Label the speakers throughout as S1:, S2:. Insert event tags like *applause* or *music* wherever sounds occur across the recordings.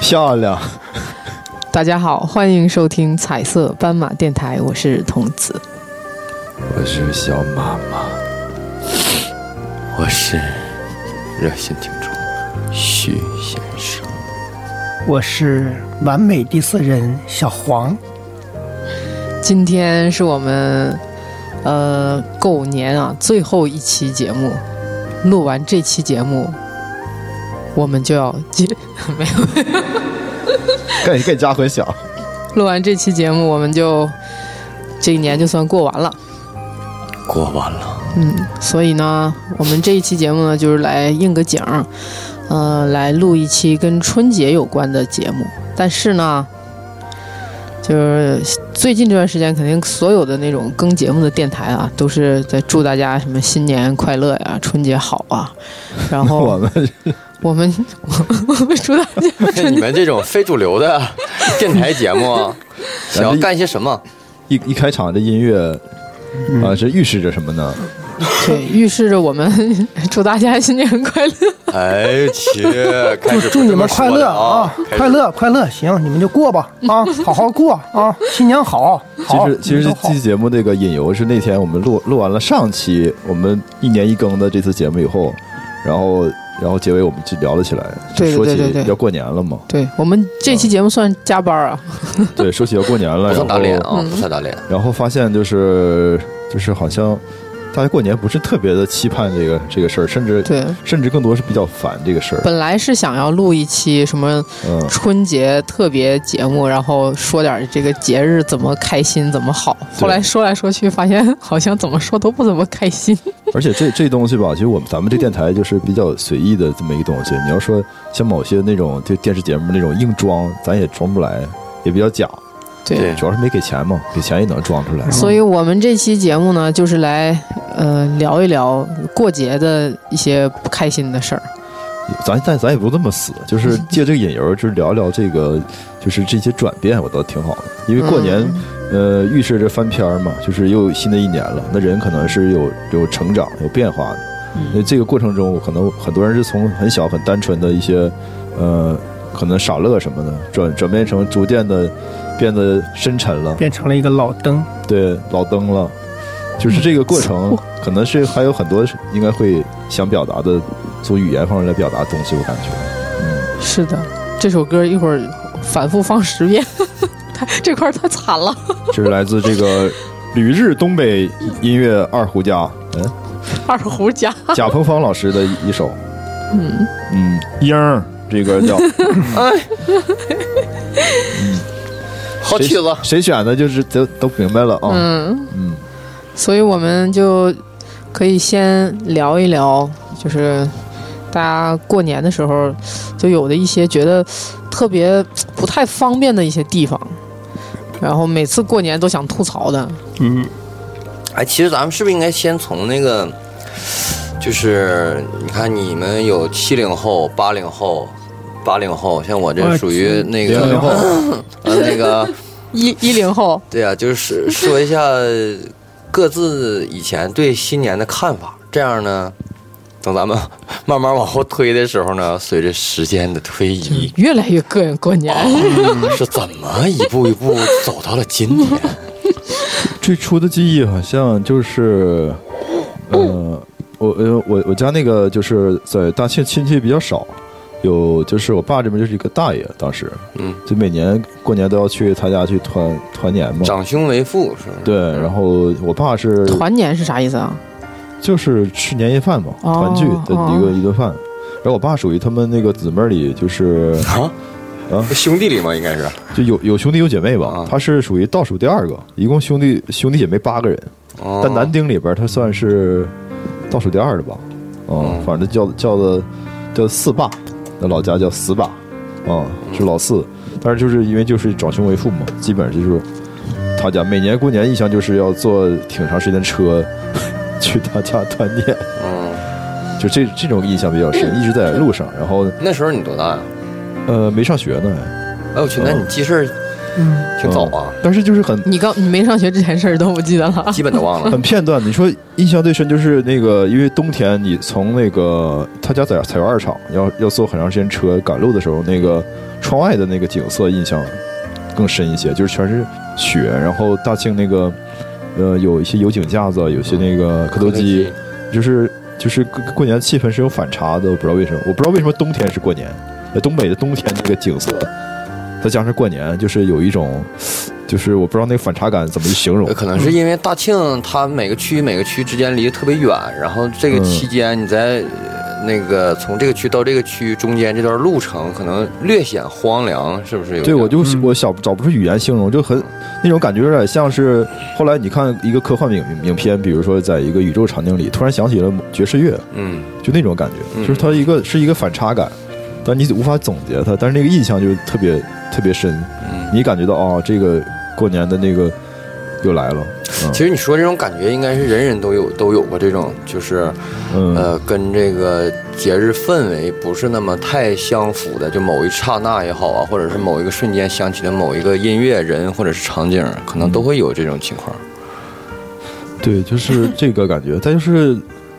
S1: 漂亮，
S2: 大家好，欢迎收听彩色斑马电台，我是童子。
S3: 我是小马马，我是热心听众徐先生。
S4: 我是完美第四人小黄，
S2: 今天是我们呃狗年啊最后一期节目，录完这期节目，我们就要 *laughs* 结没有
S1: 给给加回响。
S2: 录完这期节目，我们就这一年就算过完了。
S3: 过完了，
S2: 所以呢，我们这一期节目呢，就是来应个景儿，呃，来录一期跟春节有关的节目。但是呢，就是最近这段时间，肯定所有的那种更节目的电台啊，都是在祝大家什么新年快乐呀、春节好啊。然
S1: 我
S2: 后
S3: *laughs*
S1: 们
S2: 我们 *laughs* 我们祝大家
S3: 那你 *laughs* 们这种非主流 *laughs* 的电台节目，想要干些什么？
S1: 一一开场这音乐
S2: 嗯
S1: 啊，是预示着什么呢？
S2: *laughs* 对预示着我们祝大家新年快乐。
S3: 哎呦去，开
S4: 祝
S3: 始
S4: 祝
S3: 不
S4: 你
S3: 这么
S4: 们快
S3: 说
S4: 乐
S3: 的啊！开始
S4: 快乐快乐，行，你们就过吧
S3: *laughs*
S4: 啊，好好过啊，新年好，
S1: 其
S4: 好，
S1: 实其实
S4: 你
S1: 这
S4: 们都好
S1: 期节目这个引由是那天我们录录完了上期我们一年一更的这次节目以后，然后然后结尾我们就聊了起来，就
S2: 对
S1: 说
S2: 对对
S1: 起
S2: 对
S1: 要过年了嘛，
S2: 对我们这期节目算加班啊，
S1: 对，说起要过年了，
S3: 不
S1: 然
S3: 算打脸
S1: 后
S4: 嗯
S3: 啊，不算打脸。
S1: 然后发现就是就是好像大家过年不是特别的期盼这个这个事儿，甚至
S2: 对。
S1: 甚至更多是比较烦这个事儿，
S2: 本来是想要录一期什么
S1: 嗯。
S2: 春节特别节目，然后说点这个节日怎么开心怎么好。
S1: 对
S2: 后来说来说去，发现好像怎么说都不怎么开心。
S1: 而且这这东西吧，其实我们咱们这电台就是比较随意的这么一个东西。你要说像某些那种就电视节目那种硬装，咱也装不来，也比较假。
S3: 对
S1: 主要是没给钱嘛，给钱也能装出来。
S2: 所以我们这期节目呢，就是来呃聊一聊过节的一些不开心的事儿。
S1: 咱但咱也不那么死，就是借这个引由，就是聊聊这个，就是这些转变，我倒挺好的。因为过年，呃，预示着翻篇儿嘛，就是又新的一年了，那人可能是有有成长、有变化的。那这个过程中，可能很多人是从很小、很单纯的一些，呃，可能傻乐什么的，转转变成逐渐的变得深沉了，
S4: 变成了一个老登，
S1: 对，老登了。就是这个过程，可能是还有很多是应该会想表达的，从语言方面来表达的东西，我感觉。
S2: 是的，这首歌一会儿反复放十遍， *laughs* 太这块儿太惨了。
S1: 这是来自这个旅日东北音乐二胡家，嗯，
S2: 二胡家
S1: 贾鹏芳老师的一一
S2: *laughs*
S1: 首，嗯嗯，英儿这个叫
S3: 好
S1: 谁
S3: 曲子，
S1: 谁选的，就是都都明白了啊，
S2: 嗯
S1: 嗯，
S2: 所以我们就可以先聊一聊，就是大家过年的时候就有的一些觉得特别不太方便的一些地方，然后每次过年都想吐槽的。
S4: 嗯，
S3: 哎，其实咱们是不是应该先从那个，就是你看你们有七零后、八零后、八零后，像我这
S4: 我
S3: 属于那
S1: 零零后
S3: 个呃那个，
S2: 一一零后，
S3: 对啊，就是 *laughs* 说一下各自以前对新年的看法，这样呢。等咱们 *laughs* 慢慢往后推的时候呢，随着时间的推移，
S2: 越来越膈应过年。
S3: *laughs* 是怎么一步一步走到了今天？
S1: 最初的记忆好像
S2: *laughs*
S1: 就是，呃，我呃我我家那个就是在大庆亲戚比较少，有就是我爸这边就是一个大爷，当时
S3: 嗯，
S1: 就每年过年都要去他家去团团年嘛。
S3: 长兄为父是吧？
S1: 对，然后我爸是
S2: *laughs* 团年是啥意思啊？
S1: 就是吃年夜饭嘛，
S2: 哦
S1: 团聚的
S2: 哦
S1: 一个一顿饭。然后我爸属于他们那个姊妹儿里，
S2: *laughs*
S1: 就是
S3: 啊
S1: 啊
S3: 兄弟里吗？应该是
S1: 就有有兄弟有姐妹吧
S3: 啊，
S1: 他是属于倒数第二个，一共兄弟兄弟姐妹八个人，
S3: 哦
S1: 但南丁里边儿他算是倒数第二的吧，嗯
S3: 嗯，
S1: 反正叫叫的叫四爸，那老家叫死爸，啊，是老四，但是就是因为就是长兄为父嘛，基本上就是他家每年过年一向就是要坐挺长时间车 *laughs* 去他家团年。
S3: 嗯，
S1: 就这这种印象比较深，一直在路上，然后
S3: 那时候你多大呀、
S1: 呃没上学呢，
S3: 哎我去，那你记事儿
S4: 嗯，
S3: 挺早啊，
S1: 但是就是 *laughs* 很
S2: 你刚你没上学之前事儿都不记得了，
S3: 基本都 *laughs* 忘了。
S1: 很片段。你说印象最深就是那个，因为冬天你从那个他家在采药二厂，要要坐很长时间车赶路的时候，那个窗外的那个景色印象更深一些，就是全是雪，然后大庆那个呃有一些油井架子，有些那个哦磕头机，就是就是过过年气氛是有反差的，我不知道为什么，我不知道为什么冬天是过年，呃，东北的冬天这个景色，再加上过年，就是有一种，就是我不知道那个反差感怎么去形容
S3: 呃，。可能是因为大庆它每个区每个区之间离得特别远，然后这个
S1: 嗯
S3: 期间你在呃那个从这个区到这个区中间这段路程可能略显荒凉，是不是有点？
S1: 对，我就
S4: 嗯
S1: 我想找不出语言形容，就很那种感觉，有点像是后来你看一个科幻影影片，比如说在一个宇宙场景里，突然响起了爵士乐，
S3: 嗯，
S1: 就那种感觉，
S3: 嗯
S1: 就是它一个是一个反差感，但你无法总结它，但是那个印象就特别特别深，
S3: 嗯
S1: 你感觉到哦，这个过年的那个又来了，嗯
S3: 其实你说这种感觉，应该是人人都有都有过这种，就是
S1: 嗯
S3: 呃，跟这个节日氛围不是那么太相符的，就某一刹那也好啊，或者是某一个瞬间响起的某一个音乐、人或者是场景，
S1: 嗯
S3: 可能都会有这种情况。
S1: 对，就是这个感觉。再就是，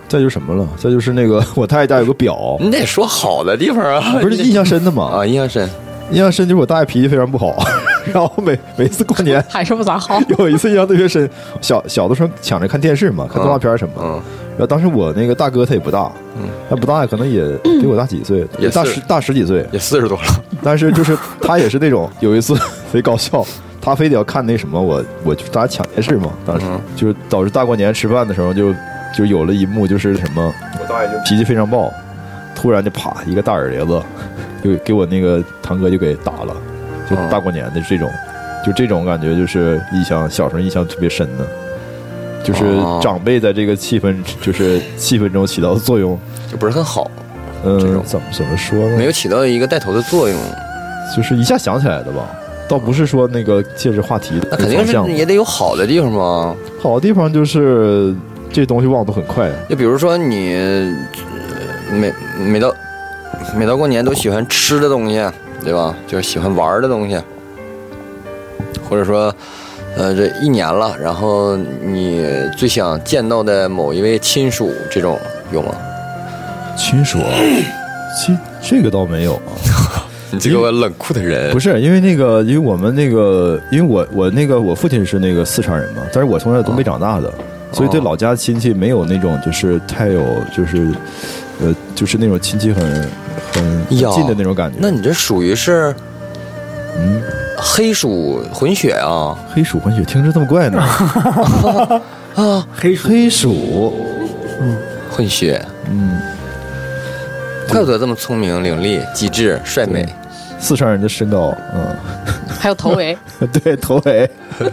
S1: 再就是什么了？再就是那个 *laughs* 我大爷家有个表，
S3: 你得说好的地方啊，
S1: 不是印象深的嘛？
S3: 嗯啊，印象深。
S1: 印象深就是我大爷脾气非常不好， *laughs* 然后每每次过年
S2: *laughs* 还是不咋好。
S1: 有一次印象特别深。小小的时候抢着看电视
S3: 啊
S1: 嘛，看动画片什么的。
S3: 嗯，
S1: 然后当时我那个大哥他也不大
S3: 嗯，
S1: 他不大，可能也比我大几岁，
S3: 也
S1: 大
S3: 是
S1: 十大十几岁。
S3: 也四十多了，
S1: 但是就是他也是那种有一次 *laughs* 贼搞笑，他非得要看那什么，我我就大家抢电视嘛，当时
S3: 嗯
S1: 就是导致大过年吃饭的时候就就有了一幕，就是什么，我大爷就脾气非常暴，突然就啪一个大耳雷子， *laughs* 就给我那个堂哥就给打了，就
S3: 嗯
S1: 大过年的这种，就这种感觉就是印象小时候印象特别深的。就是
S3: 哦
S1: 长辈在这个气氛，就是气氛中起到的作用，
S3: 就不是很好，这
S1: 嗯
S3: 种，
S1: 怎么怎么说呢？
S3: 没有起到一个带头的作用。
S1: 就是一下想起来的吧，倒不是说那个借着话题的
S3: 那肯定
S1: 方
S3: 是
S1: 向
S3: 也得有好的地方嘛。
S1: 好的地方就是这东西忘得很快，
S3: 就比如说你呃每每到每到过年都喜欢吃的东西，啊对吧？就是喜欢玩的东西，或者说，呃，这一年了，然后你最想见到的某一位亲属，这种有吗？
S1: 亲属啊，亲这个倒没有
S3: *laughs*
S1: 啊，
S3: 你这个冷酷的人
S1: 不是因为那个，因为我们那个，因为我我那个我父亲是那个四川人嘛，但是我从小在东北长大的，
S3: 哦
S1: 所以对老家亲戚没有那种就是太有就是，呃，就是那种亲戚很很
S3: 呀
S1: 近的那种感觉。
S3: 那你这属于是
S1: 嗯，
S3: 黑鼠混血啊？
S1: 黑鼠混血听着这么怪
S3: *laughs*
S1: 呢？
S4: 黑水
S1: 黑鼠，
S3: 混血，
S1: 嗯，
S3: 怪不得这么聪明伶俐、机智、帅美。
S1: 四川人的身高，嗯。
S2: 还有头围，
S1: *laughs* 对，头围。
S3: *laughs*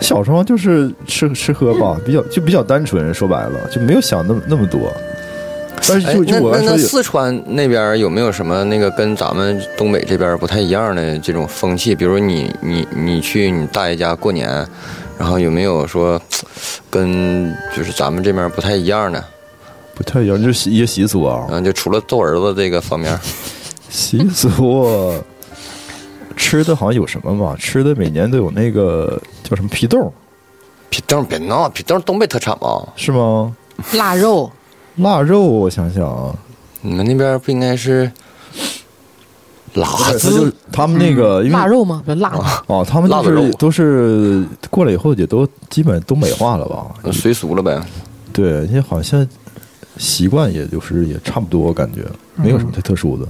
S1: 小时候就是吃吃喝
S3: 嗯
S1: 吧，比较就比较单纯，说白了就没有想那么那么多。但是
S3: 哎
S1: 就，
S3: 那
S1: 就我
S3: 那
S1: 来说
S3: 那
S1: 有，
S3: 四川那边有没有什么那个跟咱们东北这边不太一样的这种风气？比如你你你去你大爷家过年，然后有没有说跟就是咱们这边不太一样的？
S1: 不太一样，就是习一些习俗啊
S3: 然，后就除了揍儿子这个方面，
S1: *laughs* 习俗。吃的好像有什么吧？吃的每年都有那个叫什么皮冻
S3: 皮冻别闹，皮冻东北特产吗？
S1: 是吗？
S2: *laughs* 腊肉，
S1: 腊肉，我想想啊，
S3: 你们那边不应该是辣
S1: 他就
S3: 子？嗯
S1: 他们那个因为
S2: 腊肉吗？不是腊吗？
S1: 哦，他们
S3: 腊子
S1: 就
S3: 肉
S1: 是都是过来以后也都基本东北化了吧？
S3: 随俗了呗，
S1: 对，因为好像习惯也就是也差不多，我感觉没有什么太特殊的。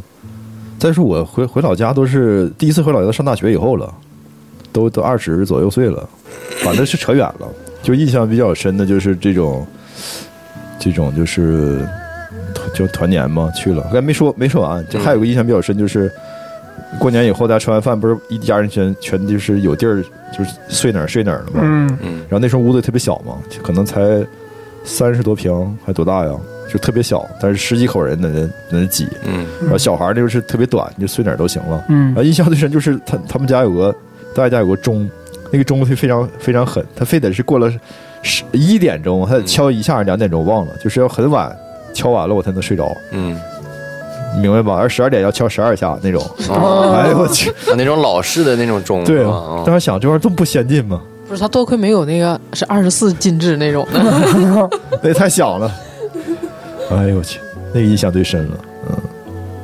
S1: 再说我回回老家都是第一次回老家，上大学以后了，都都二十左右岁了，反正是扯远了。就印象比较深的就是这种，这种就是团就团年嘛，去了，哎刚才没说没说完，就还有个印象比较深就是。过年以后，大家吃完饭，不是一家人全全就是有地儿，就是睡哪儿睡哪儿了吗？
S4: 嗯
S3: 嗯，
S1: 然后那时候屋子也特别小嘛，就可能才三十多平，还多大呀？就特别小，但是十几口人在那在那挤。
S3: 嗯，
S1: 然后小孩儿那就是特别短，你就睡哪儿都行了。然后
S4: 嗯
S1: 印象最深就是他他们家有个大爷家有个钟，那个钟非常非常狠，他非得是过了十一点钟，他得敲一下两点钟忘了，就是要很晚敲完了我才能睡着。
S3: 嗯，
S1: 明白吧？而十二点要敲十二下那种，哎呦我去！
S3: 啊那种老式的那种钟，
S1: 对
S3: 是吧
S1: 啊，当时想这玩意儿这么不先进吗？
S2: 不是他多亏没有那个是二十四进制那种的。
S1: 那也太响了，哎呦我去！那个印象最深了，
S3: 嗯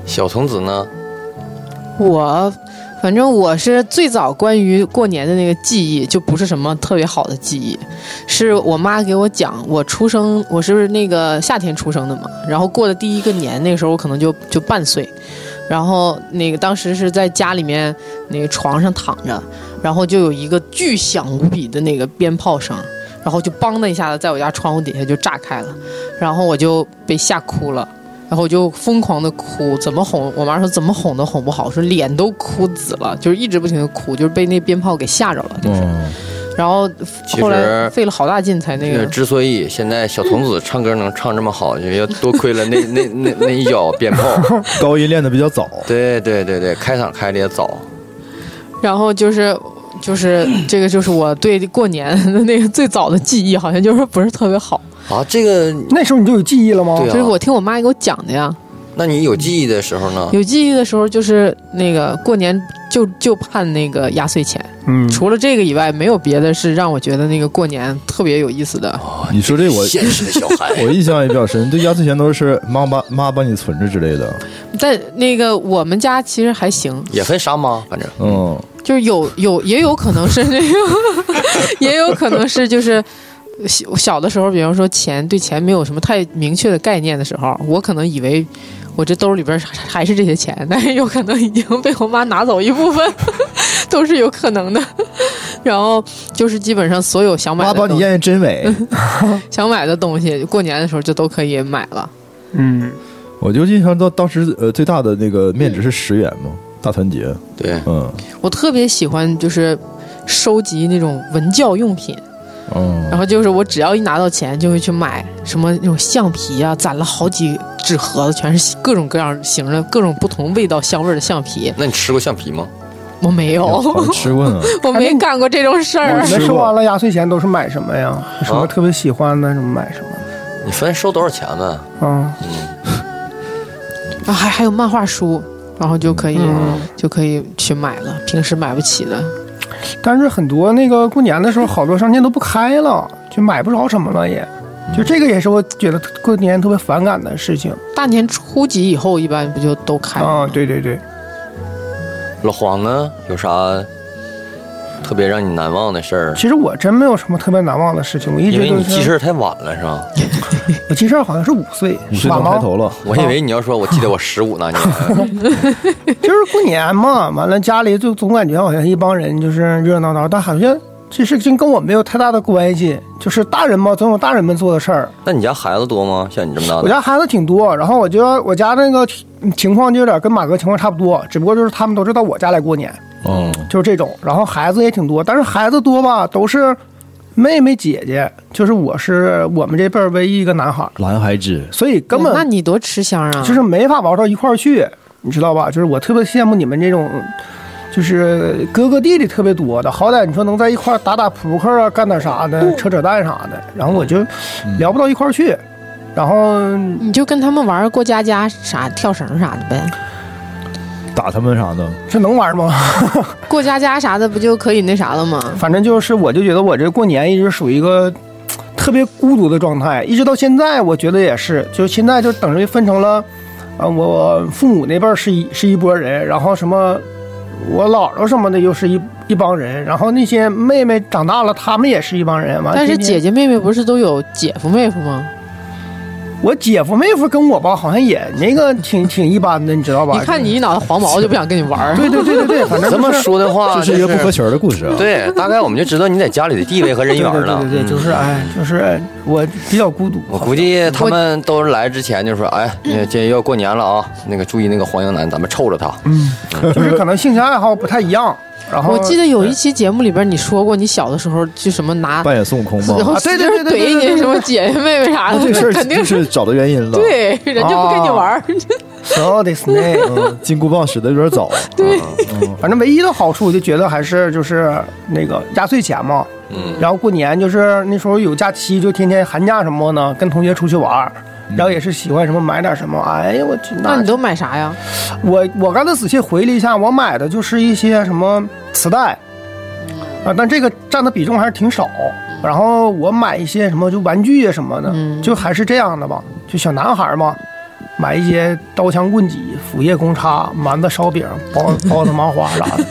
S3: 小童子呢？
S2: 我反正我是最早关于过年的那个记忆，就不是什么特别好的记忆，是我妈给我讲，我出生我是那个夏天出生的嘛，然后过的第一个年，那个时候我可能就就半岁，然后那个当时是在家里面那个床上躺着，然后就有一个巨响无比的那个鞭炮声。然后就梆的一下子，在我家窗户底下就炸开了，然后我就被吓哭了。然后我就疯狂的哭，怎么哄？我妈说怎么哄都哄不好，说脸都哭紫了，就是一直不停的哭，就是被那鞭炮给吓着了，就是。
S1: 嗯，
S2: 然后
S3: 其
S2: 后来
S3: 实
S2: 费了好大劲才那
S3: 这
S1: 啊
S2: 个
S3: 个，之所以现在小童子唱歌能唱这么好，也要多亏了那那那那一脚
S1: *laughs*
S3: 鞭炮。
S1: 高音练的比较早，
S3: 对对对对，开场开的也早。
S2: 然后就是
S3: *clears throat*
S2: 就是这个就是我对过年的那个最早的记忆，好像就是不是特别好，
S3: 啊，这个，
S4: 那时候你就有记忆了吗？
S3: 对啊
S2: 就是我听我妈给我讲的呀。
S3: 那你有记忆的时候呢？
S2: 有记忆的时候就是那个过年就就盼那个压岁钱，
S4: 嗯，
S2: 除了这个以外，没有别的是让我觉得那个过年特别有意思的。
S3: 哦
S1: 你说这我
S3: 现实的小孩
S1: *laughs* 我印象也比较深，这压岁钱都是妈妈妈帮你存着之类的，
S2: 但那个我们家其实还行，
S3: 也分啥妈，反正
S1: 嗯，
S2: 就是有有也有可能是那个， *laughs* 也有可能是就是小小的时候，比方说钱对钱没有什么太明确的概念的时候，我可能以为我这兜里边还是这些钱，但是有可能已经被我妈拿走一部分， *laughs* 都是有可能的。然后就是基本上所有想买
S1: 妈
S2: 的
S1: 帮你 *laughs*
S2: 东
S1: 验验真伪。
S2: 想买的东西，过年的时候就都可以买了。
S4: 嗯，
S1: 我就印象到当时呃最大的那个面值是十元嘛，大团结，
S3: 对，
S1: 嗯
S2: 我特别喜欢就是收集那种文教用品。然
S1: 嗯，
S2: 后就是我只要一拿到钱，就会去买什么那种橡皮啊，攒了好几纸盒子，全是各种各样型的、各种不同味道、香味儿的橡皮。
S3: 那你吃过橡皮吗？
S2: 我没有，
S1: 好像吃过 *laughs* 呢，
S2: *laughs* 我没干过这种事儿
S1: 哎。
S4: 你们收完了压岁钱都是买什么呀？有什么特别喜欢的，什么买什么？
S3: 你分收多少钱呢？
S4: 啊，
S3: 嗯，
S2: 啊，还还有漫画书，然后就可以、
S4: 嗯
S2: 就可以去买了，平时买不起的。
S4: 但是很多那个过年的时候，好多商店都不开了，就买不着什么了也，就这个也是我觉得过年特别反感的事情
S2: 大年初几以后，一般不就都开了吗
S4: 啊。对对对，
S3: 老黄呢？有啥特别让你难忘的事儿？
S4: 其实我真没有什么特别难忘的事情，我一
S3: 因
S4: 直
S3: 为
S4: 都
S3: 你记事
S4: 是
S3: 儿太晚了，是
S1: *laughs*
S3: 吧？
S4: 我记事儿好像是五岁，
S1: 五
S4: 是
S1: 岁
S4: 吧
S1: 能开
S4: 吗？
S1: 头了，
S3: 我以为你要说，我记得我十五那年，
S4: *laughs* 就是过年嘛，完了家里就总感觉好像一帮人就是热热闹闹，但好像这事情跟我没有太大的关系，就是大人嘛，总有大人们做的事儿。
S3: 那你家孩子多吗？像你这么大
S4: 我
S3: 的，
S4: 家孩子挺多，然后我觉得我家那个情情况就有点跟马哥情况差不多，只不过就是他们都是到我家来过年，
S1: 嗯，
S4: 就是这种。然后孩子也挺多，但是孩子多吧，都是妹妹姐姐，就是我是我们这辈儿唯一一个男孩儿，
S1: 蓝孩子，
S4: 所以根
S2: 那
S4: 本
S2: 你多吃香啊！
S4: 就是没法玩到一块儿去，你知道吧？就是我特别羡慕你们这种。就是哥哥弟弟特别多的，好歹你说能在一块儿打打扑克啊，干点啥的，扯扯淡啥的，然后我就聊不到一块儿去，然后嗯
S2: 你就跟他们玩儿过家家啥、跳绳啥的呗。
S1: 打他们啥的，
S4: 这能玩吗？
S2: 过家家啥的不就可以那啥了吗？
S4: 反正就是，我就觉得我这过年一直属于一个特别孤独的状态，一直到现在，我觉得也是，就现在就等于分成了，啊、我父母那辈儿是一是一拨人，然后什么我姥姥什么的又是一一帮人，然后那些妹妹长大了，她们也是一帮人，完了
S2: 但是
S4: 天天
S2: 姐姐妹妹不是都有姐夫妹夫吗？
S4: 我姐夫妹夫跟我吧，好像也那个挺挺一般的，你知道吧？
S2: 你看你一脑袋黄毛，就不想跟你玩儿。
S4: 对对对对
S2: *laughs*
S4: 对，反正
S3: 这么说的话，
S1: 哦这是一个不合群的故事啊。
S3: 对，大概我们就知道你在家里的地位和人
S4: 对
S3: 缘
S4: 对
S3: 了。
S4: 对对对，就是哎，就是我比较孤独，
S3: 我估计他们都是来之前就说，哎，那这要过年了啊，那个注意那个黄英男，咱们臭着他。
S4: 就是可能兴趣爱好不太一样。然后
S2: 我记得有一期节目里边你说过，你小的时候就什么 *laughs* 拿，
S1: 扮演孙悟空
S2: 然
S1: 嘛，
S2: 后
S4: 啊对对对对对
S2: 怼
S4: 对对啊
S2: 你
S4: 对
S2: 什么姐姐妹妹
S4: *laughs*
S2: 啥
S1: 那这
S2: 的，
S1: 事儿
S2: 肯定
S1: 就是是找到原因了。
S2: 对，人家不跟你玩儿。
S4: 哦
S2: *laughs*
S4: So this name。
S1: 嗯，金箍棒使的有点早，
S4: 嗯反正唯一的好处，我就觉得还是就是那个压岁钱嘛，
S3: 嗯，
S4: 然后过年就是那时候有假期，就天天寒假什么呢，跟同学出去玩儿，然后也是喜欢什么买点什么，哎呀我去，
S2: 那你都买啥呀？
S4: 我我刚才仔细回忆了一下，我买的就是一些什么磁带，啊，但这个占的比重还是挺少。然后我买一些什么就玩具啊什么的，
S2: 嗯
S4: 就还是这样的吧，就小男孩嘛，买一些刀枪棍戟、斧钺钩叉、馒头烧饼、包包子麻花啥的。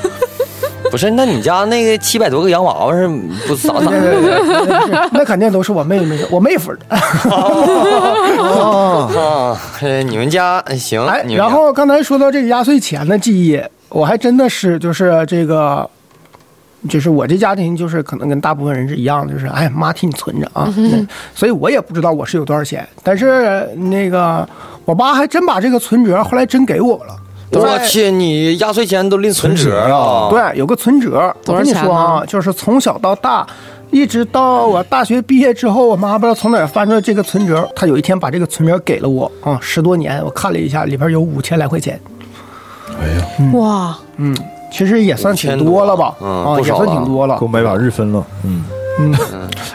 S3: 不是，那你家那个七百多个洋娃娃是不咋咋
S4: 对对对对对那肯定都是我妹妹，我妹夫儿的。
S3: 啊？呃你们家哎行，
S4: 哎，
S3: 你们家
S4: 然后刚才说到这个压岁钱的记忆，我还真的是就是这个，就是我这家庭就是可能跟大部分人是一样的，就是哎妈替你存着啊，
S2: 嗯
S4: 那所以我也不知道我是有多少钱，但是那个我爸还真把这个存折后来真给我了。
S3: 我
S4: 在
S3: 去，你压岁钱都拎存折
S1: 存折啊
S4: 对，有个存折。
S2: 多
S4: 我
S2: 少
S4: 跟你
S2: 钱呢
S4: 说啊，就是从小到大，一直到我大学毕业之后，我妈不知道从哪儿翻出来这个存折，她有一天把这个存折给了我啊，十多年，我看了一下，里边有五千来块钱，
S1: 哎呀，
S4: 嗯
S2: 哇，
S4: 其实也算挺多了吧
S3: 5000，多嗯
S4: 啊，
S3: 不
S4: 也
S3: 少
S4: 算挺
S3: 了
S4: 多了
S1: 给我。买把日分了，嗯，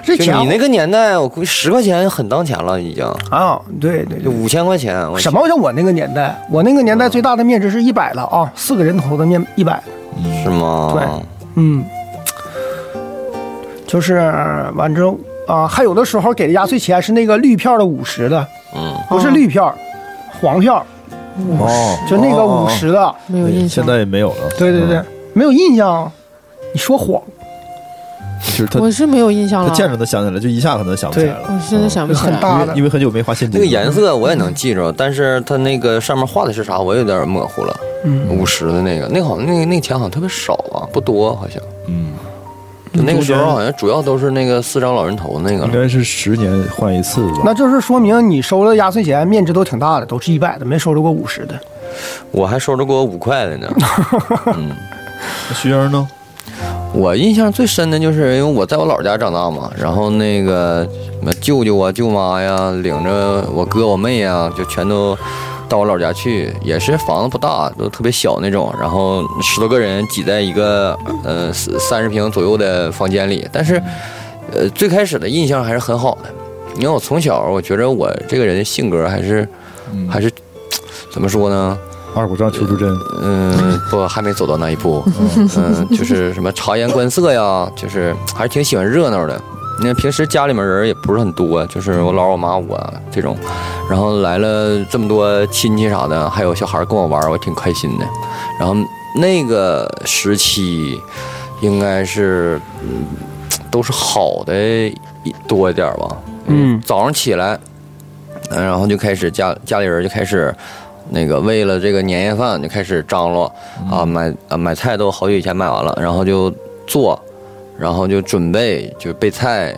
S4: 这
S3: 就
S4: 钱
S3: 你那个年代，我估计十块钱很当钱了，已经
S4: 啊，对对
S3: 就
S4: 对。
S3: 五千块钱。我
S4: 什么叫我那个年代？我那个年代最大的面值是一百了啊，四个人头的面一百，
S3: 是吗？
S4: 嗯，就是完之后啊，还有的时候给的压岁钱是那个绿票的五十的，
S3: 嗯，
S4: 不是绿票，黄票，
S1: 哦，
S4: 就那个
S1: 哦
S4: 五，十的。
S2: 没
S1: 哦
S2: 有
S1: 对
S2: 印
S1: 现。
S2: 象
S1: 在也没有了，
S4: 对对对
S1: 嗯，，
S4: 没有印象，你说谎，
S1: 嗯就是他
S2: 我是没有印象
S1: 他
S2: 了，
S1: 见着他想起来，就一下可能想不起来了，
S2: 我现在想不起来
S4: 很大
S1: 嗯因
S2: 了。
S4: 大的
S1: 为因为很久没花现金
S3: 那
S1: 了，
S3: 个颜色我也能记着，但是它那个上面画的是啥，我有点模糊了。
S4: 嗯，
S3: 五十的那个，那个好像那个那个钱好像特别少啊，不多好像。
S1: 嗯，
S3: 就那个时候好像主要都是那个四张老人头那个
S1: 应
S3: 了。
S1: 该是十年换一次吧，
S4: 那就是说明你收的压岁钱面值都挺大的，都是一百的，没收着过五十的。
S3: 我还收着过五块的呢。嗯，
S1: 那徐英呢？
S3: 我印象最深的就是因为我在我姥姥家长大嘛，然后那个什么舅舅啊、舅妈呀，领着我哥我妹呀，就全都到我姥家去，也是房子不大，都特别小那种，然后十多个人挤在一个呃三十平左右的房间里，但是呃最开始的印象还是很好的，因为我从小我觉着我这个人性格还是
S1: 嗯
S3: 还是怎么说呢？
S1: 二虎杖、邱淑贞，
S3: 嗯，不，还没走到那一步。嗯，就是什么察言观色呀，就是还是挺喜欢热闹的。那平时家里面人也不是很多，就是我姥儿、我妈、我这种，然后来了这么多亲戚啥的，还有小孩跟我玩儿，我挺开心的。然后那个时期，应该是嗯都是好的一多一点儿吧。
S4: 嗯
S3: 早上起来，嗯，然后就开始家家里人就开始。那个为了这个年夜饭就开始张罗啊，买啊买菜都好久以前买完了，然后就做，然后就准备就备菜，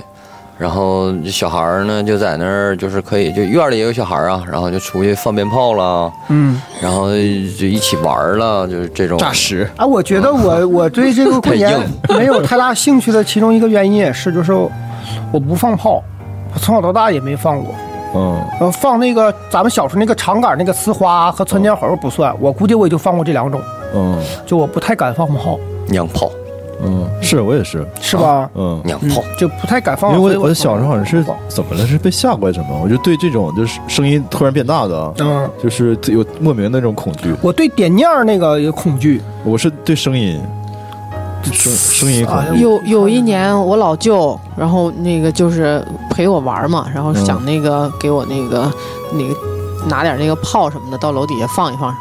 S3: 然后小孩儿呢就在那儿就是可以就院儿里也有小孩儿啊，然后就出去放鞭炮了，
S4: 嗯，
S3: 然后就一起玩儿了，就是这种
S1: 屎，
S4: 啊，我觉得我我对这
S1: *laughs*
S4: 个过年
S3: 太硬
S4: 没有太大兴趣的其中一个原因也是，就是我不放炮，我从小到大也没放过。
S1: 嗯，
S4: 呃，放那个咱们小时候那个长杆那个呲花和窜天猴不算，我估计我也就放过这两种，
S1: 嗯
S4: 就我不太敢放炮，
S3: 娘炮
S1: 嗯，是我也是，
S4: 是吧？
S1: 嗯，
S3: 娘
S4: 嗯
S3: 炮，
S4: 就不太敢放。
S1: 因
S4: 所
S1: 为
S4: 以
S1: 我我小时候好像是
S4: 放
S1: 怎么了？是被吓过还是什么？我就对这种就是声音突然变大的，啊
S4: 嗯，
S1: 就是有莫名的那种恐惧。
S4: 我对点念儿那个有恐惧，
S1: 我是对声音，对声声音恐
S4: 哎
S1: 惧
S4: 呦。
S2: 嗯有有一年我老舅，然后那个就是陪我玩嘛，然后想那个给我那个那个拿点那个炮什么的到楼底下放一放，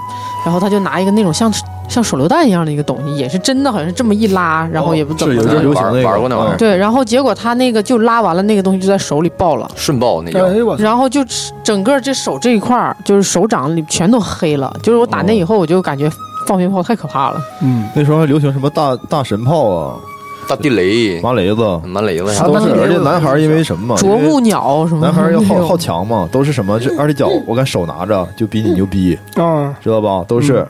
S2: 然后他就拿一个那种像像手榴弹一样的一个东西，也是真的，好像是这么一拉，然后也不怎么
S1: 是有
S2: 的
S1: 阵流行
S3: 玩
S1: 那个
S3: 玩过那玩意儿
S2: 对，然后结果他那个就拉完了，那个东西就在手里爆了。
S3: 顺爆那叫。
S4: 哎呦我操，
S2: 然后就整个这手这一块儿，就是手掌里全都黑了。就是我打那以后，我就感觉放鞭炮太可怕了。
S4: 嗯，
S1: 那时候还流行什么大大神炮啊、
S3: 大地雷、
S1: 麻雷子，
S3: 满雷子啥
S4: 啊
S1: 都
S3: 的
S4: 那
S1: 是。
S4: 个
S1: 而且男孩儿因为什么嘛？
S2: 啄
S1: 哦因为
S2: 木鸟什么的，
S1: 男孩儿要
S2: 那
S1: 好
S2: 种
S1: 好强嘛，都是什么？这二踢脚，我敢手拿着就比你牛逼，
S4: 嗯
S1: 知道吧？都是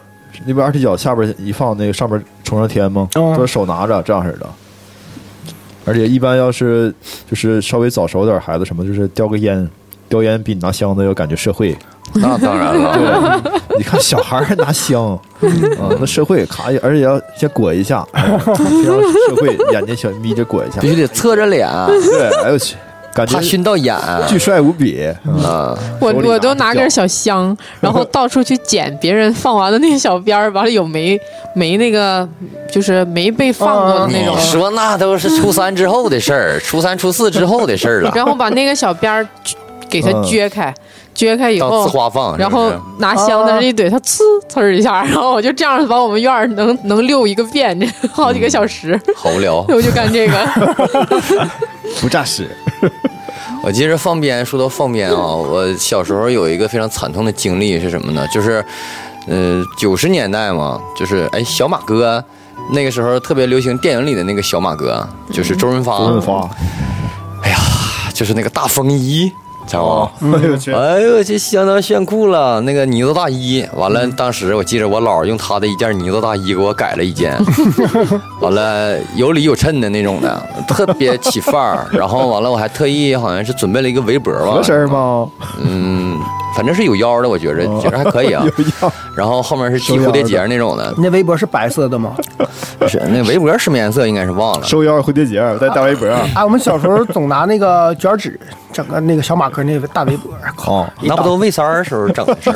S1: 那边二踢脚下边一放，那个上边冲上天嘛，
S4: 嗯
S1: 都是手拿着这样式的。而且一般要是就是稍微早熟点儿孩子什么，就是叼个烟，叼烟比你拿箱子要感觉社会。
S3: 那当然了，
S1: 啊对，你看小孩儿还拿香啊，那社会咔，而且要先裹一下，非常社会，眼睛小眯着裹一下
S3: *laughs* 必。须得侧着脸。啊
S1: 对，哎呦我去，感觉
S3: 他熏到眼
S1: 巨帅无比。嗯
S3: 啊，
S2: 我
S1: 手里
S2: 我
S1: 拿
S2: 都
S1: 着
S2: 拿根
S1: 钓
S2: 小香，然
S3: *laughs*
S2: 后到处去捡别人放完的那个小边儿，完了有没没那个就是没被放过的那种
S3: 你，说那都是初三之后的事儿，初三、初四之后的事
S2: *laughs*
S3: 儿了。
S2: 然后把那个小边儿撅给它
S1: 嗯
S2: 撅开，撅开以
S3: 当
S2: 后
S3: 呲，花放，
S2: 然
S3: 是不
S2: 后
S3: 是
S2: 拿香在那一怼，它呲呲儿一下，然后我就这样把我们院儿能能溜一个遍，这好几个小时，
S3: 嗯好无
S2: *laughs*
S3: 聊。
S2: 我就干这个。
S1: 不诈尸，
S3: 我接着放鞭，说到放鞭啊，我小时候有一个非常惨痛的经历是什么呢？就是，呃，九十年代嘛，就是哎，小马哥。那个时候特别流行电影里的那个小马哥，就是周润发，
S1: 周润发，
S3: 就是那个大风衣，知道吗？
S4: 嗯
S1: 哎呦我去，
S3: 哎呦，这相当炫酷了！那个呢子大衣，完了，当时我记着我姥儿用她的一件呢子大衣给我改了一件，完了有理有衬的那种的，特别起范儿。然后完了，我还特意好像是准备了一个围脖吧
S4: 合，身吗？
S3: 嗯，反正是有腰的，我觉着
S1: 哦
S3: 觉着还可
S1: *laughs*
S3: 以啊。然后后面是系蝴蝶结那
S4: *laughs*
S3: 种的，
S4: 你那围脖是白色的吗？
S3: 是那围脖什么颜色应该是忘了。
S1: 收腰蝴蝶结，带大围脖，
S4: 啊，我们小时候总拿那个卷纸整个那个小马哥那个大围脖，靠，
S1: 哦
S4: 一
S3: 那不都魏三儿时候整的事儿。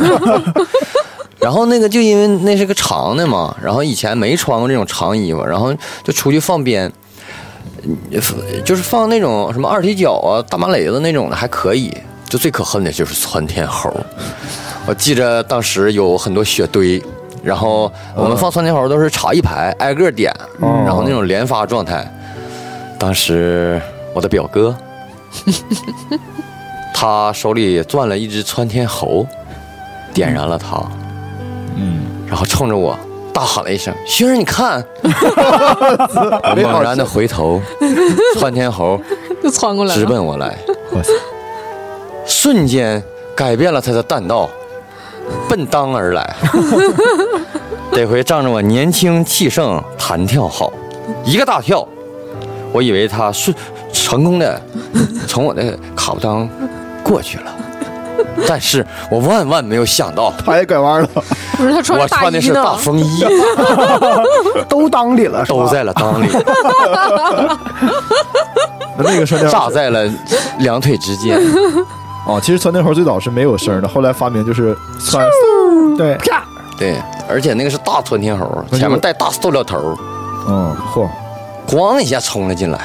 S3: *laughs* 然后那个就因为那是个长的嘛，然后以前没穿过这种长衣服，然后就出去放鞭，嗯就是放那种什么二踢脚啊、大麻雷子那种的还可以，就最可恨的就是窜天猴。我记着当时有很多雪堆，然后我们放窜天猴都是插一排，挨个点，然后那种连发状态。当时我的表哥， *laughs* 他手里攥了一只窜天猴，点燃了它，
S1: 嗯，
S3: 然后冲着我大喊了一声：“学生，你看！” *laughs* 我
S1: 没好
S3: 猛然的回头，窜天猴
S2: 就窜过来
S3: 直
S2: 了，
S3: 奔我来，
S1: 哇塞，
S3: 瞬间改变了他的弹道，奔当
S2: *laughs*
S3: 而来。得回仗着我年轻气盛，弹跳好，一个大跳，我以为他是成
S2: *laughs*
S3: 功的从我的卡布裆过去了，但是我万万没有想到，
S1: 他也拐弯了，
S2: 不是他穿
S3: 我
S2: 着大
S3: 穿的
S2: 衣
S3: 是
S2: 呢，
S3: 大
S2: *laughs*
S3: 风衣，
S4: *laughs* 都裆里了，是吧
S3: 兜在了
S2: *laughs*
S3: 裆里，
S1: 那那个
S3: *laughs*
S1: 穿天猴
S3: 炸在了两腿之间。
S1: 啊，其实窜天猴最早是没有声儿的，后来发明就是窜，
S4: 对，
S3: 对，而且那个是大窜天猴，前面带大塑料头，
S1: 嗯，嚯，
S3: 咣一下冲了进来。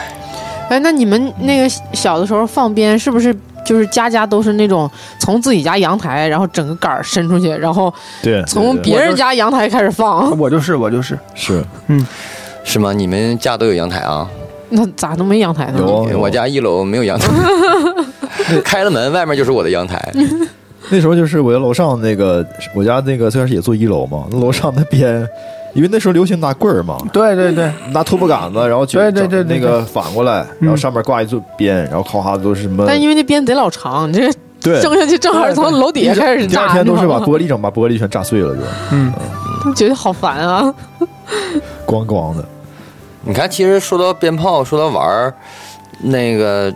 S2: 哎，那你们那个小的时候放鞭，是不是就是家家都是那种从自己家阳台，然后整个杆儿伸出去，然后
S1: 对，
S2: 从
S1: 对对
S2: 别人家阳台开始放？
S4: 我就是我就是，
S1: 是
S3: 是吗？你们家都有阳台啊？
S2: 那咋都没阳台呢？
S1: 有啊
S3: 我家一楼没有阳台， *laughs* 开了门外面就是我的阳台。
S1: 那时候就是我家楼上那个，我家那个最开始也住一楼嘛，那楼上那边，因为那时候流行拿棍儿嘛，
S4: 对对对，
S1: 拿拖布杆子，然后就
S4: 对对对
S1: 整那
S4: 对嗯
S1: 个反过来，然后上面挂一座鞭，然后咔咔都是什么，
S2: 但因为那鞭贼老长，你这
S1: 对，
S2: *laughs* 扔下去正好从楼底下开始
S1: 第
S2: 炸，
S1: 二天都是把
S2: 你知
S1: 玻璃整把玻璃全炸碎了，就
S4: 嗯，
S2: 道吗觉得好烦啊！
S1: 咣咣的，
S3: 你看，其实说到鞭炮，说到玩儿，那个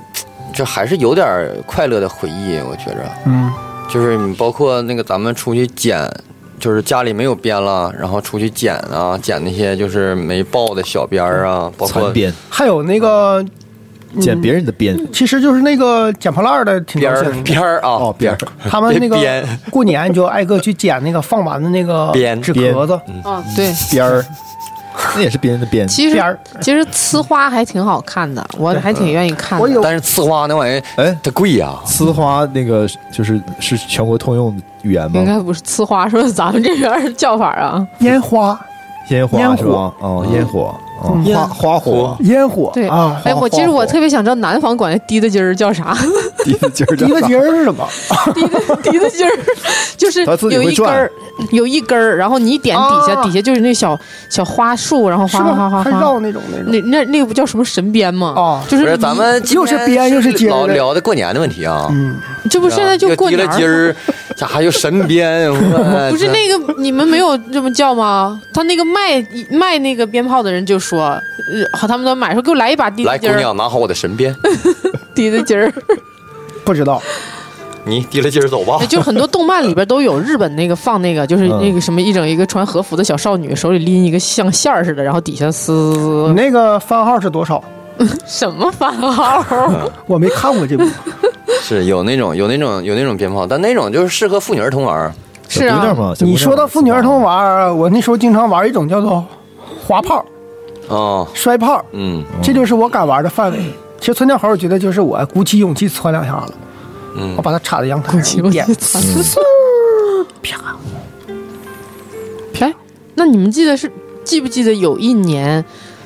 S3: 这还是有点儿快乐的回忆，我觉着。
S4: 嗯，
S3: 就是你包括那个咱们出去捡，就是家里没有鞭了，然后出去捡啊，捡那些就是没爆的小鞭儿啊，包括
S1: 残鞭，
S4: 还有那个，嗯
S1: 捡别人的鞭，
S4: 其实就是那个捡破烂儿的挺
S3: 鞭
S4: 高
S3: 儿
S4: 兴的。
S3: 鞭儿啊
S1: 哦，
S3: 鞭儿，
S4: 他们那
S3: 别
S4: 个
S3: 编
S4: 过年就挨个去捡那个放完的那个
S3: 编
S4: 纸壳子、
S3: 嗯
S2: 啊，对，
S1: 鞭儿，那也是别人的鞭，
S2: *laughs* 其
S4: 边
S2: 实
S4: 儿，
S2: 其实呲花还挺好看的，我还挺愿意看的。
S4: 我有
S3: 但是呲花那玩意儿
S1: 哎。
S3: 它贵啊呀、
S1: 呲花那个是就是是全国通用语言
S2: 应
S1: 吗？
S2: 该不是呲花，说咱们这边儿叫法啊。
S4: 烟花、
S1: 烟花
S4: 烟
S1: 是吧？哦，烟火，哦
S4: 嗯
S1: 花花火，
S4: 烟火
S2: 对
S4: 啊，
S2: 哎，我其实我特别想知道南方管那滴的筋儿叫啥？
S1: 滴的劲儿，
S4: 第一个
S2: *laughs*
S4: 节儿是什么？
S2: 滴的筋儿就是
S1: 它自己
S2: 有
S1: 会
S2: 一根
S1: 转
S2: 儿，有一根儿，然后你点底下，
S4: 啊
S2: 底下就是那小小花束，然后
S4: 是
S2: 哗哗
S4: 吧？
S2: 哗
S4: 还
S2: 哗
S4: 绕
S2: 哗。
S4: 那种那种
S2: 那那那个不叫什么神鞭吗？
S4: 啊
S2: 就
S3: 不是
S2: 是
S3: 咱们今
S4: 又是
S3: 天
S4: 鞭又是筋儿
S3: 老
S4: 的
S3: 聊的过年的问题啊。
S4: 嗯，
S2: 你这不现在就过年
S1: 啊
S3: 又啊提了筋
S2: 儿，
S3: 儿， *laughs* 咋还有神鞭？
S2: *laughs*
S3: 我哎
S2: 不是那个
S1: 嗯
S2: 你们没有这么叫吗？他那个卖卖那个鞭炮的人就说，呃好，他们都买说给我来一把滴
S3: 来
S2: 的
S3: 姑
S2: 筋儿，
S3: 娘拿好我的神鞭，
S2: 滴的筋
S1: *laughs*
S2: 儿。
S4: 不知道。
S3: 你提了筋儿走吧
S2: 哎，。就是很多动漫里边都有日本那个放那个，
S1: 嗯
S2: 就是那个什么一整一个穿和服的小少女，手里拎一个像线儿似的，然后底下
S4: 你
S3: 嗯
S2: 撕。
S4: 那个番号是多少？
S2: 什么番号？
S4: 我没看过这
S3: *laughs*
S4: 部，
S3: 是有那种有那种有那种鞭炮，但那种就是适合妇女儿童玩儿。
S2: 是
S1: 小姑娘
S2: 啊，
S1: 嘛，小姑
S4: 你
S1: 娘
S4: 说到妇女儿童玩儿，我那时候经常玩一种叫做滑炮、
S3: 哦，
S4: 摔炮，
S3: 嗯
S4: 这就是我敢玩的范围。其实窜天猴，我觉得就是我哎鼓起勇气窜两下子，
S3: 嗯
S4: 我，把它插在阳台
S2: 起
S4: 上，
S2: 我
S4: 一
S2: *laughs*
S4: 点
S2: 就惨了
S4: 啪，
S2: 哎，那你们记得是记不记得有一年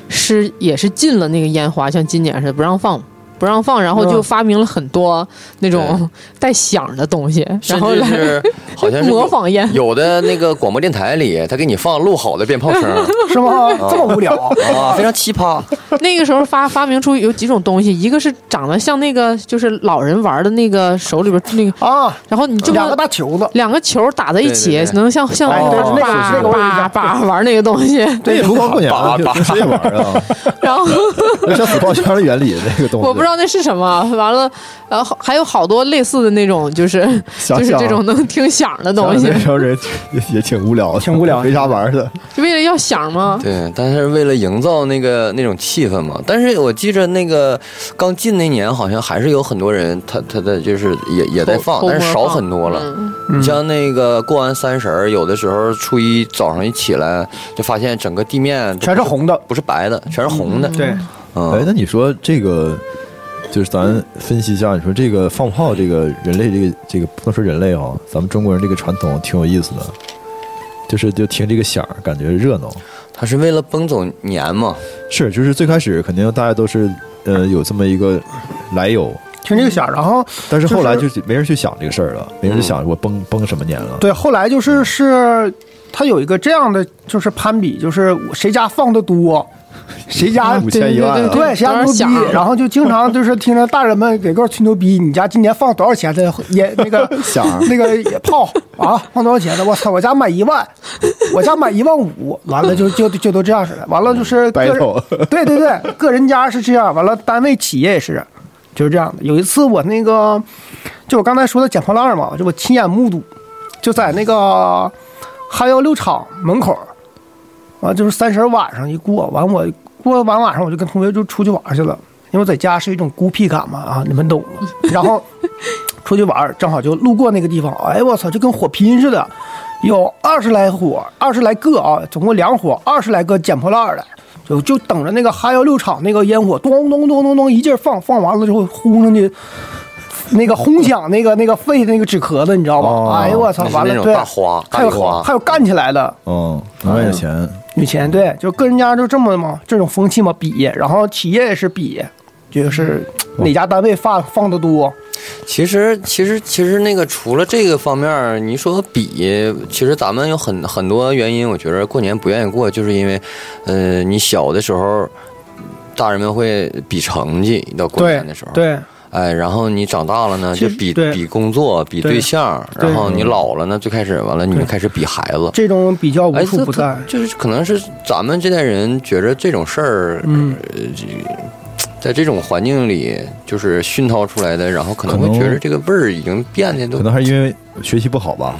S2: 是也是禁了那个烟花，像今年似的不让放，不让放，然后就
S4: 嗯
S2: 发明了很多那种带响的东西， *laughs* 然
S3: 甚
S2: 后
S3: 至
S2: 来 *laughs*
S3: 是好像是
S2: 模
S3: 有
S2: 仿烟
S3: 有的那个广播电台里，他给你放录好的鞭炮声
S4: 是吗？这么无聊啊？
S3: 啊，非常奇葩。
S2: 那个时候发发明出有几种东西，一个是长得像那个就是老人玩的那个手里边那个，
S4: 啊，
S2: 然后你这
S4: 两个
S2: 么。
S4: 大球子，
S2: 两个球打在一起，
S3: 对对对
S2: 能像像
S4: 哎对那个
S2: 叭
S4: 那个我有印
S2: 叭
S4: 象
S2: 叭玩那个东西，
S1: 那也不
S4: *laughs*
S1: 光过年了，
S3: 把把
S1: 平时也玩啊，
S2: 然后
S1: 那像死抱圈的原理那个东西，
S2: 我不知道那是什么。完了，然后还有好多类似的那种，就是
S1: *laughs* 想
S2: 就是
S1: 想
S2: 这种能听响的东
S1: 想
S2: 西
S1: 想那。时候人也也挺无聊的，
S4: 挺无聊
S1: 没啥玩的。
S2: 为了要响吗？
S3: *laughs* 对，但是为了营造那个那种气氛嘛。但是我记着那个刚进那年，好像还是有很多人，他他的就是也也在放，
S2: 偷偷摸
S3: 但是少
S2: 放
S3: 很多了。
S2: 嗯
S3: 你像那个过完三十儿，有的时候初一早上一起来，就发现整个地面
S4: 全是，红的，
S3: 不是白的，全是红的。
S4: 对，
S1: *laughs* 哎，
S3: 嗯，
S1: 那你说这个，就是咱分析一下，你说这个放炮，这个人类这个这个不能说人类啊，咱们中国人这个传统挺有意思的，就是就听这个响儿，感觉热闹。
S3: 他是为了崩走年嘛。
S1: 是，就是最开始肯定大家都是呃有这么一个来由，
S4: 听这个响儿，然后
S1: 但是后来
S4: 就
S1: 就没人去想这个事儿了，没人去想我崩崩什么年了。
S4: 对，后来就是是，他有一个这样的就是攀比，就是谁家放的多，谁家
S1: 五千一万啊
S2: 对
S4: 对谁家牛
S2: 多少
S4: 逼
S2: 响，
S4: 然后就经常就是听着大人们给个吹牛逼，你家今年放多少钱的也那
S1: *laughs*
S4: 个
S1: 响儿
S4: 那个炮啊，放多少钱的？我操，我家买一万，我家买一万五，完了就就就都这样似的，完了就是个
S1: 嗯
S4: 人
S1: Battle
S4: 对对对，个人家是这样，完了单位企业也是，就是这样的。有一次我那个，就我刚才说的捡破烂嘛，就我亲眼目睹，就在那个哈幺六厂门口，完就是三十晚上一过，完我过完晚上我就跟同学就出去玩去了，因为我在家是一种孤僻感嘛啊，你们懂的。然后出去玩，正好就路过那个地方，哎我操，就跟火拼似的，有二十来伙，二十来个啊，总共两伙，二十来个捡破烂儿的。就就等着那个哈幺六厂那个烟火咚咚咚咚咚一劲儿放，放完了之后轰上去，那个轰响那个那个沸那个纸壳子，你知道吧？
S1: 哦
S4: 哎呦我操
S3: 那，是
S4: 完
S3: 那
S4: 了
S3: 种
S4: 对，
S3: 大花
S4: 还
S3: 大礼花
S4: 有还有干起来的，
S1: 嗯，能赚点钱，
S4: 有钱，对，就个人家就这么嘛，这种风气嘛，比，然后企业也是比，就是
S3: 嗯
S4: 哪家单位放放的多，
S3: 其实，其实，其实那个除了这个方面儿，你说比，其实咱们有很很多原因，我觉得过年不愿意过，就是因为，呃，你小的时候，大人们会比成绩，到过
S4: 对
S3: 年的时候，，
S4: 对，
S3: 哎，然后你长大了呢，
S4: 其
S3: 就
S4: 实
S3: 比
S4: 对
S3: 比工作，比
S4: 对
S3: 对象，
S4: 对
S3: 然后你老了呢，最开始完了，你就
S4: 对
S3: 开始比孩子。
S4: 这种比较无
S3: 哎，
S4: 处
S3: 这
S4: 不
S3: 这
S4: 在，
S3: 就是可能是咱们这代人觉着这种事儿，
S4: 嗯
S3: 呃，这在这种环境里就是熏陶出来的，然后可能
S1: 可
S3: 会
S1: 能
S3: 觉着这个味儿已经变得都
S1: 可能还是因为学习不好
S2: *laughs*
S1: 吧，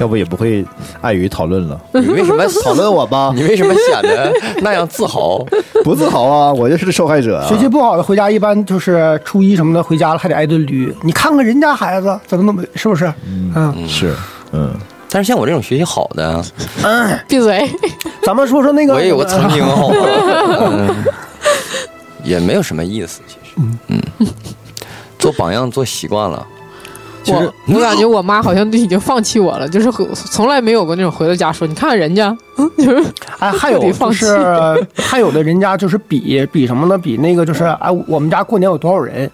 S1: 要不也不会碍于讨论了。
S3: 你为什
S4: *laughs*
S3: 么
S1: 讨论我吧，
S3: 你为什么显得那样自豪？ *laughs*
S1: 不自豪啊，我就是受害者啊。
S4: 学习不好的回家一般就是初一什么的回家了还得挨顿驴，你看看人家孩子怎么怎么是不是？嗯，
S1: 是，嗯，
S3: 但是像我这种学习好的，
S2: 闭嘴！
S4: 咱们说说那个，呃
S3: 我也有过曾经
S4: *laughs*
S3: 好吗？嗯也没有什么意思，其实，嗯，做榜样做习惯了，
S1: 其实
S2: 我我感觉我妈好像都已经放弃我了，就是回从来没有过那种回到家说你看看人家， *laughs* 嗯就是
S4: 哎，还
S2: *laughs*
S4: 有
S2: 彻底
S4: 就
S2: 放弃
S4: 是还有的人家就是比比什么呢？比那个就是哎，我们家过年有多少人？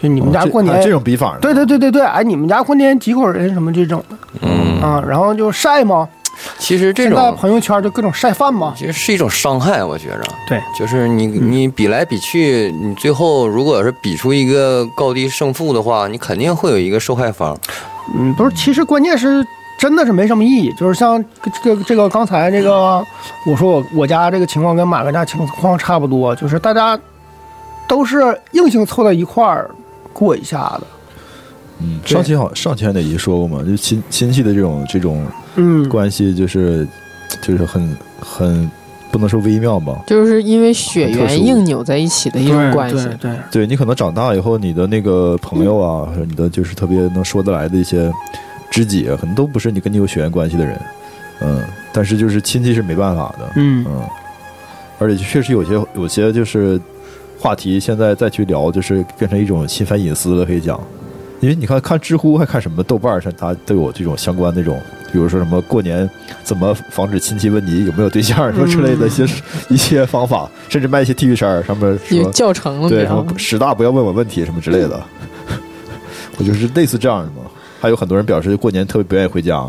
S4: 就你们
S3: 哦
S4: 家
S1: 这
S4: 过年
S3: 啊
S1: 还有这种比法呢，
S4: 对对对对对，哎，你们家过年几口人什么这种的
S3: 嗯，
S4: 啊？然后就晒嘛，
S3: 其实这
S4: 现在
S3: 种
S4: 朋友圈就各种晒饭嘛。
S3: 其实是一种伤害，我觉着。
S4: 对，嗯
S3: 就是你你比来比去，你最后如果是比出一个高低胜负的话，你肯定会有一个受害方。
S4: 嗯，不是，其实关键是真的是没什么意义。就是像这个这个刚才这个，我说我我家这个情况跟马哥家情况差不多，就是大家都是硬性凑到一块儿过一下的。
S1: 嗯，上期好上期还得一说过嘛，就亲亲戚的这种这种
S4: 嗯，
S1: 关系，就是就是很很不能说微妙嘛。
S2: 就是因为血
S1: 特殊
S2: 缘硬扭在一起的一种关系
S4: 对。对，
S1: 对你可能长大以后，你的那个朋友啊，或者你的就是特别能说得来的一些知己啊，可能都不是你跟你有血缘关系的人，嗯，但是就是亲戚是没办法的，
S4: 嗯，
S1: 嗯，而且确实有些有些就是话题，现在再去聊，就是变成一种侵犯隐私了，可以讲。因为你看看知乎，还看什么豆瓣儿上，它都有这种相关那种，比如说什么过年怎么防止亲戚问你有没有对象儿什么之类的一些、一些方法，甚至卖一些 T 恤衫儿，上面
S2: 有
S1: 说
S2: 教程了，
S1: 对
S2: 你知
S1: 什
S2: 道
S1: 么
S2: 吗？
S1: 十大不要问我问题什么之类的， *laughs* 我就是类似这样的嘛。还有很多人表示过年特别不愿意回家，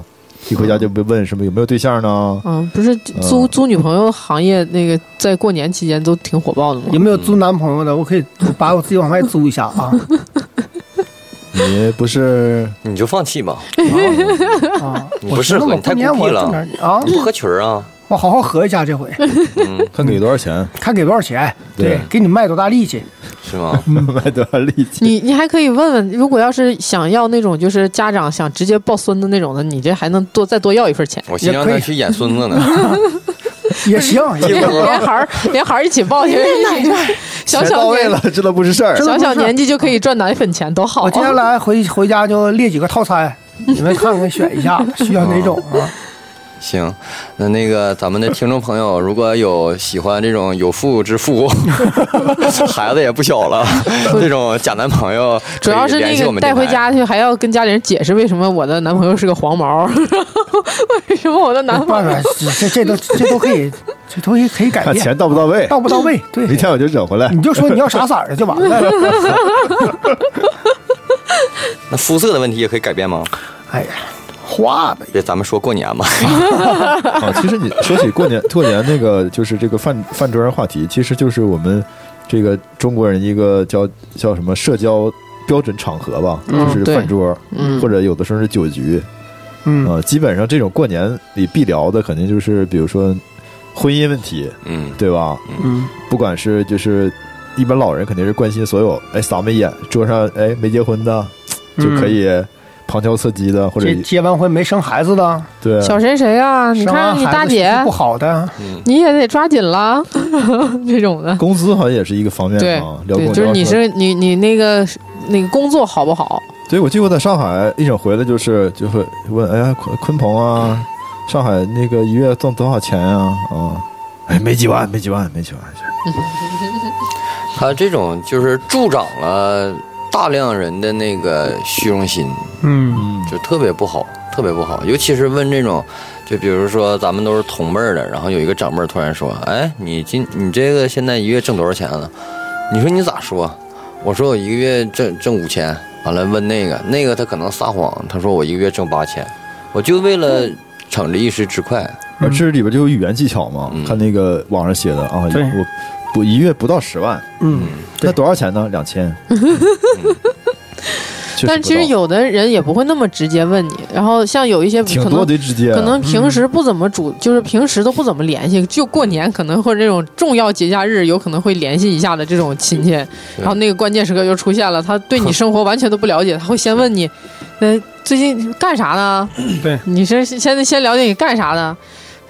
S1: 一回家就被问什么有没有对象呢？
S2: 嗯，不是租租女朋友行业那个在过年期间都挺火爆的
S4: 有
S2: 吗？
S4: 没有租男朋友的？我可以把我自己往外租一下
S3: *laughs*
S4: 啊
S1: 你不是 *laughs*
S3: 你就放弃吧，
S4: 啊！
S3: 你不适合
S4: 我寻思我
S3: 你太
S4: 过年
S3: 孤僻
S4: 我
S3: 了
S4: 挣点啊
S3: 你，不合群儿啊？
S4: 我好好合一下这回，
S3: 嗯，
S1: 看给多少钱，
S4: 看给多少钱，
S1: 对
S4: 对，给你卖多大力
S1: *laughs*
S4: 气，
S3: 是
S4: *laughs*
S3: 吗？，
S1: 卖多少力气？
S2: 你你还可以问问，如果要是想要那种就是家长想直接抱孙子那种的，你这还能多再多要一份钱
S1: *laughs*
S3: 我寻思让他去演孙子呢，
S4: 也行，也行。
S2: 连孩儿连孩儿一起抱去，小
S1: 钱到
S2: 小
S1: 位
S2: 年
S1: 了，这都不是事儿。
S2: 小小年纪就可以赚奶粉钱，多好
S4: 我接下
S2: 啊！
S4: 来回回家就列几个套
S1: *laughs*
S4: 餐，你们看看选一下，需要哪种
S1: 哦
S4: 啊？
S3: 行，那那个咱们的听众朋友， *laughs* 如果有喜欢这种有妇 *laughs* 之夫，孩子也不小了，这种假男朋友，
S2: 主要是那个带回，家去还要跟家里人解释为什么我的男朋友是个黄毛， *laughs* 为什么我的男朋
S4: 啊办
S2: 友
S4: 法，这这都这都可以，这都可以可以改
S1: 看
S4: 变，
S1: 钱到不到位，
S4: 到不到位？嗯对，
S1: 明天我就整回来
S4: *laughs* 你。就说你要啥色儿的就完
S1: *laughs*
S4: 了。
S3: 那肤色的问题也可以改变吗？
S4: 哎呀，花呗，
S3: 别，咱们说过年嘛，
S1: 啊，其实你说起过年，过年那个就是这个饭饭桌上话题，其实就是我们这个中国人一个叫叫什么社交标准场合吧，
S2: 嗯
S1: 就是
S2: 对
S1: 饭桌，
S2: 嗯
S1: 或者有的时候是酒局
S4: 嗯，
S1: 啊。基本上这种过年里必聊的，肯定就是比如说婚姻问题，
S2: *laughs*
S3: 嗯，
S1: 对吧？
S4: 嗯，
S1: 不管是就是一般老人肯定是关心所有，哎，扫眉眼，桌上哎没结婚的就可以旁敲侧击的，或者
S4: 嗯结结完婚没生孩子的，
S1: 对
S2: 小谁谁啊？你
S4: 生完
S2: 看你
S4: 孩
S2: 大
S4: 子脾
S2: 姐
S4: 气不好的，
S3: 嗯
S2: 你也得抓紧了， *laughs* 这种的。
S1: 工资好像也是一个方面
S2: 对
S1: 啊，聊
S2: 对，
S1: 工
S2: 就是你是你你那个那个工作好不好？
S1: 对，我记得我在上海一整回来就是就会问，哎呀，鲲鲲鹏啊，上海那个一月挣多少钱啊？啊，哎，没几万，没几万，没几万。
S3: 他这种就是助长了大量人的那个虚荣心，
S4: 嗯
S1: 嗯，
S3: 就特别不好，特别不好。尤其是问这种，就比如说咱们都是同辈儿的，然后有一个长辈儿突然说：“哎，你今你这个现在一月挣多少钱了？”你说你咋说？我说我一个月挣挣五千。完了问那个，那个他可能撒谎，他说我一个月挣八千，我就为了逞着一时之快，
S1: 而这里边就有语言技巧嘛，
S3: 嗯
S1: 看那个网上写的啊，
S4: 对
S1: 我不一月不到十万，
S4: 嗯，
S1: 那多少钱呢？两
S2: *laughs*
S1: 千。嗯确
S2: 但其实
S1: 不到
S2: 有的人也不会那么直接问你，然后像有一些
S1: 挺
S2: 可
S1: 多
S2: 能。
S1: 的直接，
S2: 可能平时不怎么
S1: 嗯
S2: 主，就是平时都不怎么联系，就过年可能或者这种重要节假日有可能会联系一下的这种亲戚，然后那个关键时刻就出现了，他对
S1: *laughs*
S2: 你生活完全都不了解，他会先问你，那最近干啥呢？
S4: 对，
S2: 你是先先了解你干啥呢？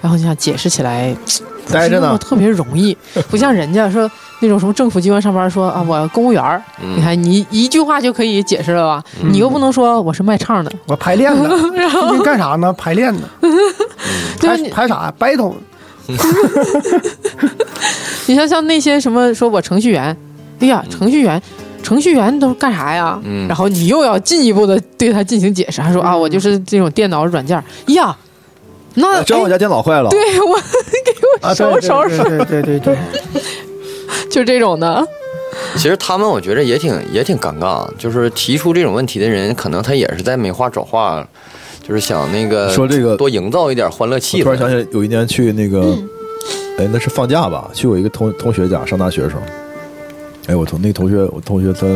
S2: 然后你想解释起来，
S1: 待着
S2: 不是那么
S1: 呢，
S2: 特别容
S1: *laughs*
S2: 易，不像人家说那种什么政府机关上班说啊，我公务员儿，
S3: 嗯
S2: 你看你一句话就可以解释了吧？
S1: 嗯
S2: 你又不能说我是卖唱的，
S4: 我
S2: *laughs*
S4: 排练呢，最近干啥呢？排练呢，
S2: 对吧？
S4: 排
S2: 你
S4: 排啥？battle，
S2: 你像像那些什么说我程序员，哎呀，
S4: 嗯
S2: 程序员。程序员都干啥呀？
S3: 嗯
S2: 然后你又要进一步的对他进行解释，还说啊，我就是这种电脑软件儿呀。那
S1: 知道我
S2: 哎
S1: 啊家电脑坏了，
S2: 对
S4: *laughs*
S2: 我给
S4: 啊，
S2: 我收
S4: 对
S2: 拾收拾，
S4: 对对对对对，
S2: 就这种的。
S3: 其实他们我觉着也挺也挺尴尬，就是提出这种问题的人，可能他也是在没话找话，就是想那个
S1: 说这个
S3: 多营造一点欢乐气
S1: 突然
S3: 氛
S1: 想。起来，有一年去那个，
S2: 嗯
S1: 哎，那是放假吧？去我一个同同学家上大学的时候，哎，我同那个同学，我同学他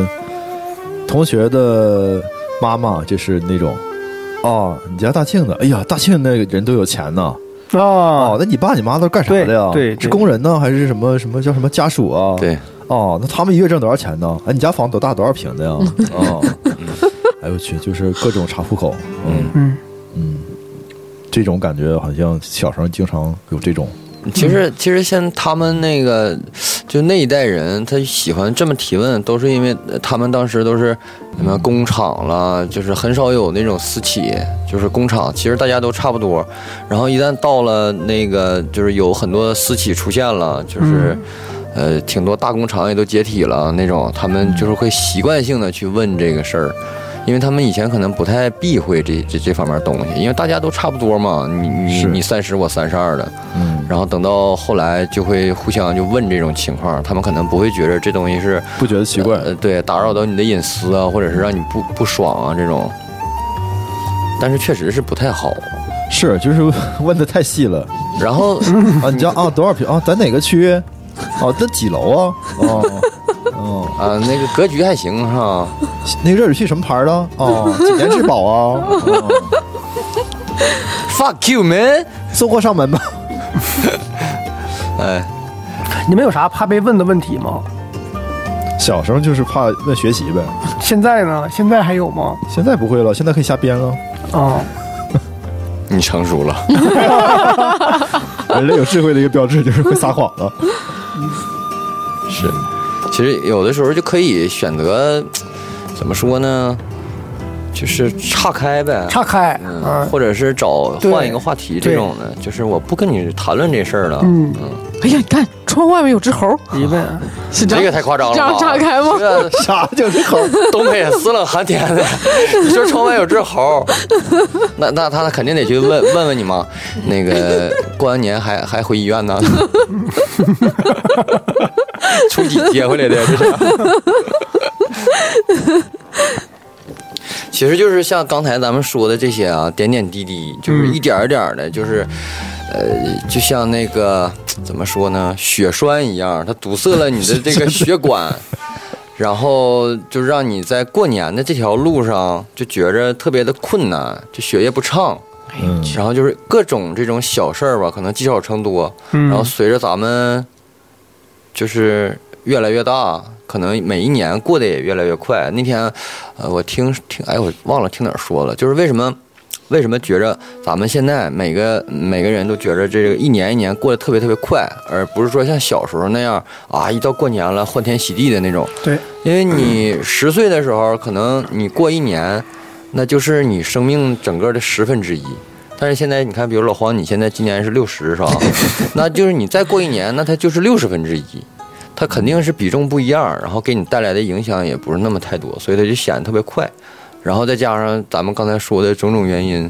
S1: 同学的妈妈就是那种，哦，你家大庆的，哎呀，大庆那个人都有钱呐，
S4: 啊
S1: 哦，，那你爸你妈都干啥的呀？
S4: 对对对
S1: 是工人呢，还是什么什么叫什么家属啊？，
S3: 对，
S1: 哦，那他们一月挣多少钱呢？哎，你家房子多大多少平的呀？哦，哎呦我去，就是各种查户口，嗯
S3: 嗯，
S4: 嗯
S1: 这种感觉好像小时候经常有这种，
S3: 其实其实像他们那个就那一代人，他喜欢这么提问，都是因为他们当时都是什么工厂啦，就是很少有那种私企，就是工厂，其实大家都差不多。然后一旦到了那个，就是有很多私企出现了，就是。呃，挺多大工厂也都解体了那种，他们就是会习惯性的去问这个事儿，因为他们以前可能不太避讳这这这方面东西，因为大家都差不多嘛，你你
S1: 是
S3: 你三十我三十二的，
S1: 嗯，
S3: 然后等到后来就会互相就问这种情况，他们可能不会觉得这东西是
S1: 不觉得奇怪？
S3: 呃，对，打扰到你的隐私啊，或者是让你不不爽啊这种。但是确实是不太好。
S1: 是，就是问的太细了
S3: 然后
S1: 啊！你家啊多少平啊？在哪个区？哦、在几楼啊？哦哦，
S3: 啊、那个格局还行哈，
S1: 那个热水器什么牌儿的？哦，几年质保啊？哦，
S3: Fuck you man！
S1: 送货上门吧。
S3: 哎，
S4: 你们有啥怕被问的问题吗？
S1: 小时候就是怕问学习呗，
S4: 现在呢？现在还有吗？
S1: 现在不会了，现在可以瞎编了。
S4: 啊、
S3: 你成熟了，
S1: 人类有智慧的一个标志就是会撒谎了。
S3: 是。其实有的时候就可以选择，怎么说呢？就是岔开呗，
S4: 岔开
S3: 嗯
S4: 啊，，
S3: 或者是找
S4: 对
S3: 换一个话题这种的，就是我不跟你谈论这事儿了。
S4: 嗯，
S2: 哎呀，你看窗户外面有只猴，
S4: 一问，
S2: 是这
S3: 这
S2: 样
S3: 个太夸张了吧，
S2: 这样岔开吗
S3: 这
S1: 啥叫这口？
S3: 东北死冷寒天的，你说窗外有只猴，那那他肯定得去问问问你妈，那个过完年还还回医院呢， *laughs* 初几接回来的这是。 *laughs* 其实就是像刚才咱们说的这些啊，点点滴滴，
S2: 嗯
S3: 就是一点儿一点儿的，就是，呃，就像那个怎么说呢，血栓一样，它堵塞了你的这个血管，然后就让你在过年的这条路上就觉着特别的困难，就血液不畅，
S1: 嗯，
S3: 然后就是各种这种小事儿吧，可能积少成多，
S4: 嗯，
S3: 然后随着咱们就是越来越大，可能每一年过得也越来越快。那天，呃，我听听，哎，我忘了听哪儿说了，就是为什么为什么觉着咱们现在每个每个人都觉着这个一年一年过得特别特别快，而不是说像小时候那样啊，一到过年了欢天喜地的那种。
S4: 对，
S3: 因为你十岁的时候，可能你过一年，那就是你生命整个的十分之一。但是现在你看，比如老黄，你现在今年是六十，是吧？ *laughs* 那就是你再过一年，那它就是六十分之一，它肯定是比重不一样，然后给你带来的影响也不是那么太多，所以它就显得特别快。然后再加上咱们刚才说的种种原因，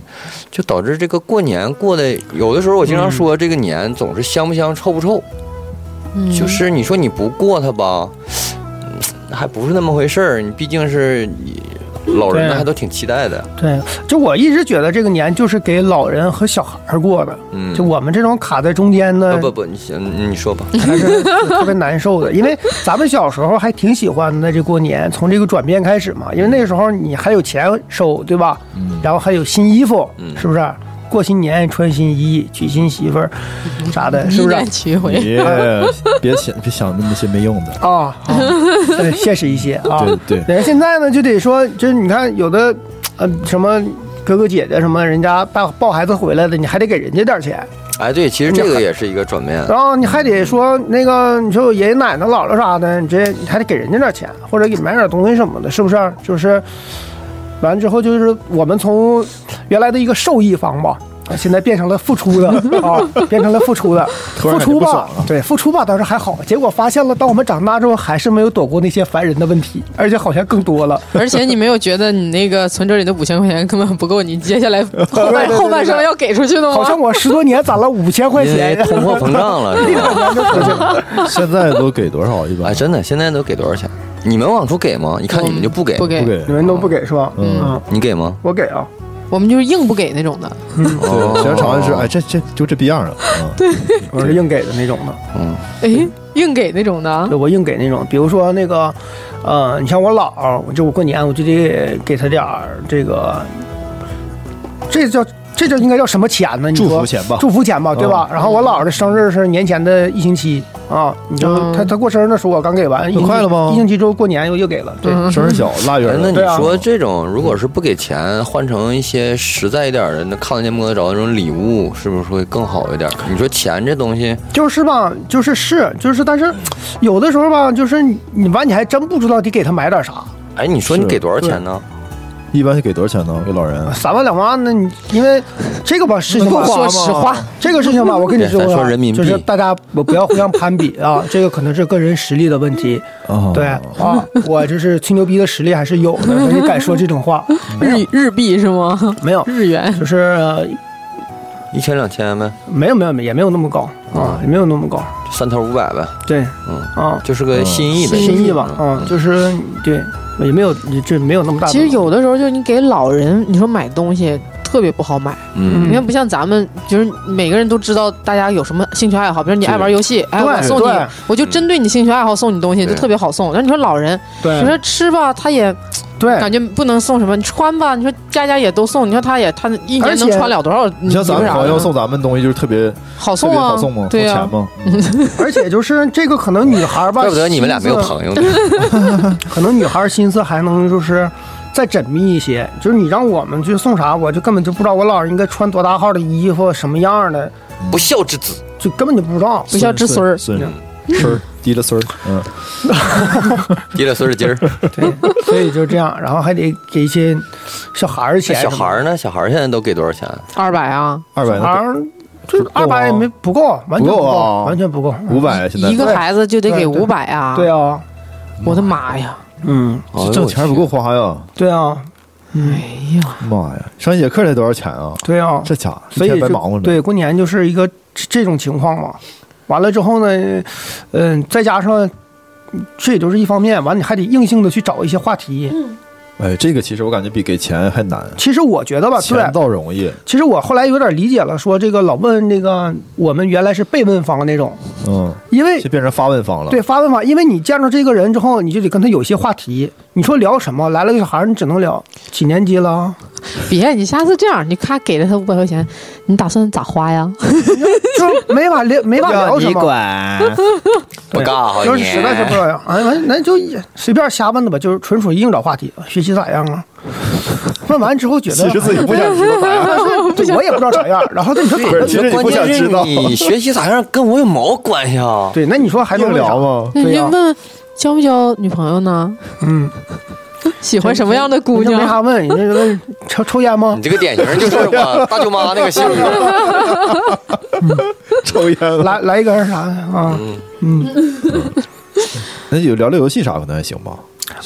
S3: 就导致这个过年过得有的时候，我经常说这个年总是香不香、臭不臭。
S2: 嗯
S3: 就是你说你不过它吧，嗯还不是那么回事儿。你毕竟是你老人呢，
S4: 对啊
S3: 还都挺期待的。
S4: 对，就我一直觉得这个年就是给老人和小孩儿过的，
S3: 嗯，啊
S4: 就我们这种卡在中间的，
S3: 不不不，你行，嗯你
S4: *laughs*
S3: 说吧。
S4: 还是特别难受的，因为咱们小时候还挺喜欢的这过年，从这个转变开始嘛，
S3: 嗯
S4: 因为那时候你还有钱收，对吧？然后还有新衣服，
S3: 嗯
S4: 是不是？过新年穿新衣，娶新媳
S3: *laughs*
S4: 妇儿，啥的，哎是
S2: 一
S4: 不是？
S2: 杆取回，
S1: 别别想别想那么些没用的。
S4: 啊， *laughs* 好对，现实一些啊。
S1: 对对
S4: *laughs* 但是现在呢，就得说，就是你看有的，呃，什么哥哥姐姐什么，人家抱抱孩子回来的，你还得给人家点儿钱，
S3: 哎，对，其实这个也是一个转
S4: *laughs*
S3: 变。
S4: 然后你还得说那个，你说我爷爷奶奶姥姥啥的，你这你还得给人家点钱，或者给买点东西什么的，是不是？就是完之后，就是我们从原来的一个受益方吧。啊现在变成了付出的啊，变成了付出的，
S1: *laughs* 突然感
S4: 付
S1: 觉
S4: 出
S1: 不
S4: 吧
S1: 爽了，
S4: 对，付出吧倒是还好，结果发现了，当我们长大之后，还是没有躲过那些烦人的问题，而且好像更多了。
S2: 而且你没有觉得你那个存折里的五千块钱根本不够你接下来后
S4: *laughs* 对对
S2: 半
S4: 对
S2: 后半生要给出去的
S4: 好像
S2: 吗？
S4: 我十多年攒了五千块
S3: 因为
S4: 钱，*laughs*
S3: 通货膨胀了，是吧？
S1: 现在都给多少一般
S3: 哎，？真的，现在都给多少钱？你们往出给吗？一看你们就不给，
S2: 不，给
S1: 不，给
S4: 你，们都不给是吧？
S1: 嗯
S4: 嗯，
S3: 你给
S4: *laughs*
S3: 吗？
S4: 我给啊，
S2: 我们就是硬不给那种的。
S3: 哦
S1: 对，全长安是哎，这这就这逼样了。嗯对，
S4: 我是硬给的那种的。
S3: 嗯，
S2: 哎，硬给那种的啊，
S4: 对我硬给那种，比如说那个，呃，你像我姥儿，我就我过年我就得给他点儿这个，这叫这就应该叫什么钱呢？你说
S1: 祝福钱吧
S4: 祝福钱吧，对吧？然后我姥儿的生日是年前的一星期啊，你就
S2: 嗯
S4: 他他过生日的时候我刚给完，一星期
S1: 快了吗
S4: 一星期之后过年又又给了，对，
S2: 嗯
S1: 声儿小，拉远
S3: 哎，那
S1: 了。
S3: 你
S4: 对啊
S3: 说这种如果是不给钱，换成一些实在一点的，那看得见摸得着的那种礼物，是不是会更好一点？你说钱这东西，
S4: 就是吧，就是是就是，但是有的时候吧，就是你你完你还真不知道得给他买点啥，
S3: 哎，你说你
S1: 是
S3: 给多少钱呢？
S1: 一般给多少钱呢？给老人？
S4: 三万两万那你因为这个吧事情吧，
S2: 能够花说实话，
S4: 这个事情吧，我跟你说啊，
S3: 咱说人民币
S4: 就是大家我不要互相攀比啊，这个可能是个人实力的问题。
S1: 啊，
S4: 对啊，我就是吹牛逼的实力还是有的，我就敢说这种话。
S2: 日日币是吗？
S4: 没有，
S2: 日元
S4: 就是呃
S3: 一千两千呗，
S4: 没有没有也没有那么高啊，也没有那么高。
S3: 三头五百呗，
S4: 对
S3: 嗯，
S4: 啊，
S3: 就是个心意呗，
S4: 心意吧
S3: 嗯
S4: 啊，就是对，也没有这没有那么大的。
S2: 其实有的时候就是你给老人，你说买东西特别不好买。
S3: 嗯
S2: 你看，不像咱们，就是每个人都知道大家有什么兴趣爱好，比如你爱玩游戏，哎，
S4: 对
S2: 我送你
S4: 对，
S2: 我就针对你兴趣爱好送你东西，
S1: 嗯
S3: 对
S2: 就特别好送。那你说老人，
S4: 对
S2: 你说吃吧，他也
S1: 哎
S4: 对，
S2: 感觉不能送什么；你穿吧，你说家家也都送，你说他也他一
S4: 而
S2: 年
S4: 且
S2: 能穿了多少？
S1: 你像咱们朋友送咱们东西，就是特别
S2: 好
S1: 特
S2: 送
S1: 别
S2: 啊，
S1: 好送吗？送
S2: 对
S1: 钱
S2: 啊，
S1: 吗？
S4: 而且就是这个可能女孩吧，
S3: 怪不得你们俩没 *laughs* 有
S4: 心思
S3: 朋友呢。
S4: 可能女孩心思还能就是再缜密一些，就是你让我们去送啥，我就根本就不知道我姥儿应该穿多大号的衣服，什么样的，
S3: 不孝之子，
S4: 就根本就不知道。
S2: 不孝之孙儿。
S1: 孙孙儿滴了孙儿，嗯，
S3: 提了孙儿今 *laughs* 儿。
S4: 对，所以就这样，然后还得给一些小孩儿
S3: 那
S4: 钱。
S3: 小孩儿呢？小孩儿现在都给多少钱？
S2: 二百啊，
S1: 二百
S4: 小孩
S1: 呢，
S4: 儿就是二百也没不够，完全
S1: 不
S4: 不
S1: 够
S4: 够，
S1: 啊
S4: 完全不够。
S1: 五百啊现在
S2: 一个孩子就得给
S4: 对对
S2: 五百啊！
S4: 对，啊，
S2: 我的妈呀！
S4: 嗯，
S3: 哦
S1: 挣钱不够，花呀，
S4: 对啊，
S1: 嗯
S2: 哎呀，
S1: 妈呀，上一节课才多少钱啊？
S4: 对啊，
S1: 这家伙
S4: 所
S1: 一天
S4: 以
S1: 白
S4: 就
S1: 忙活了。
S4: 对过年就是一个这这种情况嘛。完了之后呢，嗯、再加上这也就是一方面，完你还得硬性的去找一些话题。
S1: 哎，这个其实我感觉比给钱还难，
S4: 其实我觉得吧，啊对
S1: 钱，倒容易，
S4: 其实我后来有点理解了，说这个老问这个我们原来是被问方那种，
S1: 嗯，
S4: 因为
S1: 就变成发问方了。
S4: 对发问方，因为你见着这个人之后，你就得跟他有些话题。你说聊什么？来了个小孩儿，你只能聊几年级
S1: *laughs*
S4: 了，
S2: 别，你下次这样，你咔给了他五百块钱，你打算咋花呀？
S4: 就是没法聊，没法聊什么。
S1: 哎
S5: 管，
S4: 哎
S3: 不尬哈
S4: 就是
S3: 你
S4: 实在是不知道呀，哎，完咱就随便瞎问的吧，就是纯属硬找话题，学习咋样啊？问完之后觉得
S1: 其实自己不想知道
S4: 哎
S1: 答案，
S4: 对我也不知道咋样，哎然后对你说咋
S1: 不是
S4: 样？
S1: 其实你不
S3: 关
S1: 想
S3: 键是
S1: 知道
S3: 你学习咋样跟我有毛关系啊？
S4: 对，那你说还能
S1: 硬
S4: 问啥
S1: 聊？吗？
S2: 那 *laughs*
S4: 对
S2: 你
S4: 呀
S2: 就问交没交女朋友呢？
S4: 嗯，
S2: *laughs* 喜欢什么样的姑
S4: 你就没
S2: 娘？
S4: 啥问，你就问抽抽烟吗
S1: 嗯
S3: 你？这个典型就是 *laughs* 我大舅妈那个性格。
S1: *laughs* 抽烟了，
S4: 来来一根啥的啊？
S3: 嗯，
S4: 嗯，
S1: 那有聊聊游戏啥可能还行吧。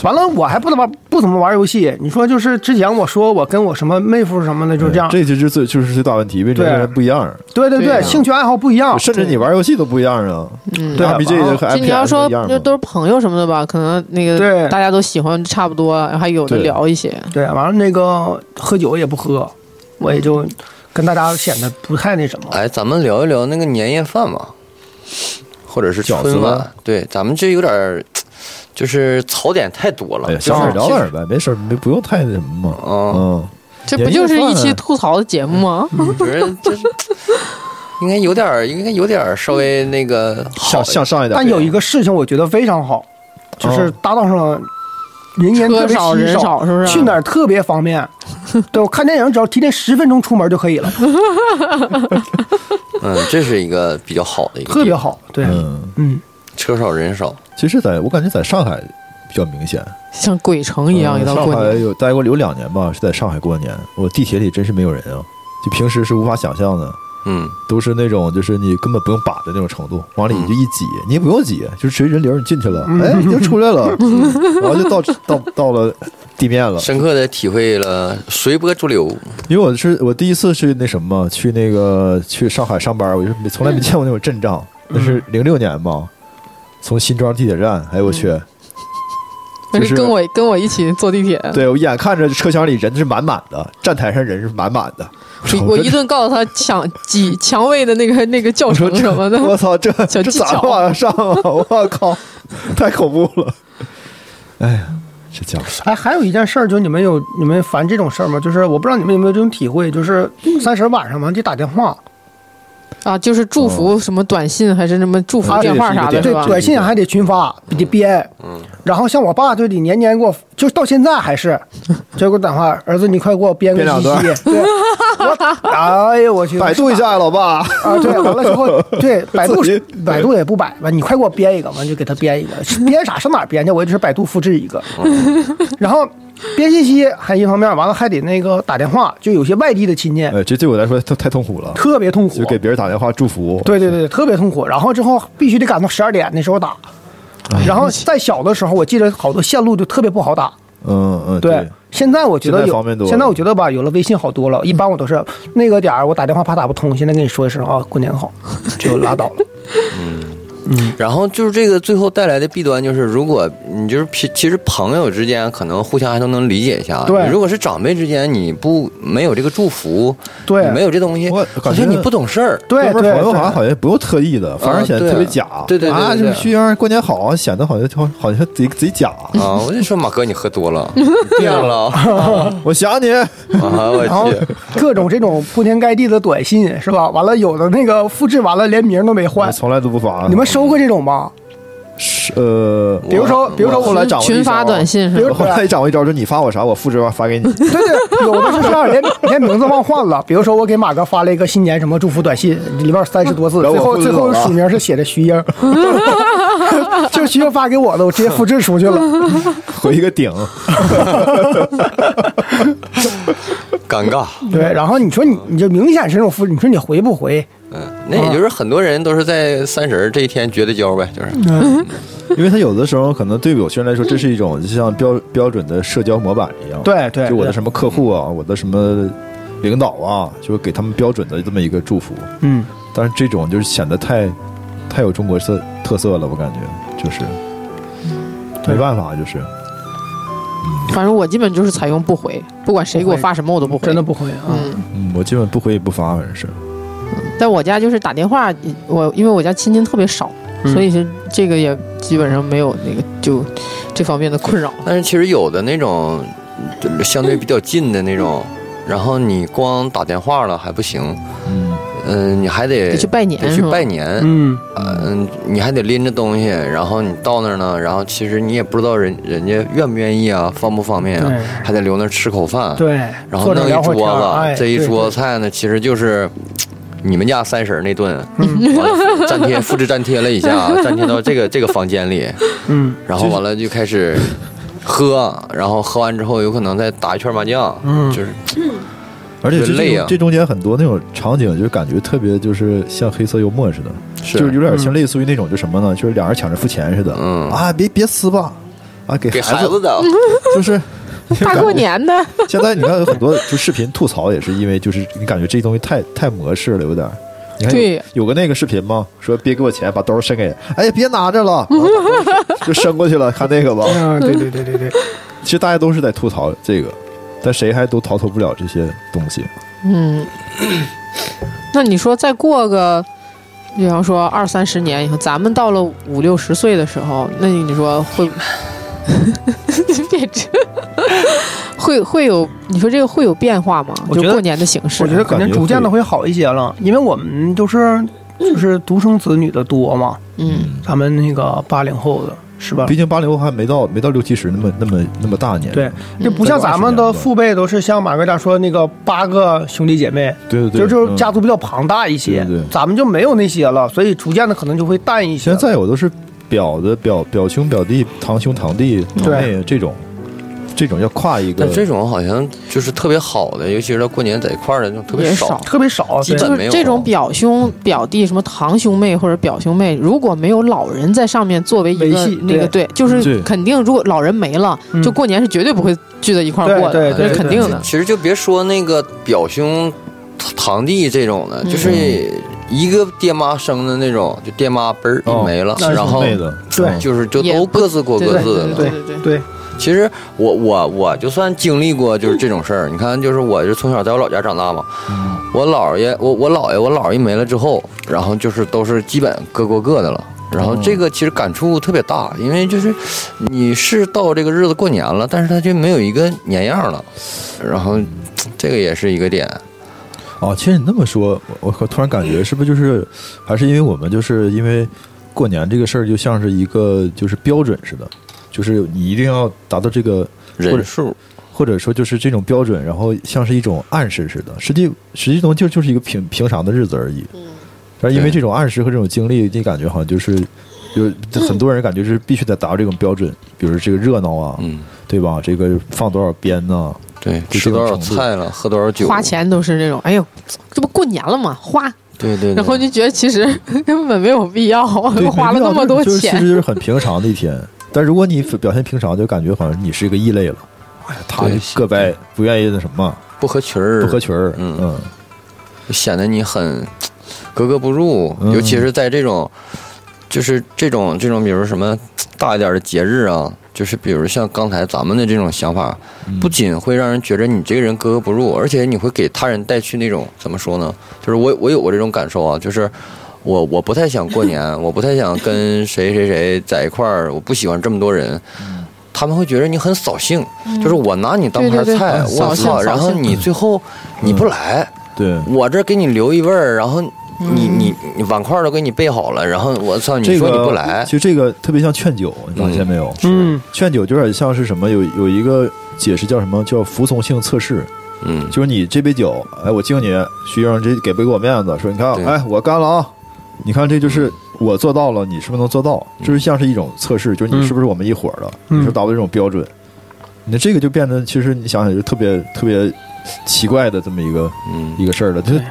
S4: 完了我还不怎么不怎么玩游戏，你说就是之前我说我跟我什么妹夫什么的就这样，
S1: 哎这就是最就是最大问题，为什么
S4: 对啊
S1: 人不一样？
S4: 对对
S2: 对
S1: 啊
S2: 呀
S4: 对，兴趣爱好不一样，
S1: 甚至你玩游戏都不一样啊。
S2: 嗯
S4: 对
S1: r p g
S4: 啊
S1: 的和
S2: 就
S1: FPS
S2: 你要说
S1: 不一样
S2: 就
S1: 嘛
S2: 都是朋友什么的吧，可能那个
S4: 对
S2: 大家都喜欢差不多，然后还有的
S1: 对
S2: 聊一些。
S4: 对，完了那个喝酒也不喝，我也就跟大家显得不太那什么。
S3: 哎，咱们聊一聊那个年夜饭吧，或者是
S1: 饺子
S3: 春晚
S1: 吧。
S3: 对，咱们这有点儿就是槽点太多了
S1: 哎呀，。
S3: 就
S1: 小
S3: 是
S1: 点聊点呗，没事儿，没不用太那什么嘛。
S4: 哦
S3: 嗯，
S1: 嗯，
S2: 这不就是一期吐槽的节目吗？
S3: 不是，就是应该有点儿，应该有点儿稍微那个好
S1: 向向上一点。
S4: 但有一个事情我觉得非常好，
S1: 哦
S4: 就是搭道上人烟特
S2: 车
S4: 别
S2: 少人
S4: 稀
S2: 少，是不是？啊
S4: 去哪？儿特别方便。对我看电影只要提前十分钟出门就可以了，
S3: 嗯，这是一个比较好的一个地方，
S4: 特别好。对，
S1: 嗯，
S4: 嗯，
S3: 车少人少。
S1: 其实在我感觉在上海比较明显，
S2: *laughs* 像鬼城一样，一到
S1: 嗯
S2: 过
S1: 上海
S2: 年。
S1: 有待过有两年吧，是在上海过年，我地铁里真是没有人啊，就平时是无法想象的。
S3: 嗯，
S1: 都是那种就是你根本不用把的那种程度，往里你就一挤，你也不用挤，就是随人流你进去了，
S2: 嗯
S1: 哎，你就出来
S2: *laughs*
S1: 了，然后就到到到了地面了。
S3: 深刻的体会了随波逐流。
S1: 因为我是我第一次去那什么，去那个去上海上班，我就是没从
S2: 嗯
S1: 来没见过那种阵仗，那是零六年嘛，从新庄地铁站，哎呦我去，
S2: 但
S1: 就是
S2: 嗯是跟我跟我一起坐地铁，
S1: 对我眼看着车厢里人是满满的，站台上人是满满的，
S2: 我我一顿告诉他抢挤蔷薇的那个那个教程什么的，
S1: 我操，这
S2: 小
S1: 这
S2: 技
S1: 咋
S2: 巧
S1: 往上啊？我靠，太恐怖了！哎呀，这家伙，
S4: 哎，还有一件事儿，就是你们有你们烦这种事儿吗？就是我不知道你们有没有这种体会，就是
S2: 嗯
S4: 三十晚上嘛，就打电话，
S2: 啊，就是祝福
S3: 嗯
S2: 什么短信还是什么祝福
S1: 啊
S2: 电
S1: 这也是
S2: 话
S1: 一个
S2: 啥的，
S1: 点
S2: 是
S4: 对
S2: 吧，？
S4: 短信还得群发，得编。
S3: 嗯，
S4: 然后像我爸就得年年给我，就是到现在
S2: *laughs*
S4: 还是，就给我打电话，儿子你快给我编个
S1: 编两
S4: 信
S1: 段
S2: *laughs*
S4: 息。对，我哎呦我去，
S1: 百度一下呀，老爸。
S4: 啊，对，完了之
S1: *laughs*
S4: 后，对百度
S1: 自己
S4: 百度也不百吧，你快给我编一个，完就给他编一个，编啥上哪儿编去？我就是百度复制一个，
S1: 嗯
S4: *laughs* 然后编信息还一方面，完了还得那个打电话，就有些外地的亲戚
S1: 哎，这对我来说太太痛苦了，
S4: 特别痛苦，
S1: 就给别人打电话祝福。
S4: 对对对，特别痛苦。然后之后必须得赶到十二点那时候打，
S1: 哎
S4: 然后在小的时候，我记得好多线路就特别不好打，
S1: 嗯嗯，
S4: 对，现在我觉得
S1: 现在
S4: 有，
S1: 方便多了
S4: 我觉得吧，有了微信好多了。一般我都是那个点儿，我打电话怕打不通，现在跟你说一声啊，过年好，就拉倒了。
S3: 然后就是这个最后带来的弊端就是，如果你就是其其实朋友之间可能互相还都能理解一下，
S4: 对
S3: 你如果是长辈之间，你不没有这个祝福，
S4: 对
S3: 你没有这东西，
S1: 我
S3: 好
S1: 感
S3: 像
S1: 觉
S3: 你不懂事儿。
S4: 对
S1: 哥们
S4: 对
S1: 儿朋友啊好像
S4: 对，
S1: 好像不用特意的，反而显得特别假。
S3: 对对对对
S1: 啊，
S3: 对
S1: 就是旭英过年好啊，显得好像就好像贼贼假。
S3: 啊！我就说马哥，你喝
S4: *laughs*
S3: 多了，变了啊！
S1: 我想你，
S4: 啊 *laughs* 然后
S3: 我
S4: *laughs*
S3: 去，
S4: 各种这种铺天盖地的短信是吧？完了，有的那个复制完了连名都没换
S1: 我。从来都不发。
S4: 你们收过这种吗？
S1: 是呃，
S4: 比如说，比如说
S1: 后
S4: 我
S1: 来掌握
S2: 群发短信是
S4: 啊比
S2: 吧
S4: 如？
S1: 我后来掌握一招，就是你发我啥，我复制完发给你。
S4: 对
S1: *laughs*
S4: 对，有的就是连连名字忘换了。比如说，我给马哥发了一个新年什么祝福短信，里面三十多字，
S1: 然后
S4: 最后
S1: 我啊复制
S4: 最
S1: 走
S4: 后
S1: 了
S4: 署名是写的徐英， *laughs* 就是徐英发给我的，我直接复制出去了。
S1: 嗯回一个顶， *laughs*
S3: 尴尬。
S4: 对，然后你说你你就明显是这种复制，你说你回不回？
S3: 嗯，那也就是很多人都是在三十儿这一天绝的交呗，就是
S1: 因为他有的时候可能对有些人来说，这是一种就像标标准的社交模板一样。，
S4: 对对，
S1: 就我的
S4: 对
S1: 什么客户啊，我的什么领导啊，就给他们标准的这么一个祝福。
S4: 嗯，
S1: 但是这种就是显得太太有中国色特色了，我感觉就是
S4: 对
S1: 没办法，就是
S2: 反正我基本就是采用不回，不管谁给我发什么我都不回。
S4: 真的不回啊。
S2: 嗯，
S1: 嗯，我基本不回也不发，反正是
S2: 但我家就是打电话，我因为我家亲戚特别少，
S4: 嗯
S2: 所以是这个也基本上没有那个就这方面的困扰。
S3: 但是其实有的那种就是相对比较近的那种，然后你光打电话了还不行，
S1: 嗯，
S3: 嗯，你还得
S2: 得去拜年
S3: 得
S2: 是
S3: 去
S2: 吧
S3: 拜年，
S4: 嗯，
S3: 嗯，你还得拎着东西，然后你到那儿呢，然后其实你也不知道人人家愿不愿意啊，方不方便啊
S4: 对，
S3: 还得留那儿吃口饭，
S4: 对，
S3: 然后
S4: 坐着
S3: 弄一
S4: 聊会
S3: 桌
S4: 儿天儿哎
S3: 子，啊这一
S4: 对
S3: 桌菜呢，其实就是你们家三婶儿那顿，
S4: 嗯
S3: 完了粘贴复制粘贴了一下，啊粘贴到这个这个房间里，
S4: 嗯
S3: 然后完了就开始喝，然后喝完之后有可能再打一圈麻将，
S4: 嗯
S3: 就是
S1: 而且这
S3: 就累啊
S1: 这中间很多那种场景，就是感觉特别就是像黑色幽默似的，
S3: 是
S1: 就是有
S2: 嗯
S1: 点像类似于那种就什么呢，就是俩人抢着付钱似的，
S3: 嗯
S1: 啊，别别撕吧，啊，给
S3: 给
S1: 孩
S3: 孩子的， *laughs*
S1: 就是。
S2: 大过年的，
S1: 现在你看有很多就视频吐槽也是因为就是你感觉这东西太太模式了，有点儿。你看有
S2: 对
S1: 有个那个视频吗？说别给我钱，把兜伸给，哎呀别拿着了，然后把兜就伸过去了。看那个吧，
S4: 嗯，对对对对对，
S1: 其实大家都是在吐槽这个，但谁还都逃脱不了这些东西。
S2: 嗯，那你说再过个，比方说二三十年以后，咱们到了五六十岁的时候，那你说会，别这，会会有你说这个会有变化吗？
S4: 我
S2: 就
S4: 觉得
S2: 过年的形式，
S4: 我觉得肯定逐渐的会好一些了，因为我们就是就是独生子女的多嘛，
S2: 嗯，
S4: 咱们那个八零后的是吧
S1: 毕？竟八零后还没到没到六七十那么那么那么大年龄。
S4: 对，就不像咱们的父辈都是像马哥大说那个八个兄弟姐妹，
S1: 对对对，
S4: 就就是
S1: 嗯
S4: 家族比较庞大一些
S1: 对对对，
S4: 咱们就没有那些了，所以逐渐的可能就会淡一些
S1: 现。在我都是表的表表兄表弟堂兄堂弟
S4: 嗯
S1: 堂妹这种，这种要跨一个
S3: 但。这种好像就是特别好的，尤其是到过年在一块儿的那种特别
S2: 也
S3: 少
S2: 少，
S4: 特别少，
S3: 基
S4: 对
S3: 本
S2: 就
S3: 没
S2: 是
S3: 有
S2: 这种
S3: 了
S2: 表兄、表弟、什么堂兄妹或者表兄妹，如果没有老人在上面作为一
S4: 维
S2: 个
S4: 系
S2: 那个对，就是
S1: 对
S2: 肯定，如果老人没了，
S4: 嗯
S2: 就过年是绝对不会聚在一块儿过的，
S4: 对
S2: 这
S4: 对
S2: 是肯
S4: 对
S2: 定的。
S3: 其实就别说那个表兄、堂弟这种的，就是一个爹妈生的那种，就爹妈嘣儿
S1: 哦
S3: 就没了，
S4: 那是
S3: 然后
S1: 妹子，
S4: 对
S1: 嗯
S3: 就是就
S2: 也
S3: 都
S2: 不
S3: 各自过各自的了。
S2: 对对对
S4: 对，
S3: 其实我我我就算经历过就是这种事儿，你看，就是我就从小在我老家长大嘛，我姥爷我我姥爷我姥爷没了之后，然后就是都是基本各过各的了。然后这个其实感触特别大，因为就是你是到这个日子过年了，但是它就没有一个年样了，然后这个也是一个点。
S1: 哦，其实你那么说，我我突然感
S4: *laughs*
S1: 觉是不是就是还是因为我们就是因为过年这个事儿就像是一个就是标准似的，就是你一定要达到这个或者
S3: 人数，
S1: 或者说就是这种标准，然后像是一种暗示似的，实际实际东西就就是一个平平常的日子而已。嗯，但是因为
S3: 对
S1: 这种暗示和这种经历，你感觉好像就是有很多人感觉是必须得达到这种标准，比如这个热闹啊，
S3: 嗯，
S1: 对吧？这个放多少鞭呢、
S3: 对，
S1: 就
S3: 吃
S1: 这种
S3: 多少
S1: 程度
S3: 菜了，喝多少酒，
S2: 花，钱都是这种，哎呦，这不过年了嘛，花，
S3: 对对对，
S2: 然后就觉得其实 *laughs* 根本没有必要，
S1: 对，
S2: 花了那么多
S1: 就是其
S2: 钱
S1: 实。就是很平常的一天。但如果
S2: *laughs*
S1: 你表现平常，就感觉好像你是一个异类了。哎呀，他
S3: 对
S1: 就个掰，不愿意那什么，
S3: 不合群儿，
S1: 不合群儿。
S3: 嗯
S1: 嗯，
S3: 显得你很格格不入，
S1: 嗯
S3: 尤其是在这种，就是这种这种，比如什么大一点的节日啊，就是比如像刚才咱们的这种想法，不仅会让人觉着你这个人格格不入，而且你会给他人带去那种怎么说呢？就是我我有过这种感受啊，就是。我我不太想过年，我不太想跟谁谁谁在一块儿，我不喜欢这么多人，他们会觉得你很扫兴，就是我拿你当
S2: 嗯
S3: 盘
S2: 对对对
S3: 菜，我
S2: 扫兴
S3: 操，然
S2: 扫
S3: 后
S2: 兴
S3: 你最后你不来，
S1: 对。
S3: 我这给你留一味儿，然后你
S4: 嗯
S3: 你你碗筷都给你备好了，然后我操，你
S1: 这
S3: 说你
S1: 个
S3: 不来
S1: 其，实这个特别像劝酒，你发现没有？
S4: 嗯，
S1: 劝酒就有点像是什么，有有一个解释叫什么叫服从性测试，
S3: 嗯，
S1: 就是你这杯酒，哎，我敬你，徐英，这给不给我面子？说你看，
S3: 对
S1: 哎，我干了啊！你看，这就是我做到了，你是不是能做到？就是像是一种测试，就是你
S4: 嗯
S1: 是不是我们一伙儿的？
S4: 嗯
S1: 你说达到这种标准，你这个就变得，其实你想想，就特别特别奇怪的这么一个
S3: 嗯，
S1: 一个事儿了，就是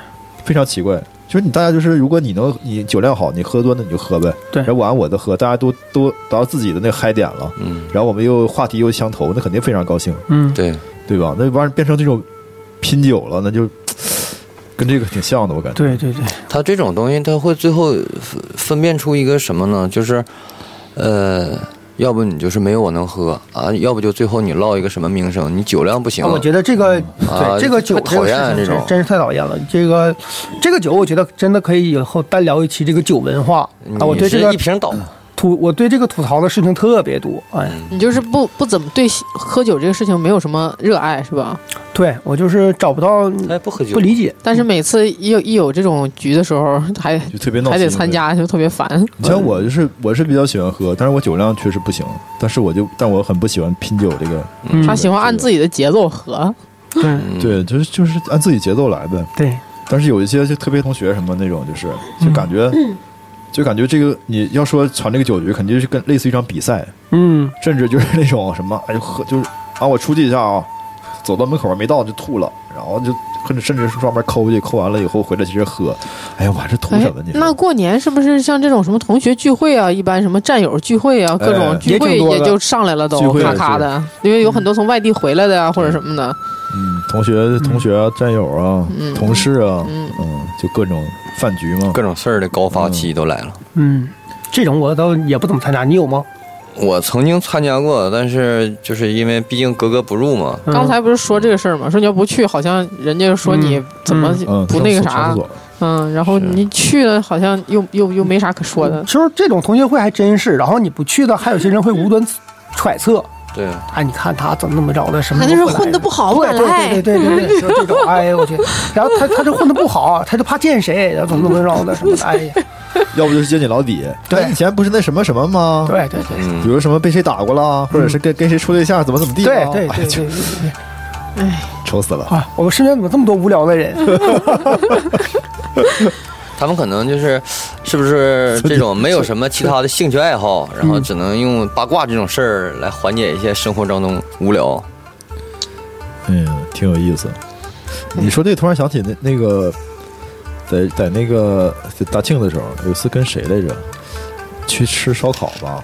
S1: 非常奇怪。就是你大家就是，如果你能你酒量好，你喝多那你就喝呗，
S4: 对
S1: 然后我按我的喝，大家都都达到自己的那个嗨点了，
S3: 嗯，
S1: 然后我们又话题又相投，那肯定非常高兴。
S4: 嗯，
S3: 对，
S1: 对吧？那玩意儿变成这种拼酒了，那就跟这个挺像的，我感觉。
S4: 对对对，
S3: 他这种东西，他会最后分分辨出一个什么呢？就是，呃，要不你就是没有我能喝啊，要不就最后你落一个什么名声，你酒量不行
S4: 啊，我觉得这个
S3: 啊
S4: 对这个酒
S3: 特讨厌啊
S4: 这个事情
S3: 这种
S4: 真真是太讨厌了。这个这个酒，我觉得真的可以以后单聊一期这个酒文化啊。我
S3: 你
S4: 对这
S3: 是
S4: 个
S3: 一瓶倒，
S4: 吐，我对这个吐槽的事情特别多。哎，
S3: 嗯
S2: 你就是不不怎么对喝酒这个事情没有什么热爱是吧？
S1: 嗯
S4: 对我就是找不到嗯
S3: 哎，不喝酒，
S4: 不理解。
S2: 但是每次一有一有这种局的时候，还
S1: 就特别闹心。
S2: 还得参加，就特别烦。
S1: 你像我就是我是比较喜欢喝，但是我酒量确实不行，但是我就但我很不喜欢拼酒这个。
S4: 嗯
S2: 他喜欢按自己的节奏喝，
S4: 对
S3: 嗯，
S1: 对，就是就是按自己节奏来呗。
S4: 对，
S1: 但是有一些就特别同学什么那种，就是就感觉、就感觉这个你要说传这个酒局，肯定是跟类似于一场比赛，
S4: 嗯，
S1: 甚至就是那种什么，哎呦喝就是啊，我出去一下啊，走到门口没到就吐了，然后就甚至甚至是专门抠去，抠完了以后回来接着喝，哎呀，我还是图
S2: 哎
S1: 什么你，说？
S2: 那过年是不是像这种什么同学聚会啊，一般什么战友聚会啊，各
S1: 呃
S2: 种聚
S4: 也
S2: 会
S4: 挺多
S2: 也
S4: 的
S2: 就上来了，
S1: 聚
S2: 都
S1: 会也
S2: 咔咔的，因为有很多从外地回来的呀、或者什么的，
S1: 嗯，同学、同学啊、战友啊、
S2: 嗯
S1: 同事啊，
S2: 嗯
S1: 嗯，就各种饭局嘛
S3: 各。种事儿的高发期都来了。
S4: 嗯，这种我倒也不怎么参加，你有吗？嗯
S3: 我曾经参加过，但是就是因为毕竟格格不入嘛，
S4: 嗯
S2: 刚才不是说这个事儿吗？说你要不去，好像人家说你
S4: 嗯
S2: 怎么
S1: 嗯，
S2: 不那个啥
S1: 上厕，所
S2: 嗯，然后
S3: 是
S2: 你去了，好像又又又没啥可说的。
S4: 就是这种同学会还真是，然后你不去的，还有些人会无端揣测，
S3: 对，
S4: 啊，你看他怎么怎么着的，什么
S2: 他
S4: 都
S2: 就是
S4: 不来
S2: 混得不好，不
S4: 对
S2: 敢来
S4: 对对。对对对，就是这种，哎呦我去，然后他他就混得不好，他就怕见谁，然后怎么怎么着的什么的，哎呀，
S1: 要不就是接你老底。
S4: 对
S1: 哎以前不是那什么什么吗？，
S4: 对对对
S3: 嗯
S1: 比如什么被谁打过啦，或者
S2: 嗯
S1: 是跟跟谁处对象，怎么怎么地啦。
S4: 对对
S1: 哎
S4: 对
S1: 就
S4: 对对，
S1: 愁死了。
S4: 啊，我们身边怎么这么多无聊的人？
S3: 他们可能就是，是不是这种没有什么其他的兴趣爱好，然
S4: 嗯
S3: 后只能用八卦这种事儿来缓解一些生活当中无聊。
S1: 嗯，挺有意思。你说这突然想起那那个，在在那个在大庆的时候，有一次跟谁来着，去吃烧烤吧，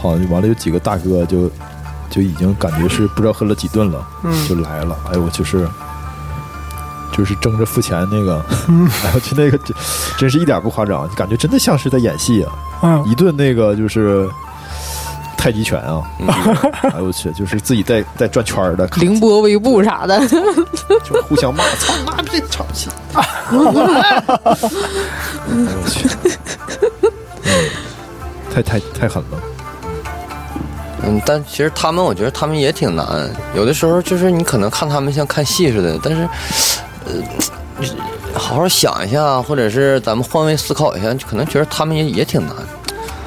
S1: 好像完了有几个大哥就就已经感觉是不知道喝了几顿了，
S4: 嗯
S1: 就来了。哎呦，我就是就是争着付钱那个，哎呦，就那个真真是一点不夸张，感觉真的像是在演戏啊，
S4: 嗯
S1: 一顿那个就是太极拳啊，哎呦我去，就是自己在在转圈儿的，看
S2: 凌波微步啥的，
S1: 就是互相骂，操你妈这吵气！哎呦我去，嗯太太太狠了。
S3: 嗯，但其实他们，我觉得他们也挺难。有的时候就是你可能看他们像看戏似的，但是，呃，好好想一下，或者是咱们换位思考一下，就可能觉得他们也也挺难。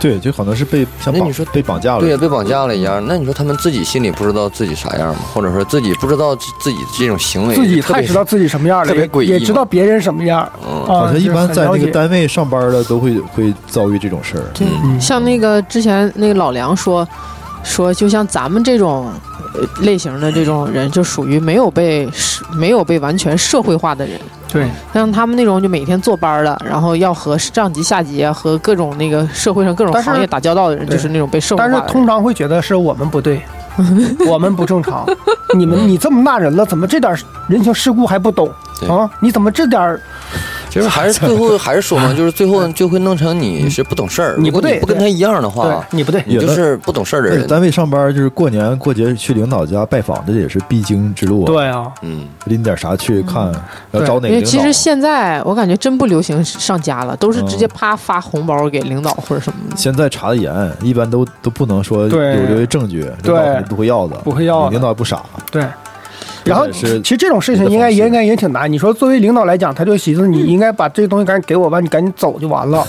S1: 对，就好像是被像
S3: 那
S1: 绑
S3: 你说
S1: 被绑架了
S3: 对，，被绑架了一样。那你说他们自己心里不知道自己啥样吗？或者说自己不知道自自己这种行为，
S4: 自己
S3: 特
S4: 太
S3: 别
S4: 知道自己什么样了，
S3: 特别
S4: 也
S3: 诡异
S4: 也
S3: 嘛
S4: 知道别人什么样。
S3: 嗯
S4: 啊
S1: 好像一般在那
S4: 就是很了
S1: 个
S4: 解
S1: 单位上班的都会会遭遇这种事儿。
S2: 对，像那个之前那个老梁说说，就像咱们这种呃类型的这种人，就属于没有被社没有被完全社会化的人。
S4: 对，
S2: 像他们那种就每天坐班儿的，然后要和上级、下级啊，和各种那个社会上各种
S4: 但是
S2: 行业打交道的人，
S4: 对
S2: 就是那种被社会化
S4: 但
S2: 的
S4: 是
S2: 人。
S4: 通常会觉得是我们不对，我们不正常。你们你这么大人了，怎么这点人情世故还不懂
S3: 对
S4: 啊？你怎么这点儿
S3: 其实还是最后还是
S4: *laughs*
S3: 说嘛，就是最后就会弄成你是不懂事儿。
S4: 你
S3: 如果
S4: 不对
S3: 不跟他一样的话，
S4: 对你不对？
S3: 你就是不懂事儿的
S1: 那个
S3: 人。
S1: 单位上班就是过年过节去领导家拜访，这也是必经之路啊。
S4: 对啊，
S3: 嗯，
S1: 拎点啥去看，要
S4: 对
S1: 找哪
S2: 因
S1: 个
S2: 为
S1: 领
S2: 其
S4: 啊
S2: 实
S1: 导？
S2: 现在我感觉真不流行上家了，都是直接
S1: 嗯
S2: 啪发红包给领导或者什么的。
S1: 现在查的严，一般都都不能说有
S4: 对
S1: 留为证据，领
S4: 对
S1: 导肯定不会要的，
S4: 不会要的
S1: 领导不傻。
S4: 对。然后，
S1: 这也是
S4: 其实这种事情应该也应该也挺难。你说作为领导来讲，他就寻思你应该把这东西赶紧给我吧，你赶紧走就完了。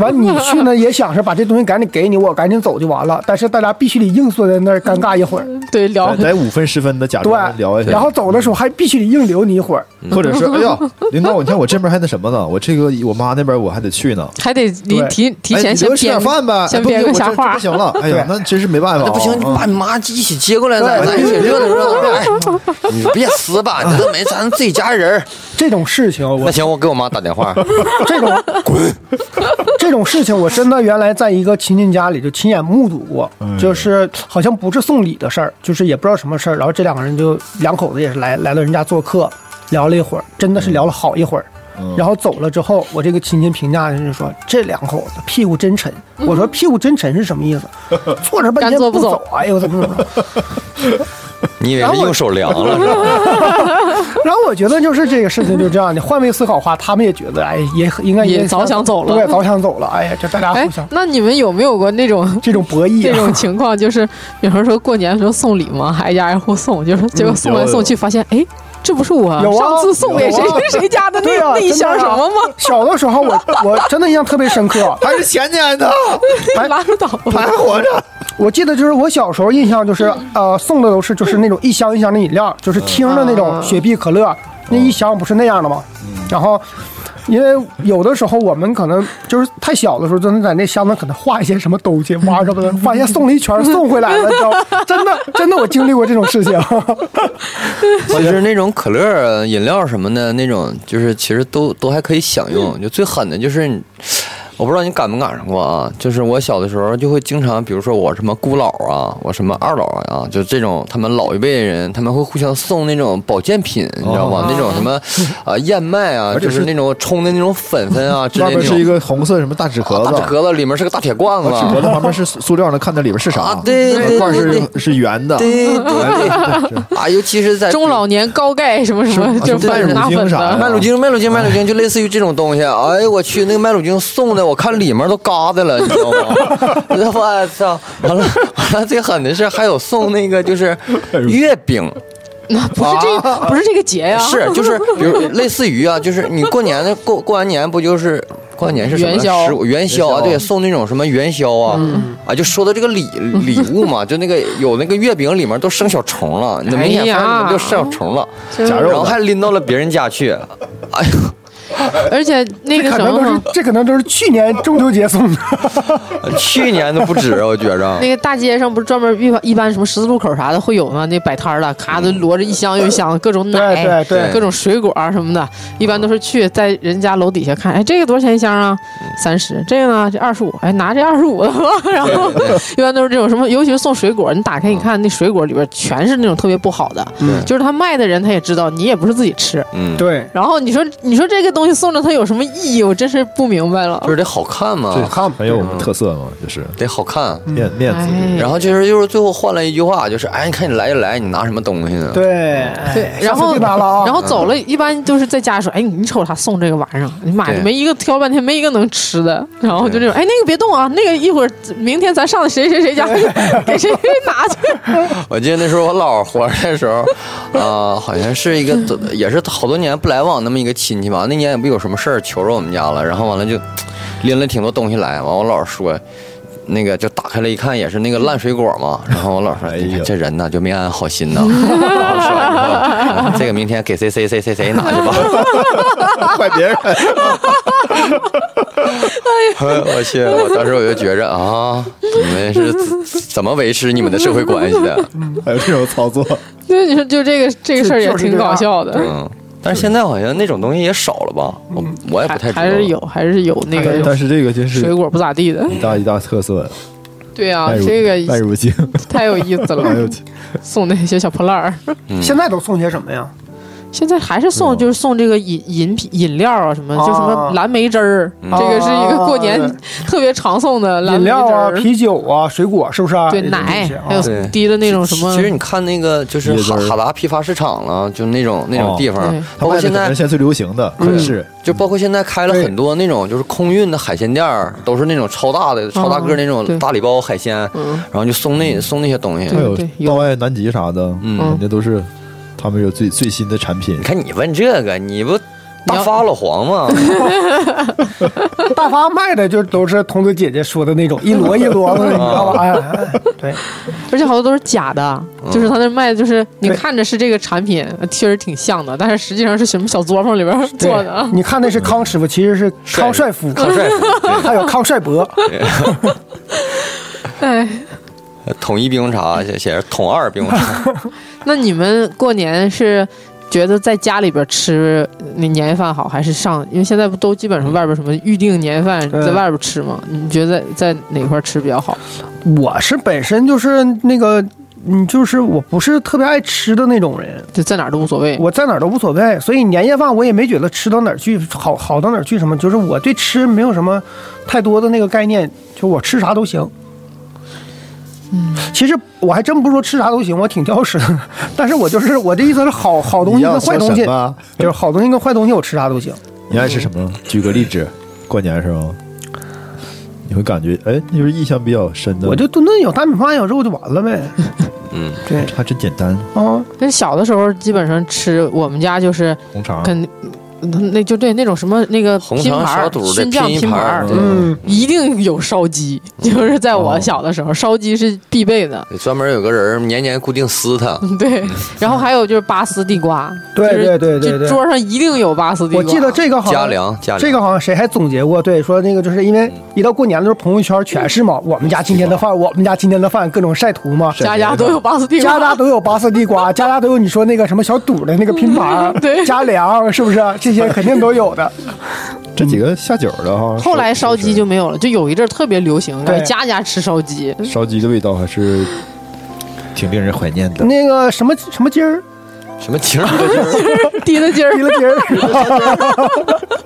S4: 完你去呢也想是把这东西赶紧给你，我赶紧走就完了。但是大家必须得硬坐在那儿尴尬一会儿，
S2: 对，聊
S4: 哎
S1: 得得五分十分的假装嗯聊一下，
S4: 对。然
S3: *laughs*
S4: 后走的时候还必须得硬留你一会儿，
S1: 或者是 *laughs* 哎呀，领导，你看我这边还那什么呢，我这个我妈那边我还得去呢。
S2: 还得提
S4: 对
S2: 提提
S1: 哎
S2: 前
S1: 你
S2: 先
S1: 给我吃
S2: 编
S1: 点饭呗，哎
S2: 先
S1: 不
S2: 编
S1: 行
S2: 个
S1: 我
S2: 啥
S1: 这
S2: 话
S1: 这不行了，哎呀
S4: 对，
S1: 那真是没
S4: 哦
S1: 办法
S3: 那
S1: 啊。
S3: 不行，你
S1: 嗯
S3: 把你妈一起接过来，咱
S4: 对
S3: 咱一起热闹热闹。
S4: *laughs*
S3: 哎，你别撕吧，你这没咱自己家人。
S4: 这种事情我
S3: 那行，我给我妈打电话。
S4: 这种这种事情，我真的原来在一个亲戚家里就亲眼目睹过，就是好像不是送礼的事儿，就是也不知道什么事儿，然后这两个人就两口子也是来来到人家做客，聊了一会儿，真的是聊了好一会儿。然后走了之后，我这个亲戚评价人就说这两口子屁股真沉。我说屁股真沉是什么意思？坐这半
S2: 干
S4: 天
S2: 坐
S4: 不
S2: 不
S4: 走，哎呦怎么怎么着。
S3: 你以为是用手凉了是吧？
S4: 然后我觉得就是这个事情就这样，你换位思考的话，他们也觉得哎也应该
S2: 也早想走了
S4: 对，早想走了。哎呀，这大家
S2: 哎
S4: 互相，
S2: 那你们有没有过那
S4: *laughs*
S2: 种
S4: 这种博弈
S2: 这
S4: 啊，
S2: 种情况？就是有人说过年的时候送礼嘛，挨家挨户送，就是结果送来
S1: 有有
S2: 送去，发现哎，这不是我
S4: 嗯有啊
S2: 上次送给谁
S4: 有啊
S2: 谁谁家的那
S4: 对啊，
S2: 那一
S4: 真的
S2: 箱
S4: 啊
S2: 什么吗？？
S4: *laughs* 小的时候我我真的印象特别深刻，
S1: 还是前年
S3: *laughs*
S1: 的，
S4: 哎
S2: 拉倒吧，
S1: 还活着。
S4: 我记得就是我小时候印象就是呃送的都是就是那种一箱一箱的饮料，就是听的那
S2: 嗯
S4: 种雪碧、可乐，那一箱不是那样的吗？然后。因为有的时候我们可能就是太小的时候，真的在那箱子可能画一些什么东西，挖什么
S2: *laughs*
S4: 的，发现送了一圈儿送回来了，你知道吗？真的真的，我经历过这种
S2: *laughs*
S4: 事情。
S3: 其实那种可乐、饮料什么的，那种就是其实都都还可以享
S1: 嗯
S3: 用。就最狠的就是你，我不知道你赶没赶上过啊。就是我小的时候就会经常，比如说我什么姑姥啊，我什么二姥啊，就这种他们老一辈人，他们会互相送那种保健品，你知道吗？那种什么啊、燕麦啊，
S1: 哦而且
S3: 就是是那种冲的那种粉粉
S1: *laughs*
S3: 啊之
S1: 外
S3: 类的
S1: 边
S3: 那
S1: 是一
S3: 种。
S1: 个红色什么大纸
S3: 啊
S1: 壳
S3: 大
S1: 子
S3: 纸，壳子里面是个大铁罐子，
S1: 纸壳子旁边是塑料的，看那里边是啥
S3: 啊对对对
S1: 罐
S3: 对
S1: 是是圆的，
S3: 对对
S1: *laughs*
S3: 对啊，尤其是
S4: 哎
S3: 在
S2: 中老年高钙什么什么，
S1: 是
S4: 啊
S2: 就是
S1: 麦乳
S2: 粉拿
S1: 精
S2: 粉
S1: 啥的
S2: 的。
S3: 啊麦乳精，麦乳精，麦乳精，就类似于这种东西。
S2: *laughs*
S3: 哎呦我去，那个麦乳精送的，我看里面都嘎瘩了，你知
S2: *laughs*
S3: 道吗？我操！完了完了，最狠的是还有送那个就是
S2: 哎
S3: 月饼，
S2: 那不是这
S4: 啊
S2: 个，不是这个节呀，
S3: 是就是比如类似于啊，就是你过年的过过完年不就是。过完年是什么
S2: 元宵嗯
S3: 十五元宵啊，对，送那种什么元宵啊，啊，就说到这个礼礼物
S2: *laughs*
S3: 嘛，就那个有那个月饼里面都生小虫了，你明显发现里面就生小虫了，
S2: 哎就是
S1: 假如
S3: 然后还拎到了别人家去，哎呦，
S2: 而且那个
S4: 可
S2: 什
S4: 能
S2: 么
S4: 都是
S2: 嘛，
S4: 这可能都是去年中秋节送的。
S3: *laughs* 去年都
S2: *laughs*
S3: 不止，我觉着
S2: 那。个大街上不是专门一般一般什么十字路口啥的会有吗？那摆摊儿的，咔就摞着一箱又一箱各种奶，
S4: 嗯对对对
S2: 各种水果啊什么的，一般都是去在人家楼底下看，哎，这个多少钱一箱啊？三十，这个呢，这二十五，哎，拿这二十五的吧。 *laughs* 然
S4: *laughs*
S2: 后一般都是这种什么，尤其是送水果，你打开你看，那水果里边全是那种特别不好的，
S4: 嗯
S2: 就是他卖的人他也知道你也不是自己吃，
S3: 嗯，
S4: 对，
S2: 然后你说你说这个东西送着它有什么意义？我真是不明白了
S3: 就。是得好看嘛，
S1: 看很有我们特色嘛，就是
S3: 得好看。
S1: 面面子。
S2: 哎
S3: 然后就是就是最后换了一句话，就是哎，你看你来就来，你拿什么东西呢？，
S4: 对
S2: 对，
S4: 下
S2: 然
S4: 次
S2: 后
S4: 别拿了啊！
S2: 然后走了，一般就是在家说，哎，你瞅他送这个玩意儿，你妈
S3: 对
S2: 没一个挑半天，没一个能吃的，然后就那种，哎，那个别动啊，那个一会儿明天咱上谁谁谁家给谁谁拿去。 *laughs*
S3: 我记得那时候我姥儿活着的
S1: *laughs*
S3: 时候，啊、好像是一个也是好多年不来往那么一个亲戚吧。那年也不有什么事儿求着我们家了，然后完了就拎了挺多东西来。完我姥儿说，那个就打开了一看，也是那个烂水果
S1: *laughs*
S3: 嘛。然后我姥儿说，
S1: 哎呀
S3: 你看这人呐就没安好心呐。然后说完以后，啊这个明天给谁谁谁谁谁拿去吧。
S1: 怪别人。
S3: *laughs* 我去，我当时我就觉着啊，你们是怎怎么维持你们的社会关系
S2: *laughs*
S3: 的？
S1: 还有这种操作，
S2: 对，你说就这个这个事儿也
S4: 就是
S2: 挺
S4: 这样
S2: 搞笑的，
S3: 嗯，但是现在好像那种东西也少了吧？我我也不
S2: 还
S3: 太知
S2: 嗯
S3: 道
S2: 还
S3: 了
S2: 是有还是有那
S4: 还是
S2: 个
S1: 但是这个真
S2: 哎水
S1: 是嗯
S2: 果不咋地的。
S1: 一大一大特色，
S2: 对啊
S1: 麦，乳
S2: 这
S1: 麦
S2: 个
S1: 乳
S2: *laughs*
S1: 精，
S2: 太有意思
S1: 麦乳
S2: 了，
S1: 精，
S2: 送那些小破烂儿。 *laughs*
S4: 现在都送些什么呀？
S2: 现在还是送，就是送这个饮饮品饮料啊，什么
S4: 啊
S2: 就什么蓝莓汁儿，这个是一个过年
S4: 啊
S2: 特别常送的蓝
S4: 饮
S2: 莓汁
S4: 料啊、
S2: 儿。
S4: 啤酒啊、水果是不是啊？
S2: 对
S4: 也都
S2: 奶
S4: 这些啊，
S2: 还有
S3: 对
S2: 滴的那种什么
S3: 其实你看那个就是
S1: 椰汁
S3: 哈
S1: 儿
S3: 哈达批发市场了，就那种那种
S1: 哦
S3: 地方
S2: 对，
S1: 他
S3: 包括
S1: 卖的
S3: 现
S1: 可能
S3: 在嗯
S1: 现在最流行的，可是
S3: 就包括现在开了很多那种就是空运的海鲜店儿，都是那种超大的、超大个儿那
S2: 哦对
S3: 种大礼包海鲜，
S2: 嗯
S3: 然后就送那送那些东西
S1: 还。有
S2: 对有
S1: 到外南极啥的，
S3: 嗯
S1: 那都是他们有最最新的产品
S3: 你。看你问这个，你不
S2: 你
S3: 大
S2: 要
S3: 发老
S2: *laughs*
S3: 黄吗？
S4: 大发卖的就都是童子姐姐说的那种一摞一摞的，你知道吧？哎哎，哎对，
S2: 而且好多都是假的，
S3: 嗯
S2: 就是他那卖的，就是你看着是这个产品，呃确实挺像的，但是实际上是什么小作坊里边儿
S4: 对
S2: *laughs* 做的啊。 *laughs*
S4: 你看那是康师傅，其实是康帅夫，
S3: 康帅傅
S4: 还有康帅伯，
S2: 哎，
S3: 统一冰红 *laughs* 茶写写着统二冰红茶，
S2: 那你们过年是觉得在家里边吃那年夜饭好，还是上？因为现在不都基本
S3: 嗯
S2: 上外边什么预定年夜饭
S4: 嗯
S2: 在外边吃吗？你觉得在哪块儿吃比较好？
S4: 我是本身就是那个，嗯，就是我不是特别爱吃的那种人，
S2: 就在哪儿都无所谓。
S4: 我在哪儿都无所谓，所以年夜饭我也没觉得吃到哪儿去好好到哪儿去什么，就是我对吃没有什么太多的那个概念，就我吃啥都行。嗯，其实我还真不是说吃啥都行，我挺挑食的，但是我就是我的意思是好好东
S1: 你
S4: 西
S1: 要
S4: 跟坏
S1: 说
S4: 东
S1: 什
S4: 西，嗯
S1: 么？
S4: 就是好东西跟坏东西我吃啥都行。
S1: 你爱吃什么？举个例子，过年时候你会感觉，哎，就是印象比较深的。
S4: 我就炖炖有大米饭有肉就完了呗。
S3: 嗯，
S4: *laughs* 对
S1: 还真简单，
S4: 啊，
S2: 那小的时候基本上吃，我们家就是
S1: 红肠
S2: 跟、那就对那种什么那个
S3: 嗯红
S2: 拼
S3: 肠
S2: 盘
S3: 小
S2: 儿、
S3: 肚的
S2: 熏酱
S3: 拼一
S2: 拼
S3: 盘
S2: 盘
S3: 儿
S2: 儿，对
S4: 嗯，
S2: 一定有烧鸡，就是在
S4: 哦
S2: 我小的时候，烧鸡是必备的。
S3: *laughs*
S2: *laughs*
S3: 专门有个人儿年年固定撕它。
S2: 对，然后还有就是巴斯地瓜，
S4: 嗯对
S2: 就是
S4: 对对对
S2: 就
S4: 对
S2: 桌上一定有巴斯地瓜。
S4: 我记得这个好
S3: 加
S4: 像
S3: 粮加粮，
S4: 这个好像谁还总结过，对，说那个就是因为一到过年的时候，朋友圈全是嘛，我们家今天的饭，我们家今天的饭，各种晒图嘛，
S2: 家家都有巴斯地瓜，
S4: 家家都有拔丝地瓜，家家都有你说那个什么小肚的那个拼盘，
S2: 对
S4: 家粮是不是？这些肯定都有的。
S1: 这几个下酒的哈。
S2: 后来烧鸡
S1: 就
S2: 就没有了，就有一阵儿特别流行，
S4: 对
S2: 然后家家吃烧
S4: *laughs*
S2: 鸡。
S1: 烧鸡的味道还是挺令人怀念的。
S4: 那个什么什么鸡儿，
S3: *laughs* 什么情儿？
S2: 提了劲儿
S4: 提，了鸡儿，
S2: *laughs*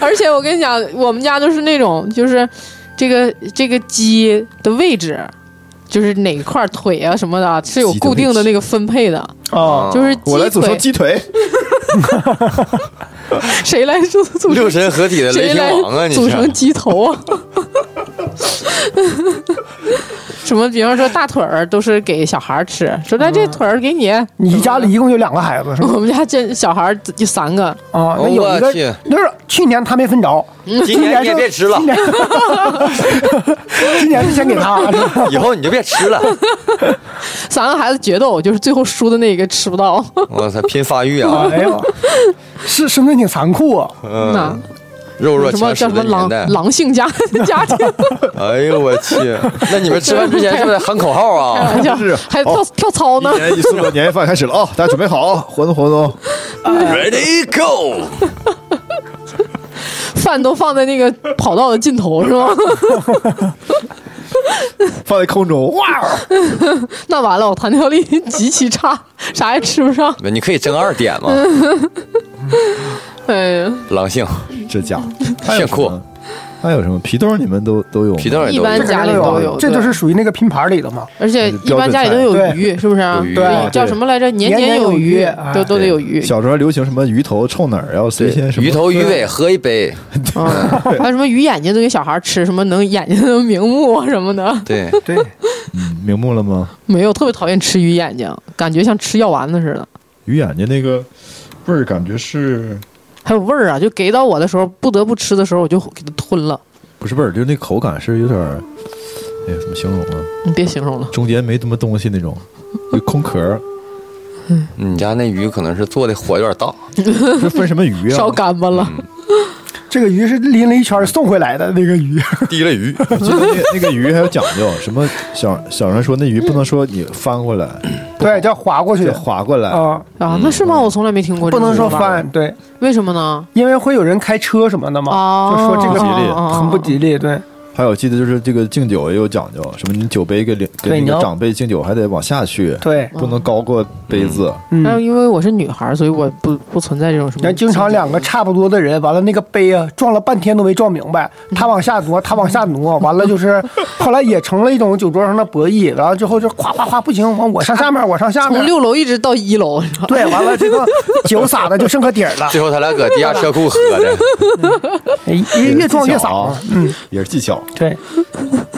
S2: 而且我跟你讲，我们家就是那种，就是这个这个鸡的位置，就是哪块儿腿啊什么的，是有
S1: 鸡的
S2: 固定
S1: 位
S2: 的
S1: 置
S2: 那个分配的，
S4: 啊，
S2: 就是鸡
S1: 我来组成
S2: 腿
S1: 鸡腿，
S2: *laughs* 谁来组组成
S3: *laughs* 六神合体的雷
S2: 谁来
S3: 霆王 *laughs* 啊！你
S2: 组
S3: 是
S2: 成鸡头啊？ *laughs* 什么？比方说大腿儿都是给小孩儿吃，说那这
S3: 嗯
S2: 腿儿给你。 *laughs*
S4: 你家里一共就两个孩子是吧？
S2: 我们家这小孩儿就三个，
S4: 啊，那有一
S3: 我
S4: 个
S3: 去
S4: 就是去年他没分着，
S3: 今年你也别吃了 *laughs*
S4: 今，年 *laughs* 今年就先给他。
S3: 以后你就别吃 *laughs* 了。
S2: 三个孩子决斗，就是最后输的那个吃不到。
S3: 我操，拼发育啊！ *laughs*
S4: 哎
S2: *laughs*
S4: 呀，是生存挺残酷啊。
S2: 那
S3: 嗯，肉弱
S2: 什么叫
S3: 强
S2: 什么
S3: 食的
S2: 狼
S3: 年代。
S2: 狼性
S3: *laughs*
S2: 家家庭？
S3: 哎呦我
S2: *laughs*
S3: 去！那你们吃饭之前是不是得喊口号
S2: 开 *laughs*
S3: 啊？
S2: 玩笑
S1: 是，
S2: 哎还跳
S1: 哦
S2: 跳操
S1: 一
S2: 呢？
S1: 年一次过年夜饭开始了啊！大家准备好，活动活动。
S3: Ready go！
S2: 饭都放在那个跑道的尽头是吗？
S1: 放在空中，哇！
S2: *laughs*
S1: 哦
S2: 那完了，我弹跳力极其差，啥也吃不上。
S3: 你可以争二点
S2: *laughs*
S3: 嘛，
S2: 哎呀，
S3: 狼性
S1: 这家伙
S3: *laughs* 炫酷。
S1: 还有什么还有什么皮兜？你们都都有吗
S3: 皮蛋儿也
S2: 一
S3: 都
S2: 般
S3: 有
S4: 这
S2: 家里
S4: 肯定
S2: 都有
S4: 有，这
S2: 对
S4: 就是属于那个拼盘里的嘛。
S2: 而且一般家里都有鱼，是不是啊
S3: 有？鱼
S4: 对
S2: 叫什么来着？年
S4: 年
S2: 有
S4: 有余哎
S2: 都都得
S3: 对
S2: 有鱼。
S1: 小时候还流行什么鱼头冲哪儿啊，谁先什么
S3: 鱼头鱼尾喝一杯，
S2: 啊，还有什么鱼眼睛都给小孩吃，什么能眼睛能明目啊什么的， *laughs*
S3: 对，
S4: 对，
S1: 嗯明目了吗？
S2: 没有，特别讨厌吃鱼眼睛，感觉像吃药丸子似的。
S1: 鱼眼睛那个味儿，感觉是
S2: 还有味儿啊，就给到我的时候，不得不吃的时候，我就给它吞了。
S1: 不是味儿？就是那口感是有点儿，哎呀，怎么形容啊？
S2: 你别形容了，
S1: 中间没什么东西那种，就空壳儿。
S3: 你家那鱼可能是做的火有点大，
S1: 这分什么鱼啊？
S2: 烧干巴
S3: 嗯
S2: 了。
S4: 这个鱼是拎了一圈送回来的那个鱼，
S3: 提了鱼，
S1: 我记得那那个鱼还有讲究，什么小小人说那鱼不能说你翻过来，
S4: *laughs* 对，叫划过去
S1: 得划过来，
S4: 啊，
S3: 嗯
S2: 啊，那是吗？我从来没听过这
S4: 不
S2: 种
S4: 能说
S2: 说法，
S4: 翻，对，
S2: 为什么呢？
S4: 因为会有人开车什么的嘛，
S2: 哦，
S4: 就说这
S1: 不吉
S4: 个
S1: 利
S2: 利
S4: 很不吉利，对，
S1: 还有记得就是这个敬酒也有讲究，什么你酒杯跟领
S4: 对
S1: 跟
S4: 你
S1: 那
S4: 要
S1: 个长辈敬酒还得往下去，
S4: 对，
S2: 嗯
S1: 不能高过杯子。
S2: 还有，
S4: 嗯，
S2: 因为我是女孩儿，所以我不不存在这种什么。
S4: 然后经常两个差不多的人，完了那个杯啊撞了半天都没撞明白，
S2: 嗯
S4: 他往下挪，他往下挪，完了就是
S2: *laughs*
S4: 后来也成了一种酒桌上的博弈，然后之后就哗哗哗不行，完我上下面，我上下
S2: 从
S4: 面，
S2: 六楼一直到一楼，你知道吗？
S4: 对，完了这个酒洒的就剩个底儿
S2: *laughs*
S4: 了，
S3: 最后他俩搁 *laughs* 地下车库喝的，
S4: 哎
S1: 嗯
S4: 越越撞越
S1: 技巧
S4: 洒
S1: 啊，
S4: 嗯，
S1: *laughs* 也是技巧。
S4: 对，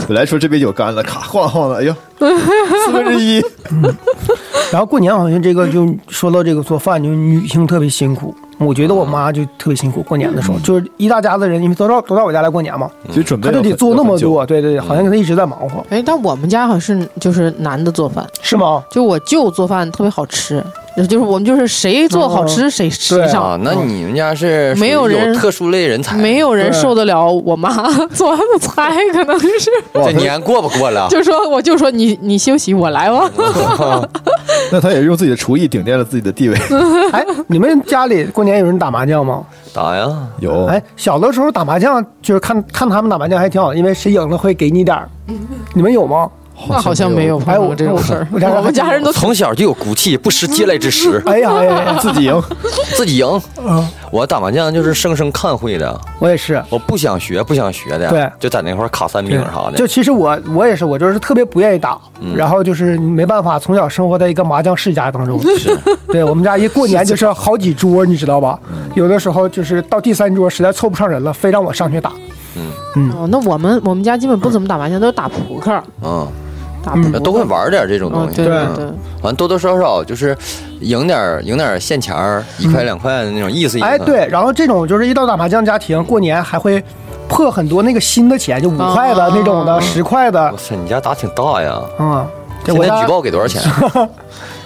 S1: 本来说这杯酒干了，咔晃晃的，
S4: *laughs*
S1: 哎呦，四分之一。
S4: 然后过年好像这个就说到这个做饭，就女性特别辛苦。我觉得我妈就特别辛苦，过年的时候就是一大家子人，因为都到都到我家来过年嘛，
S1: 其实准备
S4: 她就
S1: 要
S4: 得
S1: 很
S4: 做那么，
S1: 要很
S4: 多，
S1: 久嗯
S4: 对对对，好像她一直在忙活，
S2: 哎，但我们家好像是就是男的做饭，
S4: 是 *laughs* 吗？
S2: 就我舅做饭特别好吃，就是我们就是谁做好吃谁谁
S4: 哦对
S2: 上
S3: 啊，，那你哎们家是属于
S2: 哦没有
S3: 有
S2: 人
S3: 特殊类人才，
S2: 没有人
S4: 对
S2: 受得了我妈 *laughs* 做的菜，可能是
S1: 哇
S3: 这
S1: 他
S3: 年过不过了？
S2: 就说我就说你你休息我来
S3: *laughs*
S2: 吧，
S1: 那他也用自己的厨艺顶奠了自己的
S4: *laughs*
S1: 地位。
S4: 哎，你们家里过年有人打麻将吗？
S3: 打呀，
S1: 有，
S4: 哎，小的时候打麻将就是看看他们打麻将还挺好，因为谁赢了会给你点儿。你们有 *laughs* 吗？
S2: 那好像没有碰
S4: 哎
S2: 到
S4: 我
S2: 这种
S4: 我
S2: 事儿，
S4: 我家人
S2: 我们家人都嗯
S3: 从小就有骨气，不食鸡肋之食，
S4: 哎呀哎呀，哎呀
S1: 自己赢，
S3: 自己赢。我打麻将就是生生看会的，
S4: 我也是。
S3: 我不想学，不想学的，
S4: 对
S3: 就在那块嗯儿卡三饼啥的，
S4: 就其实我我也是，我就是特别不愿意打，然后就是没办法，从小生活在一个麻将世家当中。 *laughs* 对我们家一过年就是好几桌，你知道吧？
S3: 嗯
S4: 有的时候就是到第三桌实在凑不上人了，非让我上去打。
S2: 哦，那我们我们家基本不怎么打麻将，都是打扑克，
S3: 嗯，
S2: 打扑克
S3: 都会。玩点这种
S2: 嗯
S3: 东，西，
S2: 对
S4: 对
S2: 对
S3: 嗯
S2: 对，
S3: 完多多少少就是赢点儿赢点儿现钱儿，一块两块的那种意思意思。
S4: 哎，对，然后这种就是一到打麻将家庭，过年还会破很多那个新的钱，就五块的
S2: 哦
S4: 那种的，十块的
S3: 哇，塞，你家打挺大呀！
S4: 嗯。对
S3: 现
S4: 我
S3: 在
S4: 家
S3: 举报给多少钱？啊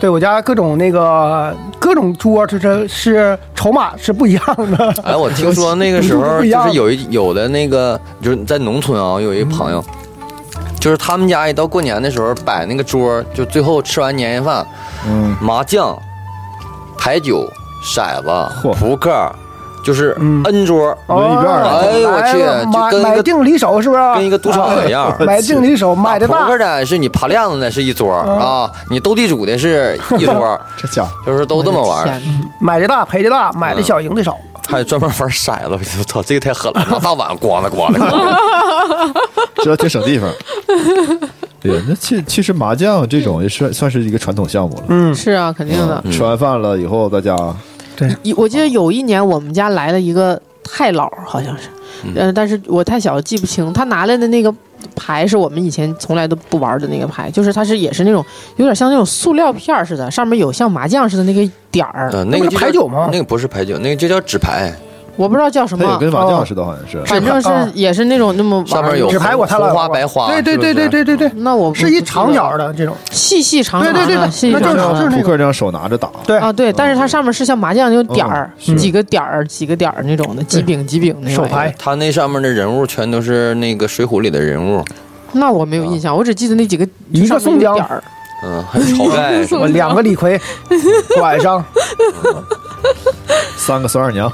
S4: 对我家各种那个各种桌，就是是筹码是不一样的。
S3: *laughs* 哎，我听说那个时
S4: 程度
S3: 候
S4: 不一
S3: 就
S4: 样
S3: 是有一有的那个就是在农村啊，有一朋友，
S4: 嗯
S3: 就是他们家一到过年的时候摆那个桌儿，就最后吃完年夜饭，
S1: 嗯，
S3: 麻将、牌九、骰子
S1: 嚯、
S3: 扑克，就是
S4: 嗯
S3: N 桌，
S1: 轮一遍儿
S4: 哦
S3: 哎呦我
S4: 来
S3: 去
S4: 了
S3: 就
S4: 买
S3: 跟一个
S4: 买定离手是不是？
S3: 跟一个赌场一样。
S4: *laughs* 买定离手，买的
S3: 扑
S4: 大
S3: 克。的是你爬链子的是一桌
S4: 啊
S3: 啊，你斗地主的是一
S4: *laughs*
S3: 桌，
S1: 这家伙
S3: 就是都这么玩
S2: 我的
S3: 儿。
S2: 天哪
S4: 买的大赔的大，买
S3: 嗯
S4: 的小赢的少。
S3: 还有专门玩骰子，我操，这个太狠了，拿大碗咣当咣
S4: *laughs*
S3: 当。
S1: 这挺省地方。 *laughs* 对，那其其实麻将这种也是算是一个传统项目了。
S4: 嗯，
S2: 是啊，肯定的。
S1: 吃完饭了以后，大家
S2: 一我记得有一年我们家来了一个太老，好像是，呃，但是我太小记不清。他拿来的那个牌是我们以前从来都不玩的那个牌，就是它是也是那种有点像那种塑料片儿似的，上面有像麻将似的那个点儿，
S3: 嗯，那个
S4: 那不是
S3: 就叫
S4: 牌九吗
S3: 那个不是牌九，那个就叫纸牌，
S2: 我不知道叫什
S1: 它也
S2: 么
S1: 跟，麻
S4: 哦
S1: 将似的，好像是。
S2: 反正是
S4: 啊
S2: 也是那种那么玩儿
S3: 上面有
S4: 纸牌我太
S3: 红
S4: 懒
S3: 花
S4: 了。
S3: 白花，
S4: 对对
S3: 是不
S4: 对
S3: 是
S4: 对对对对，
S2: 那我不
S4: 是一
S2: 不知
S4: 长
S2: 道
S4: 角的这种。
S2: 细细长
S4: 对
S2: 长
S4: 对对
S2: 的，
S4: 对
S2: 细细
S4: 那
S2: 长
S4: 就是
S2: 长
S4: 就
S2: 的。
S4: 是那
S1: 扑
S4: 个
S1: 克这样手拿着打，
S4: 对
S2: 啊，对，但是它上面是像麻将那种点儿，
S1: 嗯是
S2: 几个点儿，几个点儿那种的，几饼几饼
S3: 哎
S2: 那
S4: 手
S2: 种。
S4: 牌，
S3: 他那上面的人物全都是那个《水浒》里的人物，
S2: 那我没有印象，我只记得那几个
S4: 一
S2: 就上
S4: 个
S2: 面
S4: 宋
S2: 有
S4: 江
S2: 点儿。
S3: 嗯，还有 *laughs* 晁盖什么
S4: 我两个李
S3: *laughs*
S4: 逵，晚上
S1: 三个三二娘，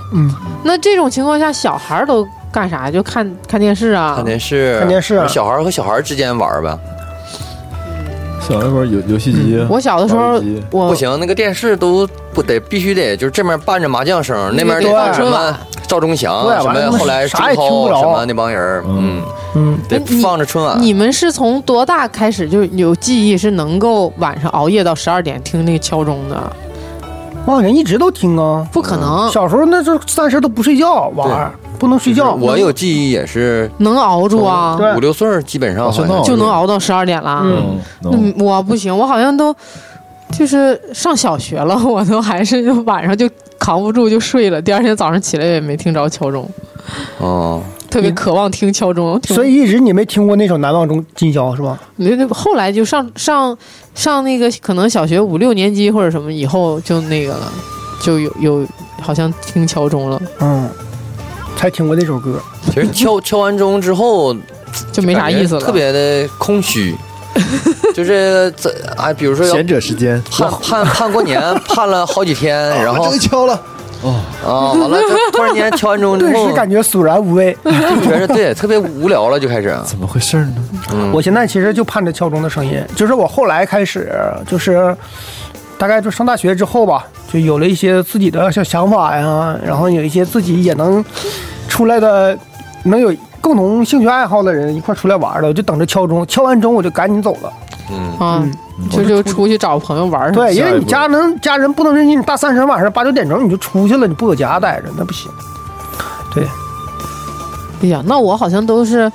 S2: 那这种情况下，小孩儿都干啥？就看看电视啊
S3: 看。电视，
S4: 看电视啊
S3: 小孩和小孩之间玩呗，
S1: 小那会儿游游戏
S4: 嗯
S1: 机，啊
S2: 我小的时
S1: 玩
S2: 候
S1: 手机，
S2: 我
S4: 哦
S3: 不行，那个电视都不得必须得就是这面伴着麻将声，那边
S2: 那个
S3: 得
S2: 对
S3: 什么赵忠祥
S4: 对
S3: 什
S4: 完了他
S3: 么，
S4: 们
S3: 后来周
S4: 啥也听不
S3: 涛
S4: 着
S3: 什么那帮人儿，嗯，
S4: 嗯，
S3: 得
S2: 那你
S3: 放着春晚。
S2: 你们是从多大开始就有记忆是能够晚上熬夜到十二点听那个敲钟的？
S4: 我好像一直都听啊。
S2: 不可能，
S4: 小时候那就是三十都不睡觉玩儿，不能睡觉。
S3: 我有记忆也是
S2: 能熬住啊
S4: 从，对
S3: 五六岁儿基本上
S1: 哦
S3: 好像
S1: 真的
S2: 就能熬到十二点了。
S4: 嗯
S1: 嗯，能
S2: 那我不行，我好像都就是上小学了， *laughs* 我都还是晚上就扛不住就睡了，第二天早上起来也没听着敲钟，
S3: 哦，
S2: 特别渴望听敲钟。听
S4: 所以一直你没听过那首《难忘中今宵》是吧？
S2: 那那后来就上上上那个可能小学五六年级或者什么以后就那个了，就有有好像听敲钟了，
S4: 嗯，才听过那首歌。
S3: 其实敲敲完钟之后
S2: 就没啥意思了。
S3: 特别的
S2: *laughs*
S3: 空虚，就是这哎，比如说要
S1: 贤者时间，
S3: 盼盼盼过年，盼了好几天，
S1: 哎
S3: 然后
S1: 真敲了，
S3: 啊，完了突突然间敲完钟之
S4: 顿
S3: 后
S4: 时，感觉索然无味。
S3: 就觉得
S2: *laughs*
S3: 对特别无聊了，就开始
S1: 怎么回事呢？
S3: 嗯
S4: 我现在其实就盼着敲钟的声音，就是我后来开始，就是大概就上大学之后吧，就有了一些自己的小想法呀，然后有一些自己也能出来的，能有共同兴趣爱好的人一块儿出来玩儿了，我就等着敲钟，敲完钟我就赶紧走了。
S3: 嗯
S2: 啊，就就出去找朋友玩儿。
S4: 对，因
S1: 下一
S4: 为你
S1: 步
S4: 家能家人不能允许你大三十晚上八九点钟你就出去了，你不搁家待着那不行。
S2: 哎呀，那我好像都是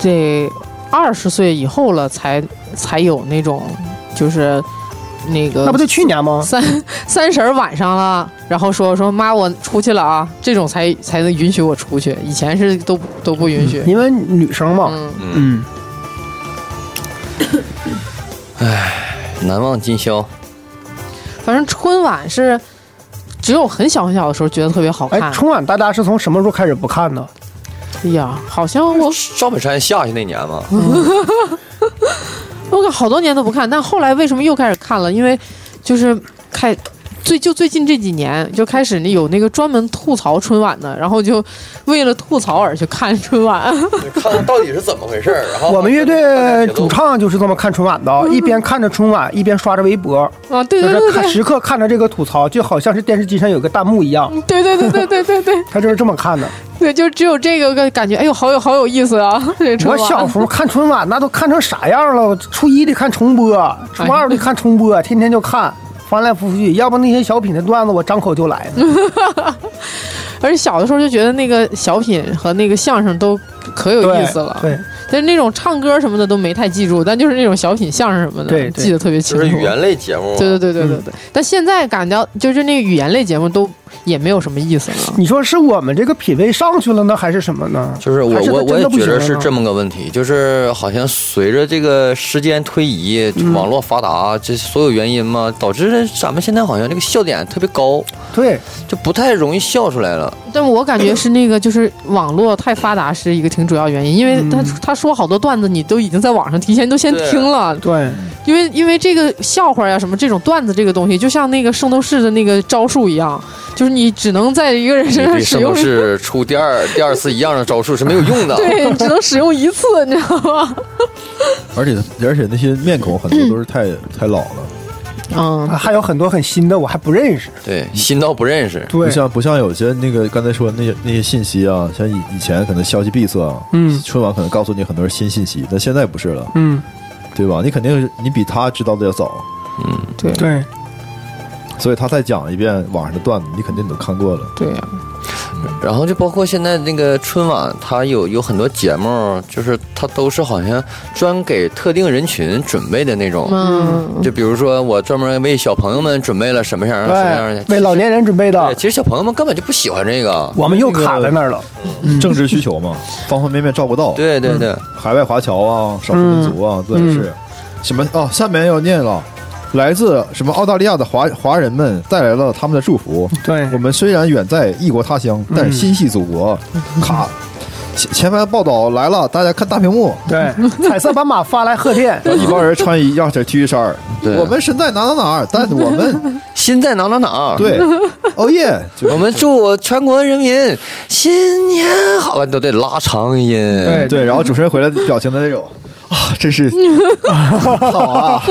S2: 这二十岁以后了才才有那种就是那个
S4: 那不就去年吗？
S2: 三 *laughs* 三十儿晚上了，然后说说妈我出去了啊，这种才才能允许我出去，以前是都不都不允许。
S4: 因为女生嘛，
S2: 嗯，
S3: 嗯，
S4: 嗯，
S3: 难忘今宵，
S2: 反正春晚是只有很小很小的时候觉得特别好
S4: 哎
S2: 看。，
S4: 春晚大家是从什么时候开始不看的？
S2: 哎呀，好像我
S3: 赵本山下去那年嘛，
S2: 我好多年都不看，但后来为什么又开始看了？因为就是开最就最近这几年就开始有那个专门吐槽春晚的，然后就为了吐槽而去看春晚。
S3: *laughs*
S2: *laughs*
S3: 看看到底是怎么回事儿。然后
S4: *laughs* 我们乐
S3: *laughs*
S4: 队主
S3: 唱，
S4: 唱就是这么看春晚的，一边看着春晚，一边刷着微博，
S2: 啊，嗯对
S4: 就
S2: 对
S4: 是
S2: 对
S4: 看
S2: 对
S4: 时刻看着这个吐槽，就好像是电视机上有个弹幕一样，
S2: 对对对对对对对
S4: 他就是这么看的。
S2: 对，就只有这个个感觉，哎呦，好有好有意思啊！ *laughs* 这春
S4: 我
S2: 晚
S4: 小时候看春晚，那都看成啥样了？我初一得看重播，初二得看重
S2: 哎
S4: 播，天天就看，翻来覆去。要不那些小品的段子，我张口就来呢。
S2: 而且小的时候就觉得那个小品和那个相声都可 *laughs* 有
S4: 对
S2: 意思了，
S4: 对，
S2: 但是那种唱歌什么的都没太记住，但就是那种小品、相声什么的，
S4: 对对
S2: 记得特别清
S3: 就
S2: 楚。
S3: 是语言类节目，
S2: 对对对对对对。但现在感觉就是那个语言类节目都也没有什么意思了。
S4: 你说是我们这个品味上去了呢，还是什么呢？
S3: 就是我
S4: 还是他
S3: 我
S4: 真的
S3: 我也
S4: 不
S3: 觉
S4: 行啊
S3: 得
S4: 了
S3: 是
S4: 呢
S3: 这么个问题，就是好像随着这个时间推移，网络发达，这所有原因嘛，导致咱们现在好像这个笑点特别高，
S4: 对，
S3: 就不太容易笑出
S4: *laughs*
S3: 来了。
S2: 但我感觉是那个就是网络太发达是一个挺主要原因，因为他、他说好多段子你都已经在网上提前都先
S3: 对
S2: 听了，
S4: 对，
S2: 因为因为这个笑话呀、什么这种段子这个东西，就像那个圣斗士的那个招数一样，就是你只能在一个人
S4: 啊
S2: 身上
S3: 对
S2: 使
S3: 圣
S2: 用
S3: 斗。士出第二 *laughs* 第二次一样的招数是没有
S4: *laughs*
S3: 用
S2: *laughs*
S3: 的。
S2: 对，只能使用一次，你知道吗？ *laughs*
S1: 而且而且那些面孔很
S4: 嗯
S1: 多都是太太老了，
S2: 嗯，
S4: 还有很多很新的我还不认识。
S3: 对，新到不认识。
S1: 不
S4: 对，
S1: 像不像有些那个刚才说那些那些信息啊，像以以前可能消息闭塞啊，
S4: 嗯
S1: 春晚可能告诉你很多是新信息，但现在不是了，
S4: 嗯，
S1: 对吧？你肯定是你比他知道的要早，
S2: 对
S4: 对，
S1: 所以他再讲一遍网上的段子，你肯定都看过了。
S2: 对呀、
S3: 然后就包括现在那个春晚，它有有很多节目，就是它都是好像专给特定人群准备的那种。
S2: 嗯，
S3: 就比如说，我专门为小朋友们准备了什么样什么样的
S4: 对，，为老年人准备
S3: 对，
S4: 的
S3: 其，实小朋友们根本就不喜欢这个。
S4: 啊我们又卡在那儿了。嗯
S1: 政治需求嘛，方方面面照顾
S4: *laughs*
S1: 到，
S3: 对对对，
S1: 海外华侨啊，少数民族
S4: 嗯
S1: 啊，对是什么哦？下面要念了，来自什么澳大利亚的华华人们带来了他们的祝福。
S4: 对
S1: 我，们虽然远在异国他乡，
S4: 嗯
S1: 但是心系祖国。卡，前前番报道来了，大家看大屏幕。
S4: 对， *laughs* 彩色斑马发来贺电。
S1: 一帮人穿一样式 T 恤衫儿，
S3: 对
S1: 我们身在哪哪哪儿，但我们
S3: 心在哪哪哪。，
S1: 对，哦耶，就
S3: 我们祝全国人民新年好，啊都得拉长音。
S4: 对
S1: 对，然后主持人回来表情的那种啊，真是好啊，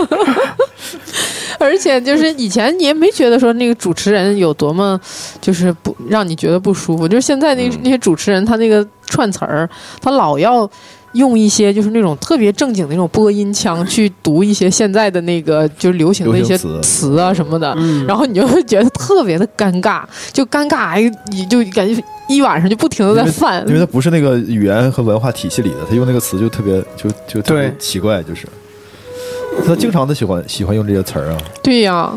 S2: *laughs* 而且就是以前你也没觉得说那个主持人有多么，就是不让你觉得不舒服。就是现在那
S3: 嗯
S2: 那些主持人，他那个串词儿，他老要用一些就是那种特别正经的那种播音腔去读一些现在的那个就是流行的一些
S1: 流行词
S2: 词啊什么的，
S4: 嗯
S2: 然后你就会觉得特别的尴尬，就尴尬，哎，你就感觉一晚上就不停的在犯
S1: 因。为它不是那个语言和文化体系里的，他用那个词就特别就就特别
S4: 对
S1: 奇怪，就是他经常的喜欢喜欢用这些词儿啊，
S2: 对呀、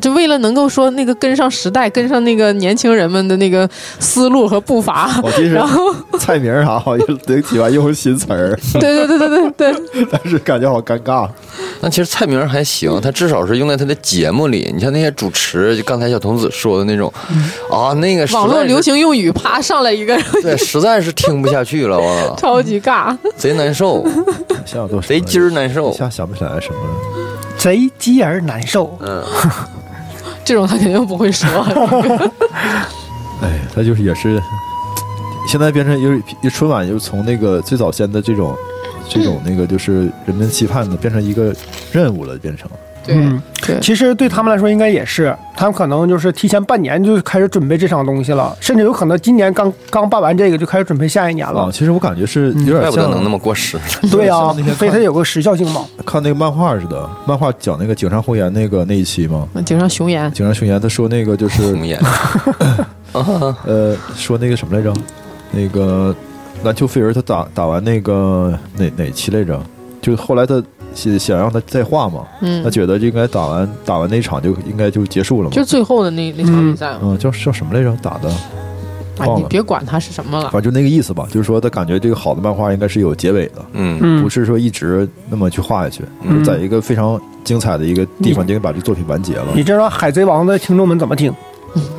S2: 就为了能够说那个跟上时代，跟上那个年轻人们的那个思路和步伐，
S1: 我记
S2: 然
S1: 是
S2: 后
S1: 菜名儿啥啊好像得喜欢用新词儿， *laughs*
S2: 对对对对对对，
S1: 但是感觉好尴
S3: *laughs*
S1: 尬。
S3: *laughs* 那其实蔡明还行，他至少是用在他的节目里。你像那些主持，就刚才小童子说的那种，啊，那个实在
S2: 网络
S3: 是
S2: 流，行用语，啪上来一个，
S3: 对，实在是听不下去了，
S2: *laughs*
S3: 哇，
S2: 超级尬。
S3: 贼难受，
S1: 想想都
S3: 贼鸡儿难
S1: 一
S3: 受。
S1: 下想不起来什么了。
S4: 贼鸡儿难受。
S3: 嗯，
S2: 这种他肯定不会说。
S1: 哎，他就是也是，现在变成就是一春晚，就是从那个最早先的这种这种那个就是人们期盼的，变成一个任务了，变成
S2: 对、
S4: 嗯
S2: 对，
S4: 其实对他们来说应该也是，他们可能就是提前半年就开始准备这场东西了，甚至有可能今年刚刚办完这个就开始准备下一年
S1: 啊。
S4: 了。
S1: 其实我感觉是有
S3: 嗯怪
S1: 点
S3: 不得
S1: 像
S3: 能那么过时。
S4: 对呀、
S1: 像那天
S4: 所以它
S1: 看
S4: 有个时效性嘛。
S1: 看那个漫画似的，漫画讲那个井上红颜那个那一期嘛，
S2: 顶上熊岩，
S1: 井上雄彦他说那个就
S3: 红
S1: 是
S3: 眼啊，
S1: 呃说那个什么来着，那个篮球飞人他打打完那个哪哪期来着？就是后来他想想让他再画嘛，
S2: 嗯
S1: 他，觉得就应该打完打完那场就应该就结束了嘛
S2: 就。最后的那那场比赛嘛，
S1: 嗯，叫叫什么来着？打的，
S2: 啊，
S1: 忘
S2: 你
S1: 了
S2: 别管它是什么了
S1: 反。正就那个意思吧。就是说他感觉这个好的漫画应该是有结尾的，
S3: 嗯，
S4: 嗯
S1: 不是说一直那么去画下去，
S4: 嗯
S1: 就在一个非常精彩的一个地
S2: 嗯
S1: 方就应该把这个作品完结了。
S4: 你知道《海贼王》的听众们怎么听？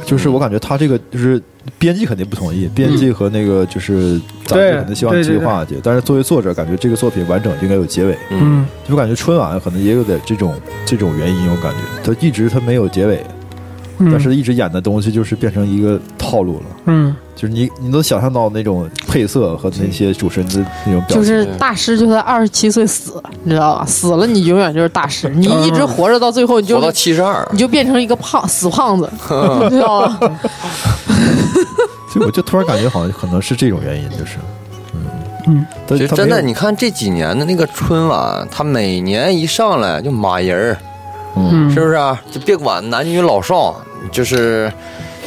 S1: 就是我感觉他这个就是编辑肯定不同意，编辑和那个就是杂志
S4: 对
S1: 肯定希望你继续
S4: 对对对
S1: 画下去，但是作为作者，感觉这个作品完整就应该有结尾。
S4: 嗯，
S1: 就感觉春晚可能也有点这种这种原因，我感觉他一直他没有结尾，但是一直演的东西就是变成一个套路了。
S4: 嗯，
S1: 就是你你能想象到那种配色和那些主持人的那种表情，
S2: 就是大师就在二十七岁死，你知道吧？死了你永远就是大师，你一直活着到最后你
S3: 活到
S2: 就
S3: 七嗯十二
S2: 你，就变成一个胖死胖
S3: *laughs*
S2: 子，你知道吧？
S1: 所以我就突然感觉好像可能是这种原因，就是，嗯
S4: 嗯，
S1: 但
S3: 其实
S1: 他
S3: 真的，
S1: 没有
S3: 你看这几年的那个春晚，他每年一上来就马人儿，
S1: 嗯
S3: 是不是、啊？就别管男女老少，就是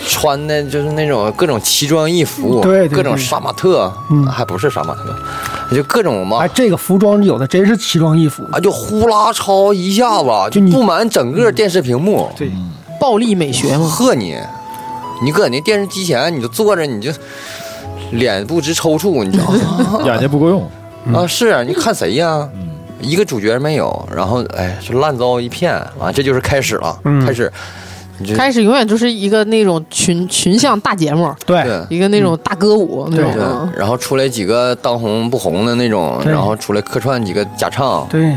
S3: 穿的就是那种各种奇装异服，
S4: 对对对
S3: 各种杀马特，
S4: 嗯
S3: 还不是杀马特，就各种嘛
S4: 哎，。这个服装有的真是奇装异服。
S3: 啊，就呼啦超一下子
S4: 就你嗯
S3: 布满整个电视屏幕，
S4: 对，
S2: 暴力美学嘛，
S3: 呵你，你搁那电视机前你就坐着，你就脸不直抽搐，你知道
S4: *laughs*
S3: 吗？
S1: 眼睛不够用，
S4: 嗯
S3: 啊，是啊你看谁呀？一个主角没有，然后哎，就烂糟一片，完、这就是开始了，
S4: 嗯
S3: 开始，你这
S2: 开始永远就是一个那种群群像大节目，
S4: 对
S3: 对，
S2: 一个那种大歌舞那种
S4: 对
S2: 啊。
S3: 嗯然后出来几个当红不红的那种，
S4: 对
S3: 然后出来客串几个假唱
S4: 对，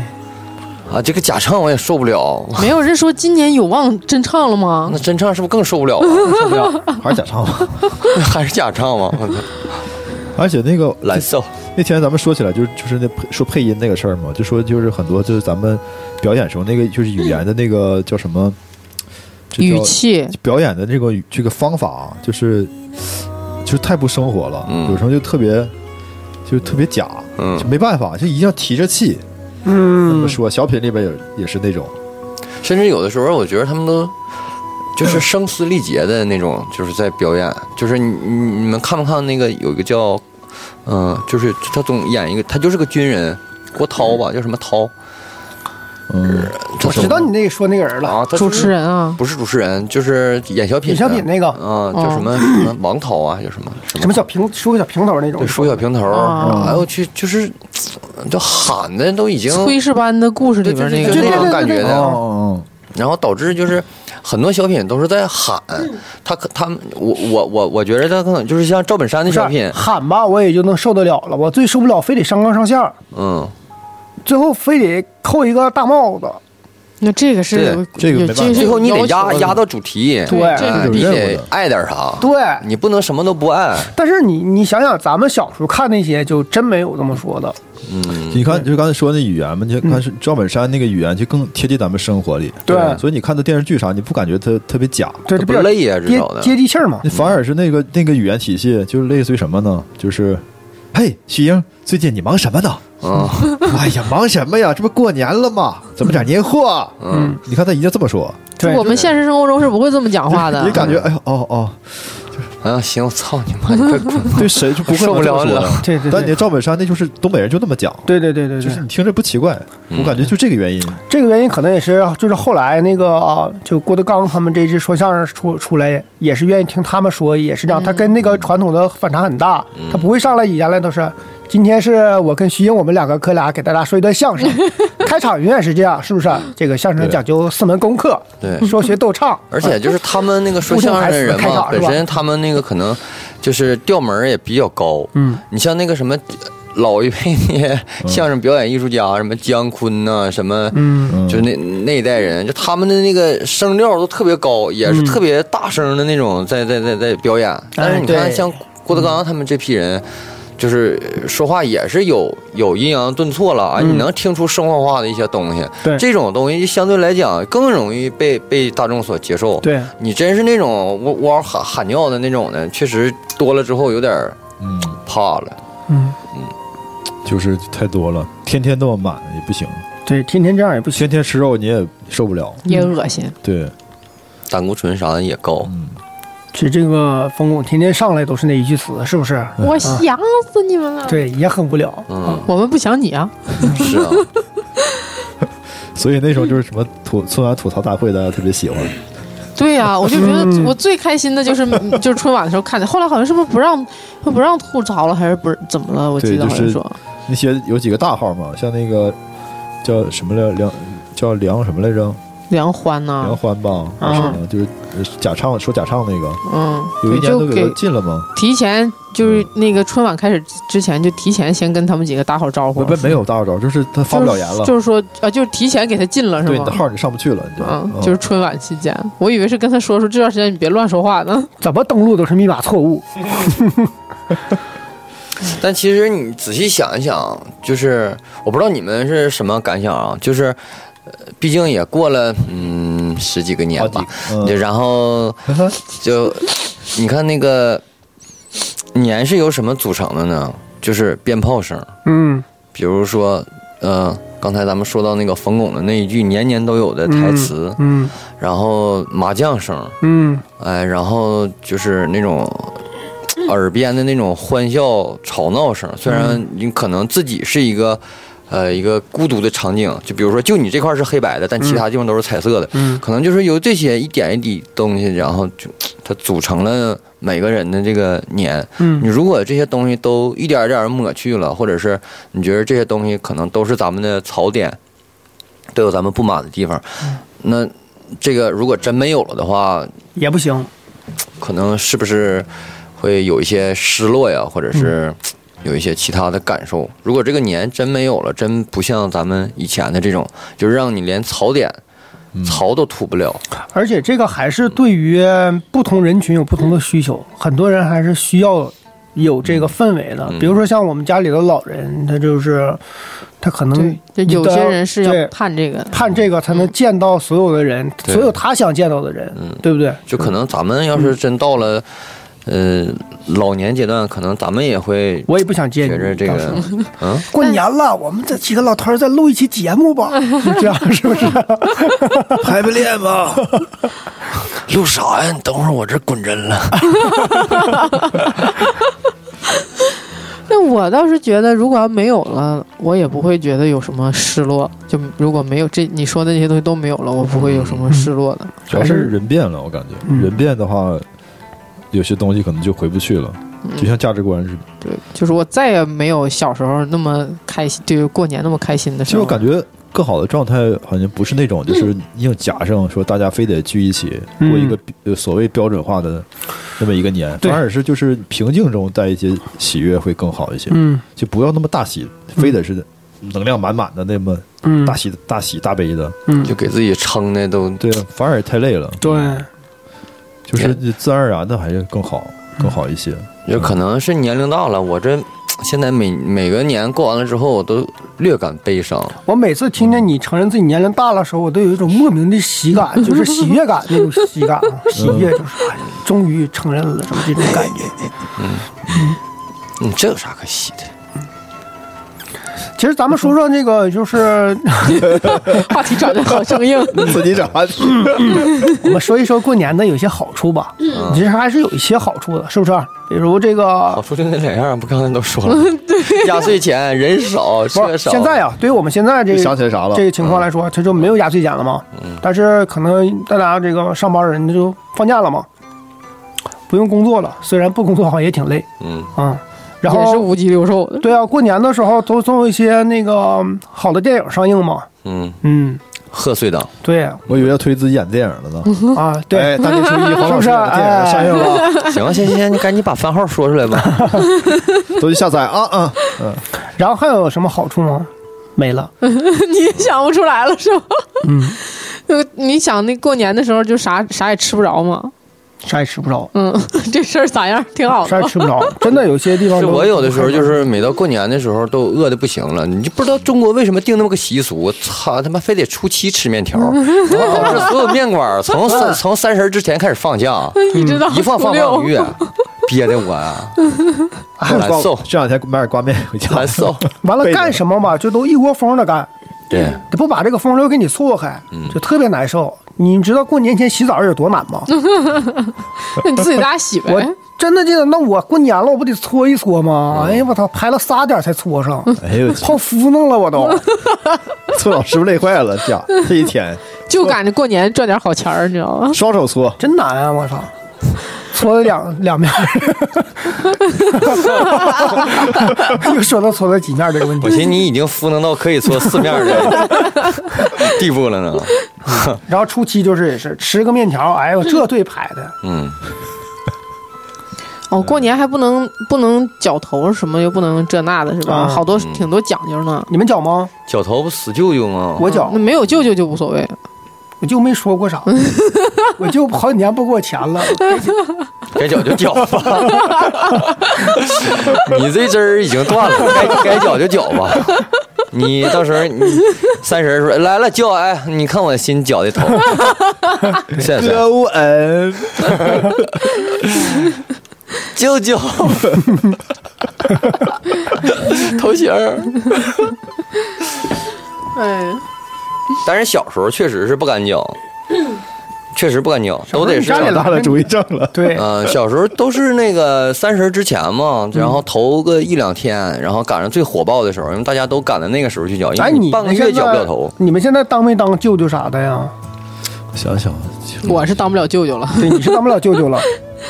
S3: 啊，这个假唱我也受不了，
S2: 没有人说今年有望真唱了吗
S3: 那？真唱是不是更受不
S4: *laughs*
S3: 了啊？
S4: *laughs* 受不了。
S1: 还是假唱吧。
S3: 还是假唱吗？ *laughs* 我操
S1: 而且那个
S3: 难受，
S1: 那天咱们说起来，就是就是那配说配音那个事儿嘛，就说就是很多就是咱们表演时候那个就是语言的那个叫什么，这叫
S2: 语气，
S1: 表演的这个语这个方法啊，就是就是太不生活了，
S3: 嗯
S1: 有时候就特别就特别假，
S3: 嗯
S1: 就没办法，就一定要提着气。这么
S4: 嗯，
S1: 说小品里边也也是那种，
S3: 甚至有的时候我觉得他们都
S4: *laughs*
S3: 就是声嘶力竭的那种，就是在表演，就是你你你们看没看那个有一个叫嗯、就是他总演一个，他就是个军人，郭涛吧，叫什么涛？呃
S1: 嗯，
S3: 他
S4: 我知道你那个说那个人了，
S3: 啊，他
S2: 主持人啊，
S3: 不是主持人，就是演小品
S4: 演小
S3: 的，
S4: 品那个哦
S3: 啊，叫
S4: *laughs*
S3: 什么什么王涛啊，叫什么什
S4: 什么哦小平梳个小平头那种
S3: 对，，梳小平头
S2: 啊
S3: 儿，哎呦我去，就是就喊的都已经，
S2: 炊事班的故事里边那
S3: 就
S4: 对
S2: 个
S4: 对
S3: 那
S4: 对
S3: 种感觉
S4: 对对
S3: 的，
S1: 哦，
S3: 然后导致就是很多小品都是在喊，
S2: 嗯
S3: 他可他们我我我我觉得他可能就是像赵本山的
S4: 不是
S3: 小品，
S4: 喊吧，我也就能受得了了。我最受不了，非得上纲上线儿，
S3: 嗯，
S4: 最后非得扣一个大帽子，
S2: 那这个是
S3: 对
S2: 有
S1: 这个没办法
S2: 有
S3: 最后你得压
S2: 要求的
S3: 压到主题，
S4: 对
S2: 对，
S4: 这
S2: 这
S3: 哎
S2: 是
S1: 有
S3: 你
S1: 任务
S3: 得
S1: 的
S3: 爱点啥，
S4: 对，
S3: 你不能什么都不爱。
S4: 但是你你想想，咱们小时候看那些，就真没有这么说的。
S3: 嗯，
S1: 你看，就刚才说那语言嘛，你看是赵本山那个语言就更贴近咱们生活里。
S4: 对
S1: 所以你看他电视剧啥，你不感觉他特别假，
S4: 对，这
S3: 这
S4: 比
S3: 不
S4: 较
S3: 累呀，至
S4: 接
S3: 少的。
S4: 接地气儿嘛
S1: 那。反而是那个那个语言体系，就是类似于什么呢？就是，嘿，徐英，最近你忙什么呢？ *laughs*
S2: *laughs*
S3: 嗯
S1: 哎呀，忙什么呀？这不过年了吗？怎么点年货？
S3: 嗯，
S1: 你看他一定这么说，
S4: 对，
S2: 我们现实生活中是不会这么讲话的。
S1: 你感觉哎呦哦哦，
S3: 啊，行，我操你妈，你快滚！
S1: 对谁就不会
S3: 受不了
S1: 这么说
S3: 了
S1: 的。
S4: 对对
S1: 但你
S4: 对
S1: 赵本山那就是东北人就那么讲，
S4: 对对对对
S1: 就是
S4: 对，
S1: 你听着不奇怪，
S3: 嗯
S1: 我感觉就这个原因。
S4: 这个原因可能也是，就是后来那个啊，就郭德纲他们这支说相声出出来，也是愿意听他们说，也是这样。他跟那
S3: 嗯
S4: 个传统的反差很大，他不会上来以前来都是，今天是我跟徐英我们两个哥俩给大家说一段相
S3: *laughs*
S4: 声，开场永远是这样，是不是？这个相声
S1: 对
S4: 讲究四门功课，
S3: 对
S4: 说学逗唱，
S2: *laughs*
S3: 而且就是他们那个说相声的人嘛，本身他们那个可能就是调门儿也比较高。
S4: 嗯，
S3: 你像那个什么老一辈那些相声表演艺术家，什么姜昆呐、什么，
S4: 嗯，
S1: 嗯
S3: 就那那一代人，就他们的那个声调都特别高，也
S4: 嗯
S3: 是特别大声的那种在在在在表演。但是你看
S4: 哎对嗯
S3: 像郭德纲他们这批人。就是说话也是有有阴阳顿挫了啊，
S4: 嗯
S3: 你能听出生活化的一些东西。
S4: 对
S3: 这种东西就相对来讲更容易被被大众所接受。
S4: 对，
S3: 你真是那种我我喊喊尿的那种呢，确实多了之后有点儿
S1: 嗯，
S3: 怕了。
S4: 嗯，
S1: 就是太多了，天天那么满也不行，
S4: 对，天天这样也不行。
S1: 天天吃肉你也受不了。
S2: 也恶心，
S1: 对，
S3: 胆固醇啥的也
S4: *laughs*
S3: 高，
S1: 嗯，
S4: 这这个冯巩天天上来都是那一句词，是不是？
S2: 我想死你们了。
S4: 对，也很无聊。
S3: 嗯，
S2: 我们不想你啊，
S3: 是啊，
S1: 所以那时候就是什么吐春晚吐槽大会，大家特别喜欢。
S2: 对呀、我就觉得
S4: 嗯
S2: 我最开心的就是就是春晚的时候看的，后来好像是不是不让不让吐槽了，还是不怎么了？我记
S1: 对
S2: 得
S1: 就
S2: 好像
S1: 是
S2: 说，
S1: 那些有几个大号嘛，像那个叫什么来梁，叫梁什么来着？
S2: 梁欢呐、
S1: 梁欢吧，还
S2: 啊
S1: 是什么？就是呃假唱说假唱那个，
S2: 嗯，
S1: 有一
S2: 对，
S1: 年都
S2: 就
S1: 给
S2: 给
S1: 他禁了吗？
S2: 提前就是那个春晚开始之前就提前先跟他们几个打好招呼
S1: 不，不没有大号招，就是他发不了言了，
S2: 就是说啊，就是提前给他禁了是
S1: 对你
S2: 吗
S1: 的？号你上不去了，你就
S2: 嗯，
S1: 嗯
S2: 就是春晚期间，我以为是跟他说说这段时间你别乱说话呢。
S4: 怎么登录都是密码错误。
S3: 但其实你仔细想一想，就是我不知道你们是什么感想啊，就是，呃毕竟也过了嗯十几个年
S1: 好几
S3: 吧，
S1: 嗯
S3: 就然后就你看那个年是由什么组成的呢？就是鞭炮声，
S4: 嗯，
S3: 比如说，呃，刚才咱们说到那个冯巩的那一句年年都有的台词，
S4: 嗯
S3: 然后麻将声，
S4: 嗯
S3: 哎，然后就是那
S4: *clears throat*
S3: 种呃耳边的那种欢笑吵闹声。虽
S4: 嗯
S3: 然你可能自己是一个，呃，一个孤独的场景，就比如说就你这块是黑白的，但其他地方都是彩色的，
S4: 嗯
S3: 可能就是由这些一点一滴东西，然后就它组成了每个人的这个年。你
S4: 嗯
S3: 如果这些东西都一点儿一点儿抹去了，或者是你觉得这些东西可能都是咱们的槽点，都有咱们不满的地方，
S4: 嗯
S3: 那这个如果真没有了的话，
S4: 也不行。
S3: 可能是不是会有一些失落呀，或者
S4: 嗯
S3: 是有一些其他的感受？如果这个年真没有了，真不像咱们以前的这种，就是让你连槽点。
S4: 嗯
S3: 槽都吐不了，
S4: 而且这个还是对于不同人群有不同的需求，很多人还是需要有这个氛围的。
S3: 嗯
S4: 比如说像我们家里的老人，他就是他可能
S2: 对，
S4: 嗯你
S2: 有
S4: 的
S2: 些人是要
S4: 对
S2: 盼这个，
S4: 盼这个才能见到所有的人，
S3: 嗯对嗯
S4: 所有他想见到的人，对不对？
S3: 就可能咱们要是真到了，呃，老年阶段，可能咱们也会
S4: 我也不想见
S3: 觉着
S4: 你。
S3: 这
S4: 当时
S3: 个，嗯，
S4: 过年了，我们这几个老头儿再录一期节目吧，就这样是不是？
S3: 还不练 *laughs* 吗？录啥呀？你哎等会儿我这滚针了。
S2: 那我倒是觉得，如果要没有了，我也不会觉得有什么失落。就如果没有这你说的那些东西都没有了，我不会有什么失落的。
S1: 主要是人变了，我感觉、
S4: 嗯
S1: 人变的话，有些东西可能就回不去了，
S2: 嗯
S1: 就像价值观是。
S2: 对，就是我再也没有小时候那么开心，就是过年那么开心的
S1: 其
S2: 时
S1: 实
S2: 候。
S1: 我感觉更好的状态好像不是那种就是硬夹上说大家非得聚一起
S4: 嗯
S1: 过一个呃所谓标准化的那么一个年，
S4: 对
S1: 反而是就是平静中带一些喜悦会更好一些，
S4: 嗯，
S1: 就不要那么大喜，非得是能量满满的那么
S4: 嗯
S1: 大喜大喜大悲的，
S4: 嗯
S3: 就给自己撑的都
S1: 对啊，反而太累了，
S4: 对，
S1: 就是自然而然的还是更好
S4: 嗯
S1: 更好一 *laughs* 些。
S3: 也可能是年龄到了，我这现在每每个年过完了之后，我都略感悲伤。
S4: 我每次听见你承认自己年龄大了时候，我都有一种莫名的
S1: *laughs*
S4: 喜感，就是喜悦感那种喜感啊，喜悦就是哎，终于承认了，什么这种感
S1: *laughs*
S4: 觉。
S3: 嗯，这有啥可惜的？
S4: 其实咱们说说那个，就是 *laughs*
S2: 话题转的好生硬。
S1: 自己找话
S4: *laughs*
S1: 题，
S4: 我们说一说过年的有些好处吧。
S1: 嗯
S4: 其实还是有一些好处的，是不是？比如这
S3: 好
S4: 个，
S3: 处就那两样，不刚才都说了吗？嗯压岁钱人少，
S4: 不是
S3: 缺少。
S4: 现在啊，对于我们现在这
S1: 想
S4: 个
S1: 起来啥了嗯
S4: 这？个情况来说，这就没有压岁钱了嘛。但是可能大家这个上班人就放假了嘛，不用工作了。虽然不工作好像也挺累
S3: 嗯，
S4: 啊。然
S2: 也是
S4: 后
S2: 无极六兽的，
S4: 对啊，过年的时候都总有一些那个好的电影上映嘛。
S3: 嗯，
S4: 嗯，
S3: 贺岁档，
S4: 对
S1: 我以为要推自己演电影了
S4: *laughs*
S1: 呢。
S4: 啊，对
S1: 哎，，大年初一黄老师演的电
S4: 哎
S1: 影上映
S3: *laughs*
S1: 了，
S3: 哦行行行行，你赶紧把番号说出来吧。
S1: 都去下载啊 *laughs* 啊！嗯，
S4: 然后还有什么好处吗？没了。
S2: *laughs* 你也想不出来了是吧？
S4: 嗯，
S2: *laughs* 就你想那过年的时候就啥啥也吃不着嘛，
S4: 啥也吃不着，
S2: 嗯， *laughs* 这事儿咋样？挺好
S4: 啥
S2: 的
S4: 也
S2: 吧。
S4: 吃不着。真的有些地方
S3: *laughs* 是
S4: 都
S3: 我有的时候就是每到过年的时候都饿的不行了，你就不知道中国为什么定那么个习俗，我操他妈非得初七吃面条， *laughs* 导致所有面馆儿从三从三十之前开始放假， *laughs*
S2: 你知道
S3: 一放
S2: 初
S3: 放半
S2: 六
S3: 个月，憋得我啊
S1: 哎
S3: 难受
S1: 这两天买点挂面回家，
S3: 难受。
S4: 完了
S1: 背着
S4: 干什么吧，就都一窝蜂的干，
S3: 对，
S4: 得不把这个风流给你错开，
S1: 嗯
S4: 就特别难受。你知道过年前洗澡有多难吗？
S2: 那你自 *laughs* 己在家洗呗
S4: 我。真的记得，那我过年了，我不得搓一搓
S1: 嗯
S4: 吗？哎呀，我操，排了仨点才搓上，
S1: 哎呦，
S4: 泡芙弄了我都。 *laughs*
S1: *laughs* 搓老师傅累坏了，家这一天
S2: 就赶着过年赚点好钱儿，你知道吗？
S1: 双手
S4: *laughs*
S1: 搓，
S4: 真难啊！我操，搓了两两面儿， *laughs* 又说到搓了几面儿这个问
S3: 我
S4: 题。
S3: 寻思你已经敷能到可以搓四面的地步了呢。
S4: 然后初七就是也是吃个面条，哎呦，这对排的，
S3: 嗯，
S2: 哦，过年还不能不能绞头什么，又不能这那的，是吧？
S4: 啊
S2: 好多挺多讲究呢。
S4: 你们讲吗？
S3: 脚头不死啊舅舅吗？
S4: 我讲
S2: 那，没有舅舅就无所谓，
S4: 我就没说过啥，我就好几年不给我钱了。
S3: 嗯该脚就脚吧，你这针儿已经断了，该该脚就脚吧。你到时候你三十说来了舅，哎，你看我新绞的头，现在
S1: 歌恩，
S3: 舅舅，头型儿。
S2: 哎，
S3: 但是小时候确实是不敢绞，确实不敢绞，都得是
S4: 小时候你家里
S1: 长大了主意正了，
S4: 对，
S3: 嗯，小时候都是那个三十之前嘛，然
S4: 嗯
S3: 后头个一两天，然后赶上最火爆的时候，因为大家都赶在那个时候去绞，因
S4: 哎，
S3: 为
S4: 你
S3: 半个
S4: 们
S3: 月
S4: 现
S3: 绞
S4: 在
S3: 不了头。
S4: 你们现在当没当舅舅啥的呀？
S1: 想想，
S2: 我是当不了舅舅了。
S4: 对，你是当不了舅舅了。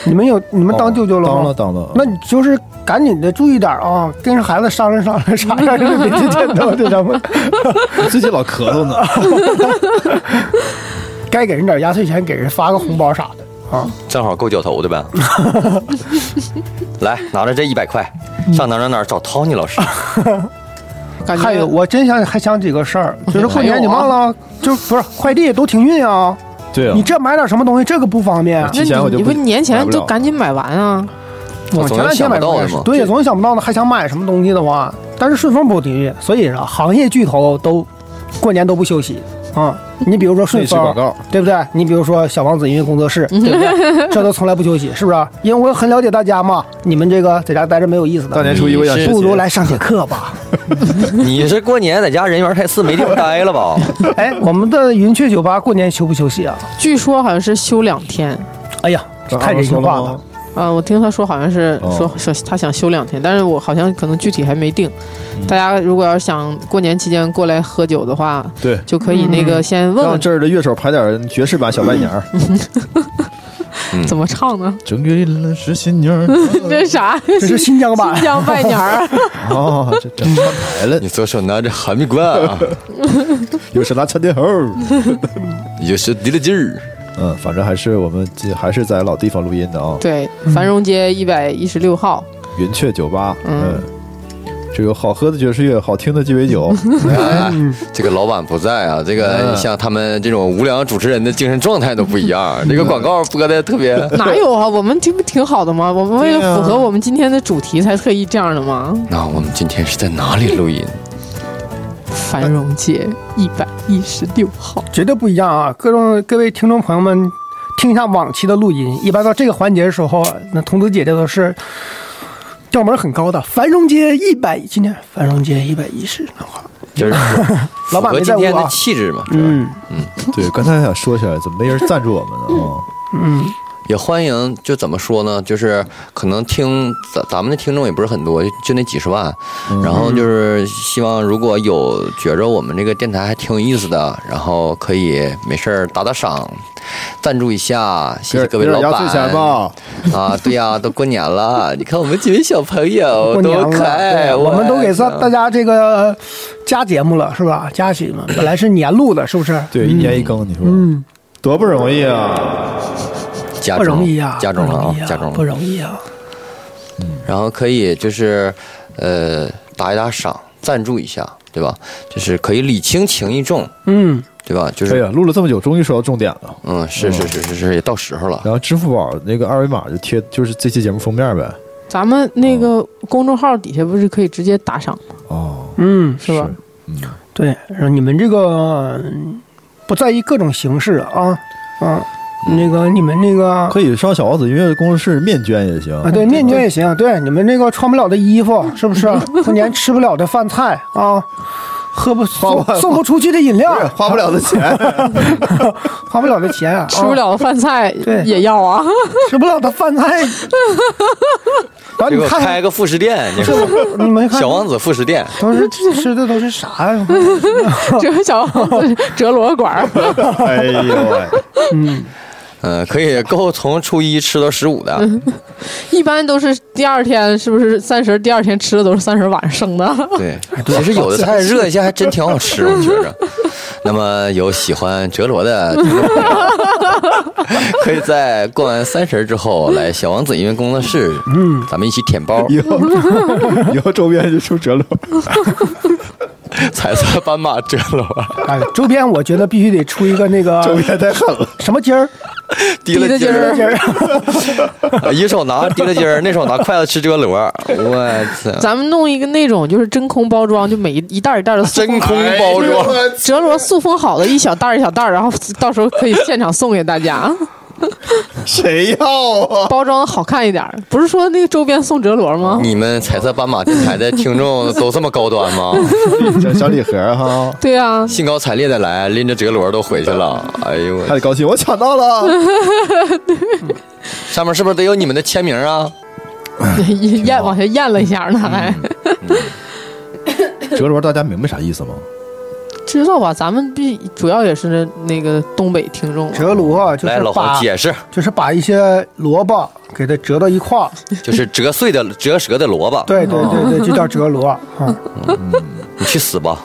S4: 你们有你们
S3: 哦
S4: 当舅舅了吗？
S1: 当了当了，
S4: 那你就是赶紧的注意点儿啊，跟孩子商量商量啥样的每
S3: *laughs*
S4: 天见到这什么，
S1: *laughs* 我最近老咳嗽呢，
S4: 该给人点压岁钱，给人发个红包啥的啊。
S3: 正好够绞头
S4: *laughs*
S3: 的呗。来，拿着这一百块，
S4: 嗯
S3: 上哪儿哪儿哪儿找 Tony 老师。 *laughs*
S2: 感觉
S4: 还有，我真想还想起个事儿，就是过年
S2: 还有
S4: 你
S2: 啊
S4: 忘了，就不是快递都停运啊，
S1: 对啊
S4: 你，这买点什么东西这个不方便。
S2: 那
S1: 提前我
S2: 你
S1: 就
S2: 你
S1: 不
S2: 不年
S1: 买
S2: 前
S1: 不
S2: 就
S1: 了
S2: 赶紧买完啊？
S4: 我前两天买过也是
S3: 总有想不到的
S4: 对，
S3: 嘛
S4: 总有想不到的，还想买什么东西的话，但是顺丰不停运，所以啊，行业巨头都过年都不休息啊。你比如说顺
S1: 内置
S4: 丰
S1: 广，告，
S4: 对不对？你比如说小王子音乐工作室，
S2: 嗯 *laughs*
S4: 对不对？这都从来不休息，是不是？因为我很了解大家嘛，你们这个在家待着没有意思的，
S1: 大年初一我想学习
S4: 不如来上节课吧。
S3: 你是过年在家人缘太次，没地方待
S4: *laughs*
S3: 了吧？
S4: 哎，我们的云雀酒吧过年休不休息啊？
S2: 据说好像是休两天。
S4: 哎呀，这太人性化了。
S2: 啊，我听他说好像是
S1: 哦
S2: 说说他想休两天，但是我好像可能具体还没定。大家如果要是想过年期间过来喝酒的话，
S1: 对，
S2: 就可以那个先问
S1: 让
S2: 问
S1: 这儿的乐手排点爵士版小白娘，
S2: 怎么唱呢？
S1: 嗯正月了是新娘 *laughs* 儿
S2: 这是啥？
S4: 这是新疆版
S2: 新疆拜年儿，
S1: 啊，这这串台了，
S3: 你左手拿着哈密瓜，
S1: 又是拿窜天猴儿，
S4: 嗯
S3: 右手提了劲儿。
S1: 嗯，反正还是我们这还是在老地方录音的啊，
S2: 对，繁荣街一百一十六号，
S1: 云雀酒吧，
S2: 嗯
S1: 嗯，这个好喝的爵士乐，好听的鸡尾
S4: *laughs*
S1: 酒，
S3: 哎， *laughs* 这个老板不在啊，这
S4: 嗯
S3: 个像他们这种无良主持人的精神状态都不
S4: 嗯
S3: 一样。这个广告播的特别，
S2: 哪有啊？我们这不挺好的吗？我们为了符合我们今天的主题才特意这样的吗？
S3: *laughs* 那我们今天是在哪里录音？
S2: 繁荣街一百一十六号，
S4: 绝对不一样啊！各种各位听众朋友们，听一下往期的录音，一般到这个环节的时候，那童子姐姐都是调门很高的。繁荣街一百，今天繁荣街一百一十，
S3: 就是
S4: *laughs* 老
S3: 符
S4: 板
S3: 合
S4: 没
S3: 今
S4: 在
S3: 天
S4: 屋
S3: 的
S4: 啊。
S3: 气质嘛，是吧？
S4: 嗯
S1: *laughs* 对，刚才想说起来，怎么没人赞助我们呢？
S3: *laughs*
S1: 啊，
S4: 嗯，
S3: 也欢迎，就怎么说呢？就是可能听咱咱们的听众也不是很多，就就那几十万。
S4: 嗯
S3: 然后就是希望，如果有觉着我们这个电台还挺有意思的，然后可以没事儿打打赏，赞助一下，谢谢各位
S1: 给
S3: 老
S1: 点压
S3: 板
S1: 岁钱吧，
S3: *laughs* 啊！对呀、都过年了，你看我们几位小朋友
S4: 过年
S3: 多
S4: 了，
S3: 可爱，
S4: 对我们都给大
S3: 大
S4: 大家这个加节目了，是吧？加节目，本来是年录的，是不是？
S1: 对，一年一更，你说
S4: 嗯，
S1: 多不容易啊！
S3: 家
S4: 不容易啊，
S3: 家中了
S4: 不
S3: 啊
S4: 容易，啊
S3: 家中
S4: 不
S3: 了。
S4: 容易啊。
S3: 然后可以就是呃打一打赏，赞助一下，对吧？就是可以理清情意重。
S4: 嗯，
S3: 对吧？就
S1: 哎
S3: 是，
S1: 呀，录了这么久，终于说到重点了。
S3: 嗯，是是是是是，也到时候
S4: 嗯
S3: 了。
S1: 然后支付宝那个二维码就贴，就是这期节目封面呗。
S2: 咱们那个公众号底下不是可以直接打赏吗？
S1: 哦，
S4: 嗯，
S2: 是吧？
S4: 对，然后你们这个嗯不在意各种形式啊，啊，那个你们那个
S1: 可以上小王子音乐工作室面捐也行
S4: 啊，对，面具也行，对，你们那个穿不了的衣服是不是？过年吃不了的饭菜啊，喝不送送不出去的饮料
S1: 不，是哎花不了的钱，
S4: 花不了的钱，啊
S2: 吃不了的饭菜
S4: 对
S2: 也要啊！
S4: 吃不了的饭菜，然后你
S3: 结果
S4: 看
S3: 开
S4: 看
S3: 个副食店，你说
S4: 你们看
S3: 小王子副食店，
S4: 都是吃的都是啥呀？
S2: *laughs* 折小王子折罗管 *laughs* 儿，
S1: *laughs* 哎呦喂，
S3: 嗯，可以够从初一吃到十五的，
S2: 一般都是第二天，是不是三十？第二天吃的都是三十晚上剩的。
S3: 哎对，其实有的菜热一下还真挺好吃，我觉着。那么有喜欢折罗的听众朋友，可以在过完三十之后来小王子音乐工作室，嗯，咱们一起舔包，
S1: 以
S3: *laughs*
S1: 后以后周边就出折罗，
S3: 彩色斑马折罗，
S4: 哎，周边我觉得必须得出一个那
S3: 啊
S1: 周
S4: 个
S1: 边太狠了。
S4: 什么筋儿，
S3: 滴了
S2: 滴
S3: 筋
S2: 了
S3: 儿呃
S2: 筋
S4: 筋儿，啊
S3: 一手拿提了筋儿，那手拿筷子吃折罗，我操，
S2: *laughs* 咱们弄一个那种就是真空包装，就每一一袋儿一袋儿的塑
S3: 真空 *laughs* 包装。
S2: 折罗塑封好的一小袋儿一小袋儿，然后到时候可以现场送给大
S3: *laughs*
S2: 家，
S1: 谁要啊？ *laughs*
S2: 包装的好看一点儿。不是说那个周边送折罗吗？
S3: 你们彩色斑马电台的听众都这么高端吗？
S1: 小小礼盒哈，
S2: 对
S3: *laughs*
S2: 啊，
S3: 兴高采烈的来，拎着折箩都回去了。哎呦
S1: 还
S3: 我，
S1: 得高兴，我抢到了，
S3: 上面是不是得有你们的签名啊？
S2: 验往下验了一下呢，还
S3: 嗯
S2: *laughs*
S1: 折罗大家明白啥意思吗？
S2: 知道吧？咱们必主要也是那个东北听众，
S4: 折罗啊就
S3: 来，
S4: 是
S3: 老
S4: 把
S3: 黄解释，
S4: 就是把一些萝卜给它折到一块儿，
S3: 就是折碎的、折折的萝卜。
S4: 对对对对，就叫折 *laughs* 萝啊。
S3: 你去死吧！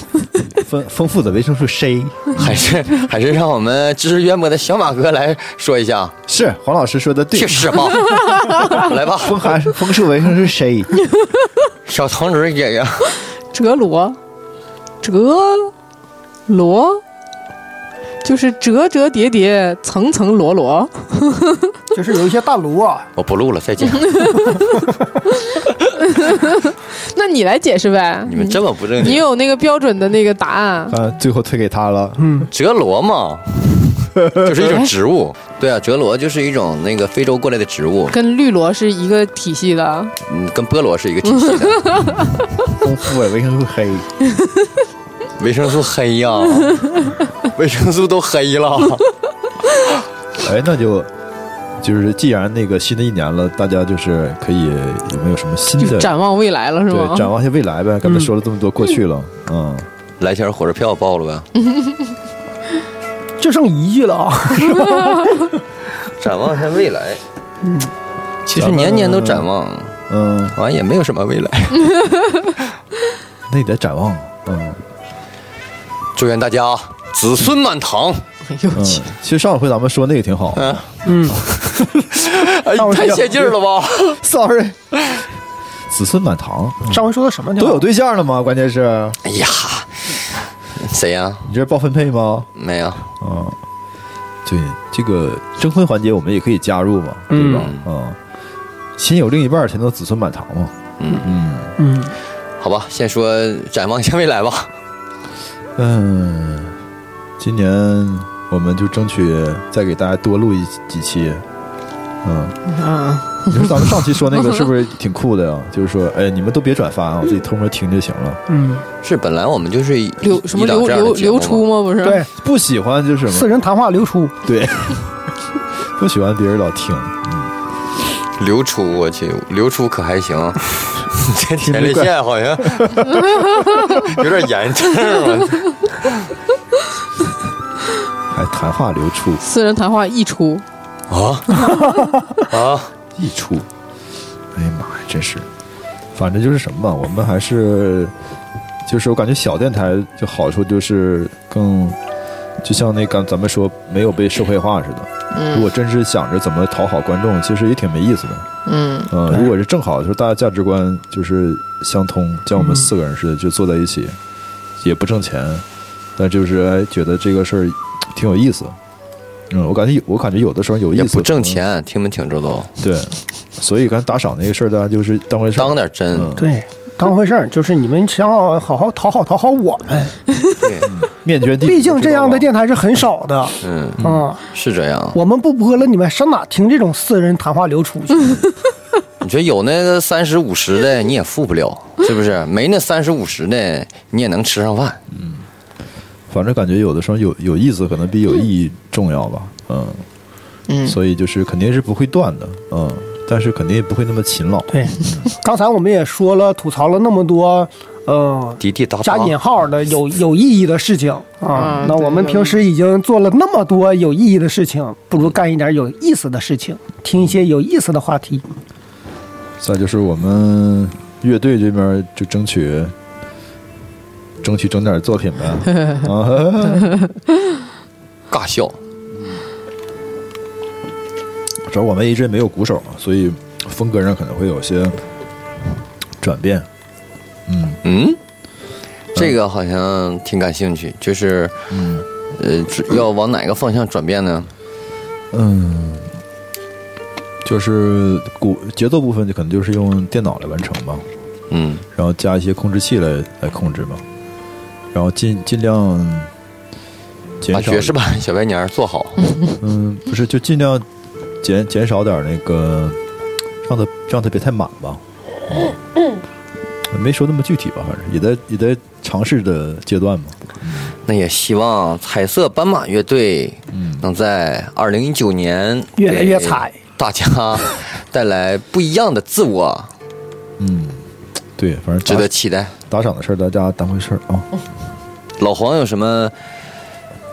S3: *laughs*
S1: 丰丰富的维生素 C
S3: 还是还是让我们知识渊博的小马哥来说一下，
S1: 是黄老师说的对
S3: 去，死 *laughs* 吧！来吧，
S1: 丰含丰富维生素 C，
S3: 小糖驴姐姐，
S2: 折罗，折罗，就是折折叠叠，层层摞摞。
S4: 就是有一些大萝啊，
S3: 我不录了，再见。
S2: 那你来解释呗，
S3: 你们这么不正
S2: 你
S3: 经，
S2: 有那个标准的那个答案。
S1: *laughs* 啊，最后推给他了。
S3: 折罗 *laughs* 嘛，就是一种植物。对啊，折罗就是一种那个非洲过来的植物，
S2: 跟绿萝是一个体系的，
S3: 嗯，跟菠萝是一个体 *laughs* 系的。
S1: 丰富的维生素黑，
S3: 维生素黑 *laughs* 呀、维生素都黑了。
S1: *laughs* 哎，那就就是既然那个新的一年了，大家就是可以有没有什么新
S2: 就
S1: 的
S2: 展望未来了，是吗
S1: 对？
S2: *laughs*
S1: 展望一下未来呗？刚才说了这么多过去了，嗯，
S3: 来钱火车票报了呗，
S4: 就剩一句了啊。
S3: 展望一下未来。嗯，其实年年都展望，
S1: 嗯，
S3: 好像也没有什么未来。
S1: 那也得展望，嗯
S3: 祝愿大家子孙满堂。
S2: 哎呦我
S1: 嗯
S2: 去，。
S1: 其实上回咱们说那个挺 *laughs* 好
S3: 嗯
S4: 嗯，
S3: 哎
S4: 那我，
S3: 太泄劲儿了吧？
S1: ，sorry，子孙满堂，
S4: *laughs*
S3: 嗯
S4: 上嗯回说的什么？
S1: 都有对象了吗？关键是
S3: 哎呀，谁呀、
S1: 你这是报分配吗？
S3: 没有，
S1: 啊，对，这个征婚环节我们也可以加入嘛，对吧？啊，先有另一半才能子孙满堂嘛。
S3: 嗯
S1: 嗯
S4: 嗯，
S3: 好吧，先说展望一下未来吧。
S1: 嗯，今年我们就争取再给大家多录一几期。嗯，
S2: 啊，
S1: 你说咱们上期说那个是不是挺酷的呀？就是说，哎，你们都别转发啊，我自己偷摸听就行了。
S4: 嗯，
S3: 是本来我们就是一
S2: 流什么
S3: 一档
S2: 流
S3: 这样的
S2: 流
S3: 节目
S2: 流出
S3: 嘛
S2: 吗？不是，
S4: 对，
S1: 不喜欢就是什
S4: 嗯四
S1: 么？
S4: 人谈话流出，
S1: 对， *laughs* 不喜欢别人老听，
S3: 流出，我去，流出可还行？这
S1: 听
S3: 前
S1: 着
S3: 列
S1: 怪
S3: 腺好像有点炎症了。
S1: 还谈话流出
S2: 私人谈话一出，
S3: 啊啊！
S1: 溢出。哎呀妈呀，真是，反正就是什么吧，我们还是，就是我感觉小电台就好处就是更，就像那刚咱们说没有被社会化似的。如
S2: 嗯
S1: 果真是想着怎么讨好观众，其实也挺没意思的。
S2: 嗯
S1: 嗯，
S4: 对
S1: 如果是正好就是大家价值观就是相通，像我们
S4: 嗯
S1: 四个人似的，就坐在一起，也不挣钱，但就是哎觉得这个事儿挺有意思。嗯，我感觉有我感觉有的时候有意
S3: 也
S1: 思，
S3: 不挣，钱，听没听周总？
S1: 对，所以刚才打赏那个事儿，大家就是当回事儿。
S3: 当点真，
S1: 嗯
S4: 对，当回事儿，就是你们想好好好讨好讨好我们，
S3: 对，
S1: 面捐地，
S4: 毕竟这样的
S1: 电，
S4: 电台是很少的，
S3: 嗯，
S4: 嗯，
S3: 是这样。
S4: 我们不播了，你们上哪听这种四人谈话流出 *laughs* 去？
S3: 你说有那个三十五十的，你也富不了，是不是？没那三十五十的，你也能吃上饭。
S1: 反正感觉有的时候有有意思，可能比有意义重要吧。嗯，
S2: 嗯，
S1: 所以就是肯定是不会断的，嗯，但是肯定也不会那么勤劳。
S4: 对，刚才我们也说了，吐槽了那么多，呃，
S3: 滴滴答答
S4: 加，引号的有有意义的事情啊
S2: 嗯。
S4: 那我们平时已经做了那么多有意义的事情，不如干一点有意思的事情，听一些有意思的话题。
S1: 再就是我们乐队这边就争取争取整点作品呗。啊，
S3: 尬笑。
S1: 主要我们一直也没有鼓手嘛，所以风格上可能会有些转变。嗯
S3: 嗯，这个好像挺感兴趣，就是，
S1: 嗯
S3: 呃，只要往哪个方向转变呢？
S1: 嗯，就是鼓节奏部分就可能就是用电脑来完成吧，
S3: 嗯，
S1: 然后加一些控制器来来控制吧，然后尽尽量减
S3: 把
S1: 少
S3: 爵士版小白娘做好。
S1: 嗯，不是，就尽量减减少点儿那个，让它让它别太满吧。嗯，没说那么具体吧，反正也在也在尝试的阶段嘛。
S3: 那也希望彩色斑马乐队
S1: 嗯
S3: 能在二零一九年
S4: 越来越彩，
S3: 大家 *laughs* 带来不一样的自我，
S1: 嗯，对，反正
S3: 值得
S1: 打
S3: 期待。
S1: 打赏的事儿大家当回事儿啊。
S3: 老黄有什么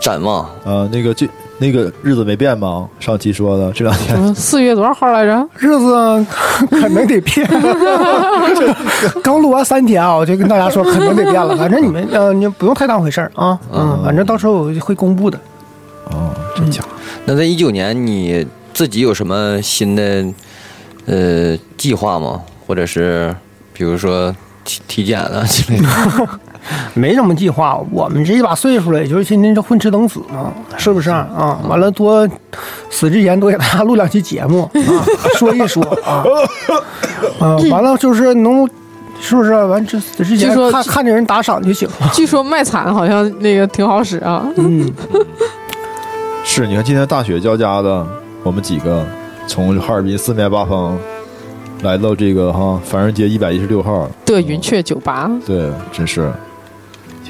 S3: 展望？
S1: 啊，那个这那个日子没变吗？上期说的这两天 *laughs*
S2: 嗯，四月多少号来着？ *laughs*
S4: 日子可能得变， *laughs* 刚录完三天啊，我就跟大家说可能得变了。反正你们呃，你不用太当回事儿啊，嗯，反正到时候我会公布的。
S1: 啊，真假？
S3: 那在一九年你自己有什么新的呃计划吗？或者是比如说体体检啊之类的？
S4: 没什么计划，我们这一把岁数了，也就是天天这混吃等死嘛，是不是啊？啊完了多死之前多给大家录 *laughs* 两期节目啊，说一说啊，啊，完了就是能，是不是？啊完这死之前
S2: 据说
S4: 看看着人打赏就行了。
S2: 据说卖惨好像那个挺好使啊，
S4: 嗯，
S1: 是，你看今天大雪交加的，我们几个从哈尔滨四面八方来到这个哈繁荣街一百一十六号，
S2: 的云雀酒吧，
S1: 对，真是，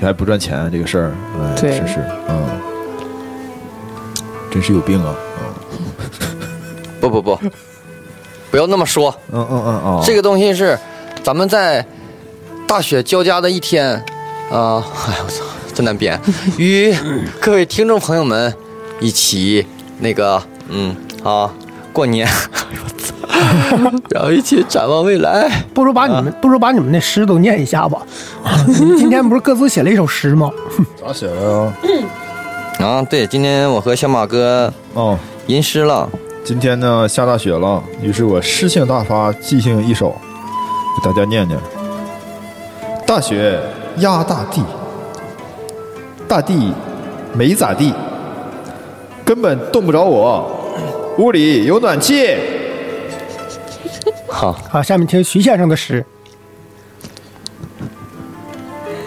S1: 还不赚钱这个事儿，哎，
S2: 对
S1: 真是，嗯，真是有病啊，
S3: *laughs* 不不不，不要那么说。
S1: 嗯嗯嗯嗯，
S3: 这个东西是咱们在大雪交加的一天啊、 *laughs* 哎呀我操，真难编，与各位听众朋友们一起那个嗯啊过年， *laughs* 哎呦我操，然后一起展望未来。
S4: 不如把你们，不如把你们那诗都念一下吧。你们今天不是各自写了一首诗吗？
S1: 咋写的呀？
S3: 啊，对，今天我和小马哥
S1: 哦，
S3: 吟诗了，
S1: 今天呢下大雪了，于是我诗性大发，即兴一首，给大家念念：大雪压大地，大地没咋地，根本冻不着我，屋里有暖气。
S3: 好，
S4: 好，啊下面听徐先生的诗。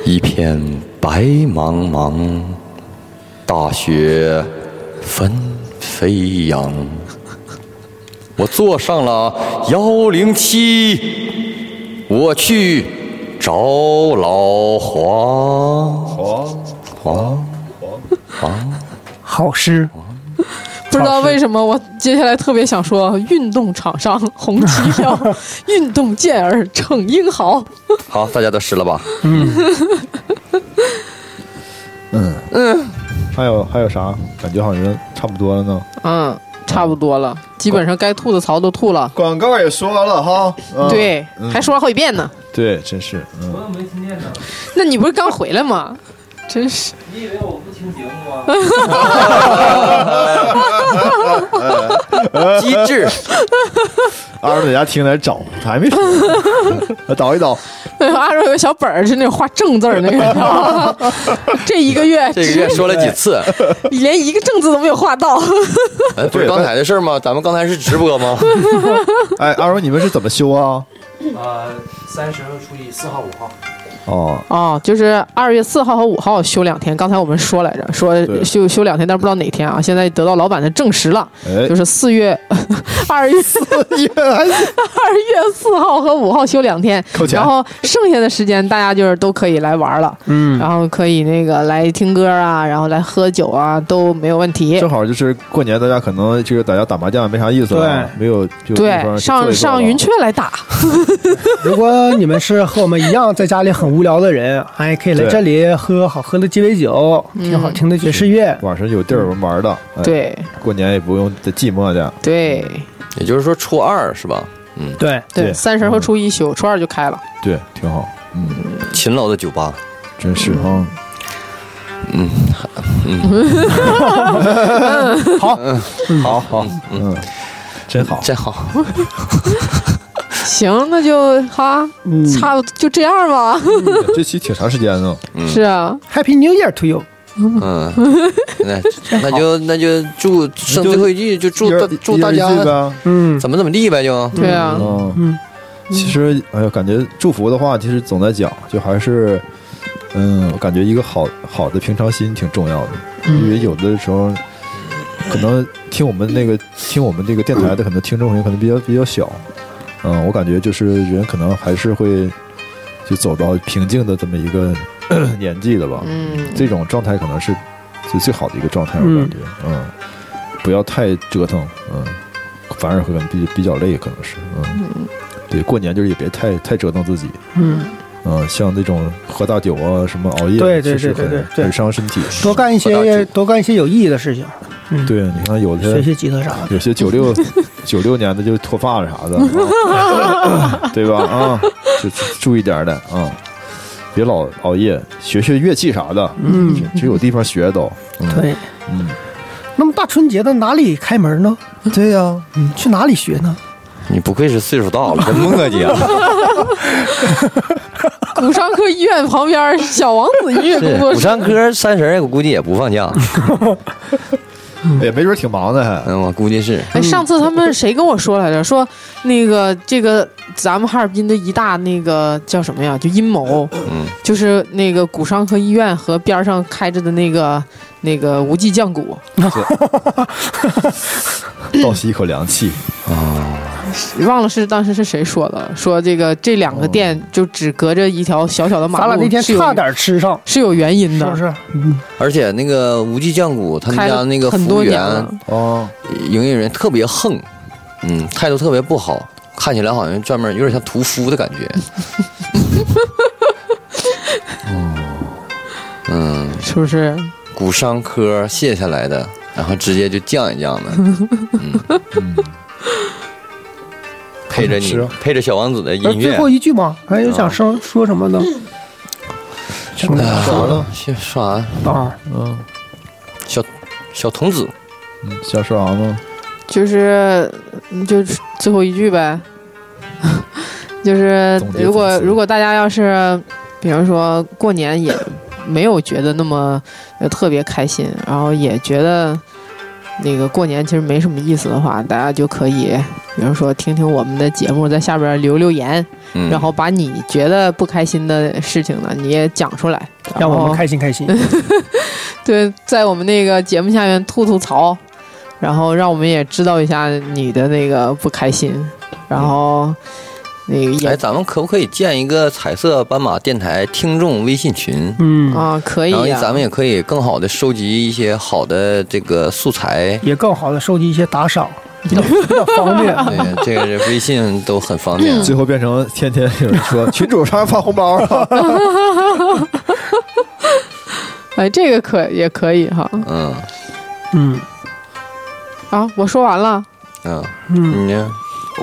S3: 一片白茫茫，大雪纷飞扬。我坐上了幺零七，我去找老黄
S1: 哦，
S3: 黄黄。
S4: 好诗，
S2: 不知道为什么，我接下来特别想说，运动场
S3: *laughs*
S2: 上红旗飘，运动健儿逞英豪。
S3: 好，大家都湿了吧？
S1: 还有还有啥？感觉好像差不多了呢。
S2: 嗯，差不多了，基本上该吐的槽都吐了。
S1: 广告也说完了哈。嗯
S2: 对，还说了好几遍呢。
S1: 对，真是，嗯，
S2: 那你不是刚回来吗？ *laughs* 真是，
S3: 机智，
S1: 阿瑞在家听来找，他还没说呢，嗯 *laughs* 倒一倒。
S2: 哎阿瑞有个小本儿，是那种画正字儿那个你知道
S3: *laughs*
S2: 吗，这一个月
S3: 这个月说了几次？
S2: *laughs* 连一个正字都没有画到。
S3: 哎，不是
S1: 对
S3: 刚才的事儿吗？咱们刚才是直播吗？ *laughs*
S1: 哎，阿瑞，你们是怎么修啊？
S5: 呃，三十号除以四号、五号，
S1: 哦， *laughs*
S2: 哦，就是二月四号和五号休两天。刚才我们说来着，说
S1: 对
S2: 休休两天，但是不知道哪天啊。现在得到老板的证实了，
S1: 哎
S2: 就，是四月二月 *laughs*
S1: 你还
S2: 二月四号和五号休两天
S1: 扣，钱
S2: 然后剩下的时间大家就是都可以来玩了，
S4: 嗯，
S2: 然后可以那个来听歌啊，然后来喝酒啊，都没有问题
S1: 正。好就是过年，大家可能这个大家打麻将没啥意思了，没有就地方坐
S2: 对，上
S1: 一坐了
S2: 上云雀来打，
S4: *laughs* 如果你们是和我们一样在家里很无聊的人，哎，可以来
S1: 对
S4: 这里喝好喝的鸡尾酒，听好听的爵士乐。
S1: 晚上有地儿玩的，哎，
S2: 对
S1: 过年也不用再寂寞去。
S2: 对
S3: 也就是说初二是吧？嗯，
S4: 对，
S1: 对
S2: 对，三十和初一休，初二就开了。
S1: 对，挺好，嗯，
S3: 勤劳的酒吧。
S1: 真是哈。
S3: 好好，嗯，
S1: 嗯，真好。
S3: 真好。
S2: 行，那就哈，
S4: 嗯
S2: 差不多就这样吧。
S1: 这期挺长时间呢，
S2: *laughs* 是啊，
S4: ，Happy New Year to you！
S3: 嗯，那那就那就祝剩最后一句，就祝大
S1: 一人
S3: 祝大
S1: 一
S3: 家
S1: 人一句呗。
S4: 嗯，
S3: 怎么怎么地呗，就
S2: 对啊，
S1: 嗯，
S4: 嗯
S1: 其实哎呀，感觉祝福的话，其实总在讲，就还是，嗯，我感觉一个好好的平常心挺重要的，因为有的时候。可能听我们那个听我们这个电台的可能听众朋友可能比较比较小，嗯，我感觉就是人可能还是会就走到平静的这么一个 *clears throat* 年纪的吧，
S2: 嗯，
S1: 这种状态可能是最最好的一个状态，我
S4: 嗯
S1: 感觉，嗯，不要太折腾，嗯，反而会比比较累，可能是，嗯，对，过年就是也别太太折腾自己，
S4: 嗯，
S1: 嗯，像那种喝大酒啊，什么熬夜，
S4: 对对
S1: 其实
S4: 对对
S1: 很
S4: 对对
S1: 很伤身体。
S4: 多干一
S3: 我
S4: 些
S3: 打
S4: 多干一些有意义的事情，嗯，，
S1: 对，你看有
S4: 学
S1: 些
S4: 学吉他啥的。
S1: 有些九六 *laughs* 九六年的就脱发了啥的，
S4: *laughs*
S1: 对吧？啊，就就注意点儿的啊，别老熬夜，学学乐器啥的，
S4: 嗯，
S1: 这有地方学都。嗯，
S4: 对。
S1: 嗯，
S4: 那么大春节的哪里开门呢？
S1: 对呀、
S4: 嗯，去哪里学呢？
S3: 你不愧是岁数大了，真磨叽啊！
S2: 骨伤科医院旁边小王子音乐工
S3: 是嗯
S2: 作
S3: 武
S2: 室。
S3: 山科三十儿我估计也不放假，
S1: *laughs* 也没准挺忙
S4: *laughs*
S1: 的还。
S3: 嗯，我估计是
S2: 哎，上次他们谁跟我说来着？说那个这个咱们哈尔滨的一大那个叫什么呀？就阴谋，
S3: 嗯，
S2: 就是那个骨伤科医院和边上开着的那个那个无际降谷，
S1: 倒吸一口凉气。
S2: 忘了是当时是谁说的，说这个这两个店就只隔着一条小小的
S4: 咱
S2: 马
S4: 俩
S2: 路，
S4: 那天
S2: 是有
S4: 差点吃上，
S2: 是有原因
S4: 是
S2: 的，
S4: 不是？
S3: 而且那个无忌酱骨他们
S2: 开
S3: 家
S2: 了
S3: 那个
S2: 很
S3: 服务
S2: 多年
S3: 员
S2: 了。
S1: 哦，
S3: 营业人特别横，嗯，态度特别不好，看起来好像专门有点像屠夫的感觉。哦，嗯，
S2: 是不是？
S3: 骨伤科卸下来的，然后直接就降一降
S2: *laughs*
S3: 的，嗯，配着你
S1: 好想吃啊
S3: 配着小王子的
S4: 而
S3: 音
S4: 哎最
S3: 乐
S4: 后，一句嘛，还有想说说什么呢？
S1: 说完了，
S3: 是啥？
S4: 啊，
S1: 嗯，
S3: 小小童子，
S1: 嗯想说啥呢？
S2: *laughs* 就是就是最后一句呗。就是
S1: 总结
S2: 如果
S1: 总结
S2: 如果大家要是，比如说过年也没有觉得那么呃特别开心，然后也觉得那个过年其实没什么意思的话，大家就可以，比如说听听我们的节目，在下边留留言，
S3: 嗯，
S2: 然后把你觉得不开心的事情呢，你也讲出来，
S4: 让我
S2: 然后
S4: 们开心开 *laughs* 心。
S2: 对，在我们那个节目下面吐吐槽，然后让我们也知道一下你的那个不开心，然后那个也
S3: 哎，咱们可不可以建一个彩色斑马电台听众微信群？
S4: 嗯，
S2: 啊可以
S3: 然后
S2: 呀、
S3: 咱们也可以更好的收集一些好的这个素材。
S4: 也更好的收集一些打赏，比较比较方便。
S3: *laughs* 对，这个这微信都很方便。
S2: 嗯
S1: 最后变成天天有人 *laughs* 说群主上发红包啊了，
S2: 哎这个可也可以哈
S3: 嗯
S4: 嗯
S2: 啊我说完了，
S3: 嗯，
S4: 嗯，
S3: 你呢？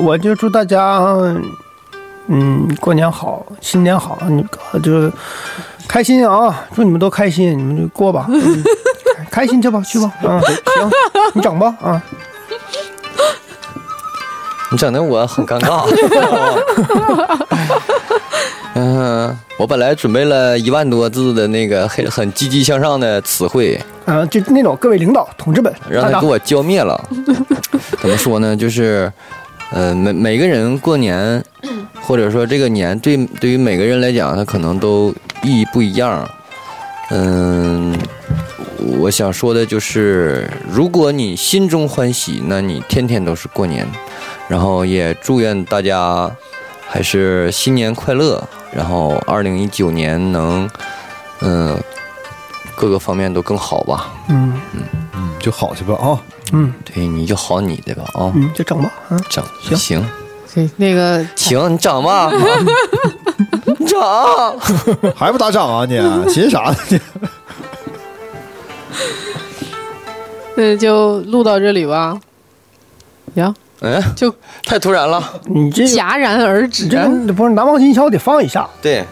S4: 我就祝大家，嗯，过年好，新年好，你呃就是开心啊！祝你们都开心，你们就过吧，嗯开心去吧，去吧，啊，行，你整吧，啊，
S3: 你整的我很尴尬。 *laughs* 嗯，我本来准备了一万多字的那个很很积极向上的词汇，
S4: 啊，就那种各位领导、同志们，
S3: 让
S4: 大
S3: 他
S4: 家
S3: 给我浇灭了。怎么说呢？就是，呃，每每个人过年，或者说这个年对对于每个人来讲，他可能都意义不一样。嗯，我想说的就是，如果你心中欢喜，那你天天都是过年。然后也祝愿大家还是新年快乐，然后二零一九年能，嗯、各个方面都更好吧。
S4: 嗯
S1: 嗯，就好去吧啊！
S4: 嗯
S3: 对，你就好你的吧啊、
S4: 嗯，就整吧，啊，
S3: 整
S4: 行
S3: 行
S2: 对那个
S3: 行，你整吧， *laughs* 你整，
S1: 还不打赏啊你？ *laughs* 寻思啥呢你？
S2: 那就录到这里吧，呀
S3: 嗯，
S2: 就
S3: 太突然了，
S4: 你这个
S2: 戛然而止
S4: 你，这个不是难忘今宵得放一下，
S3: 对，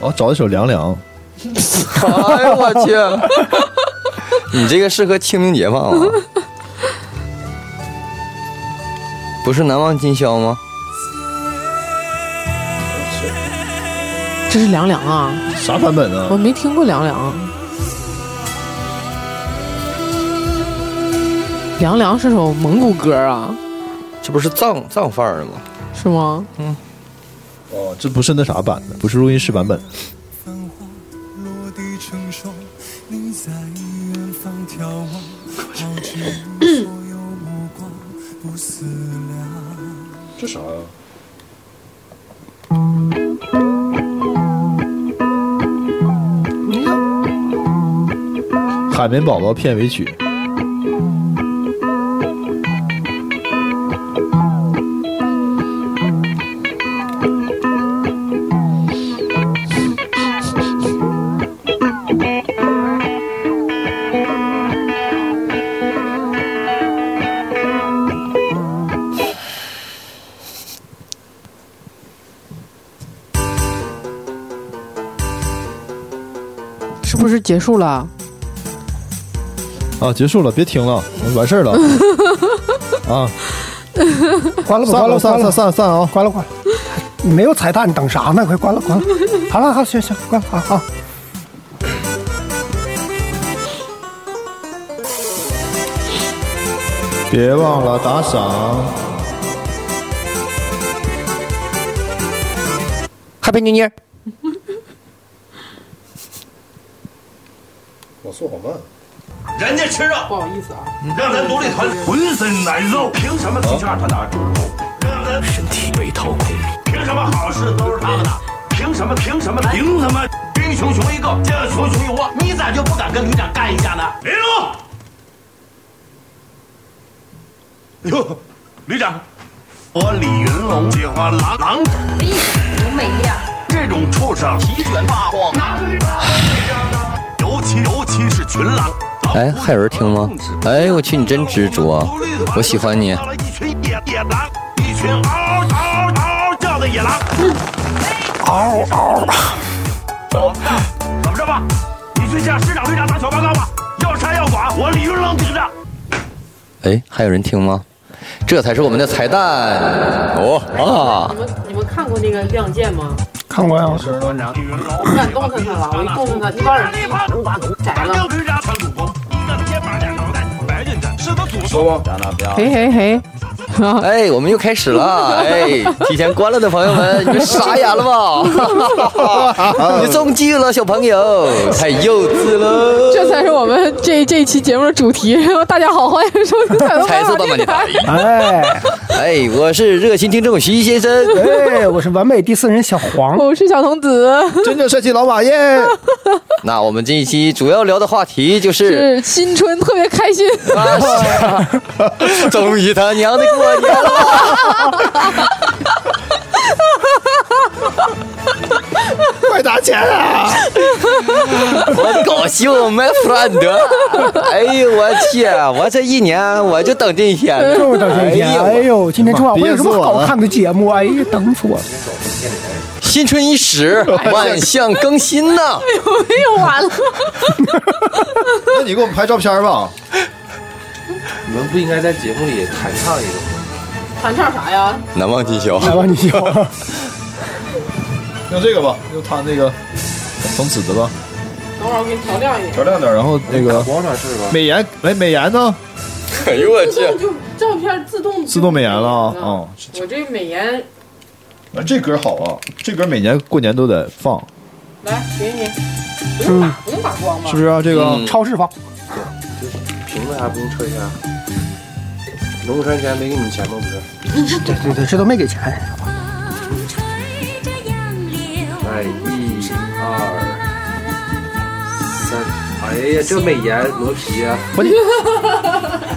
S1: 我哦找一首凉凉，
S3: 哎呦我去， *laughs* 你这个适合清明节放啊吗？不是难忘今宵吗？
S2: 这是凉凉啊，
S1: 啥版本
S2: 我
S1: 啊？
S2: 没听过凉凉。凉凉是首蒙古歌啊，
S3: 这不是藏藏范儿的吗？
S2: 是吗？
S1: 哦，这不是那啥版的，不是录音室版本的。
S6: 泛黄，落地成霜。你在远方眺望，抛弃所有目光，不思量。
S1: 这啥啊呀？海绵宝宝片尾曲，
S2: 是不是结束了？
S1: 啊，结束了，别听了，完事儿了。啊，
S4: 关了
S1: 散
S4: 吧，关
S1: 哦了，
S4: 了，
S1: 散
S4: 关
S1: 了，
S4: 了，
S1: 散了，散了啊！
S4: 关了，关了，你没有彩蛋，你等啥呢？快关了，关了，好了，好，行行，关了啊啊。
S1: 别忘了打赏。 *laughs*
S3: Happy New Year。
S1: 我速好慢。
S7: 人家吃肉，
S2: 不好意思啊。
S7: 让咱独立团浑身难受，凭什么自己让他打主攻？让咱身体被掏空，凭什么好事都是他们的？凭什么？凭什么？凭什么？兵熊熊一个，将熊熊一窝，你咋就不敢跟旅长干一架呢？林龙，哟，旅长，我李云龙喜欢狼狼，
S8: 美呀，
S7: 这种畜生席卷八荒，尤其尤其是群狼。
S3: 哎，还有人听吗？哎我去，你真执着，啊我喜欢你。
S7: 一群野野狼，一群嗷嗷嗷嗷叫的野狼，嗷嗷。走，怎么着吧？你去向师长、队长打小报告吧。要杀要剐，我李云龙顶着。
S3: 哎，还有人听吗？这才是我们的彩蛋哦
S2: 你们你们看过那个亮剑吗？
S4: 看过呀，
S2: 不敢动弹它了，我一动弹它，一把耳机能把摘了。嘿嘿嘿，
S3: 啊！ *laughs* 哎，我们又开始 *laughs* 了，哎，提前关了的朋友们，你们傻眼了吧？ *laughs* 你中计了，小朋友，太幼稚了。
S2: 这才是我 *laughs* 们这这一期节目的主题。大家好，欢迎收听彩色
S3: 彩色斑
S2: 斑马
S3: 马电
S2: 电
S3: 台
S2: 台。，
S4: 哎
S3: 哎，我是热心听众徐先生。 *laughs*
S4: 哎，我是完美第四人小 *laughs* 黄，
S2: 我是小童子，
S1: 真正帅气老马耶！
S3: 那我们这一期主要聊的话题就是，
S2: 是新春特别开心。
S3: 啊是 *laughs* 终于他娘的过年了。
S1: 快打钱 *laughs* 啊！
S3: 我搞笑，my friend！哎 *laughs* 呦我天，我这一年我就等这一天了，
S4: 就是等这一天。哎呦，今天春晚会有什么好看的节目？哎呀，等死我了！
S3: 新春伊始，万象更新呐！
S2: 没有 *laughs* 完了，
S1: 那你给我们拍照片吧。
S5: 你们不应该在节目里弹唱一个吗？
S2: 弹唱啥呀？
S3: 难忘今宵，
S4: 来吧，你笑。
S1: 用这个吧，用他那个松子的吧，
S2: 等会儿我给你调亮一点。
S1: 调亮点，然后那个
S5: 广场是吧？
S1: 美颜，来美颜呢？
S3: 哎呦我去，
S2: 就照片自动
S1: 自动美颜了啊！哦，
S2: 我这美颜，
S1: 那这歌好啊，这歌每年过年都得放，
S2: 来给你，不用打，不用打光吧
S1: 是不是啊？这个
S3: 嗯
S4: 超市放，
S5: 屏幕还不用撤一下？农夫山泉没给你们钱吗？不是？
S4: 对对对，这都没给钱。
S5: 哎，一二三，哎呀，这美颜磨皮啊！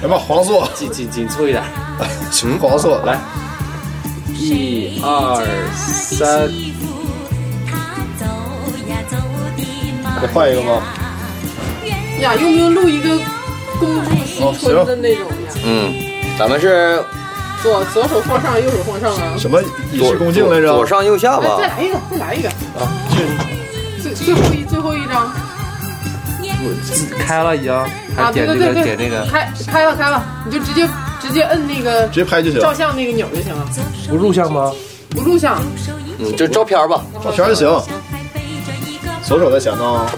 S1: 来吧，黄素，
S5: 紧紧紧凑一点，
S1: 黄素，
S5: 来，一二三，
S1: 再换一个吧。
S2: 呀，用不用录一个恭祝
S1: 哦
S2: 新春的那种呀？
S3: 嗯，咱们是
S2: 左左手放上，右手放上啊！
S1: 什么以
S3: 左
S1: 示恭敬来着？
S3: 左上右下
S2: 来，哎再
S3: 吧，
S2: 来一个，再来一个。
S5: 啊
S2: 最最后一最后一张
S5: 开了已经，
S2: 啊！
S5: 还
S2: 对
S5: 点
S2: 对
S5: 这个
S2: 对对，
S5: 点这个，
S2: 开开了开了，你就直接直接摁那个
S1: 直接拍就行，
S2: 照相那个钮就行了，
S5: 不录像吗？
S2: 不录像。
S3: 嗯，就照片吧，
S1: 照片就行。左手在前头啊，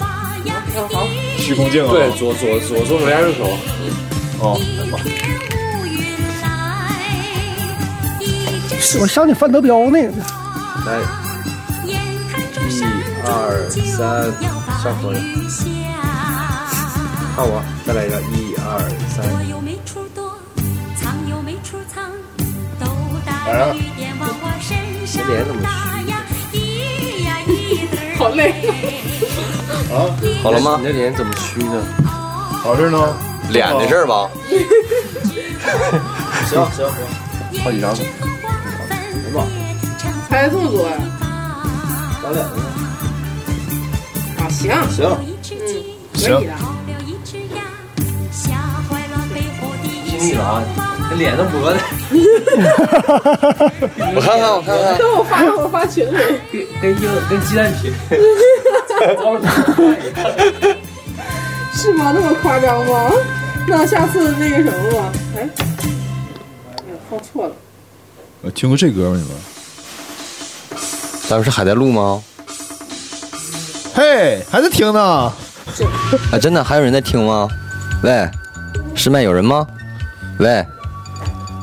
S2: 嗯，好，
S1: 鞠躬敬啊。
S5: 对，左左左左手加右手，
S1: 哦，哎妈
S4: 我想起范德彪那个，
S5: 来，一二三，上头了，看我，再来一个，一二三，哎这脸怎么
S2: 好累。
S1: 啊，
S3: 好了吗
S5: 你？的脸怎么虚呢？
S1: 好事呢？
S3: 脸的事儿吧，
S1: 行行，
S5: 好几张，
S2: 拍的这么多呀？
S5: 咱俩呢？
S2: 啊，行，
S5: 行，
S2: 可以
S9: 嗯
S2: 的。
S5: 尽力了啊，这脸都磨的，
S3: 我看看我看看，
S2: 等我发我发群里。
S5: 跟跟硬跟鸡蛋皮，
S2: 是吗？那么夸张吗？那下次那个什么吧，哎，哎呀，放错了，
S1: 我听过这歌吗？你们？
S3: 咱们是还在录吗？
S1: 嘿，还在听呢。
S3: 啊，真的还有人在听吗？喂，师妹有人吗？喂，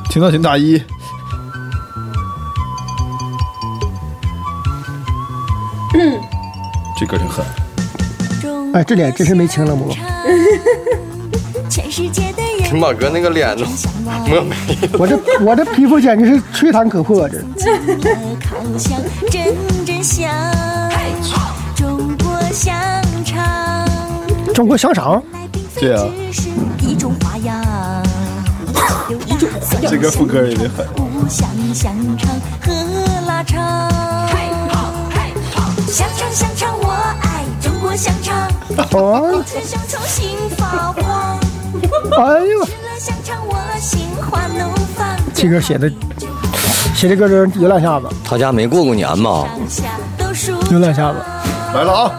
S1: 听到请打一。这歌挺狠，
S4: 哎，这脸真是没清
S1: *laughs*
S4: 了吗？
S3: 陈宝哥那个脸都磨没
S4: 我这我这皮肤简直是吹弹可破，这中国
S5: *laughs*
S4: 香肠，
S1: 对啊，
S9: 一种花样，一种花样
S1: *laughs* 这歌副歌也挺狠。
S9: 五香香肠和腊肠，香肠香肠我爱中国香肠，
S4: 哦，
S9: 吃香肠心发慌，
S4: 哎呦，
S9: 吃了香肠我心花怒放。
S4: 这歌写的写这歌真是有两下子，
S3: 他家没过过年吗
S9: 上下都数
S4: 有两下子，
S1: 来了啊，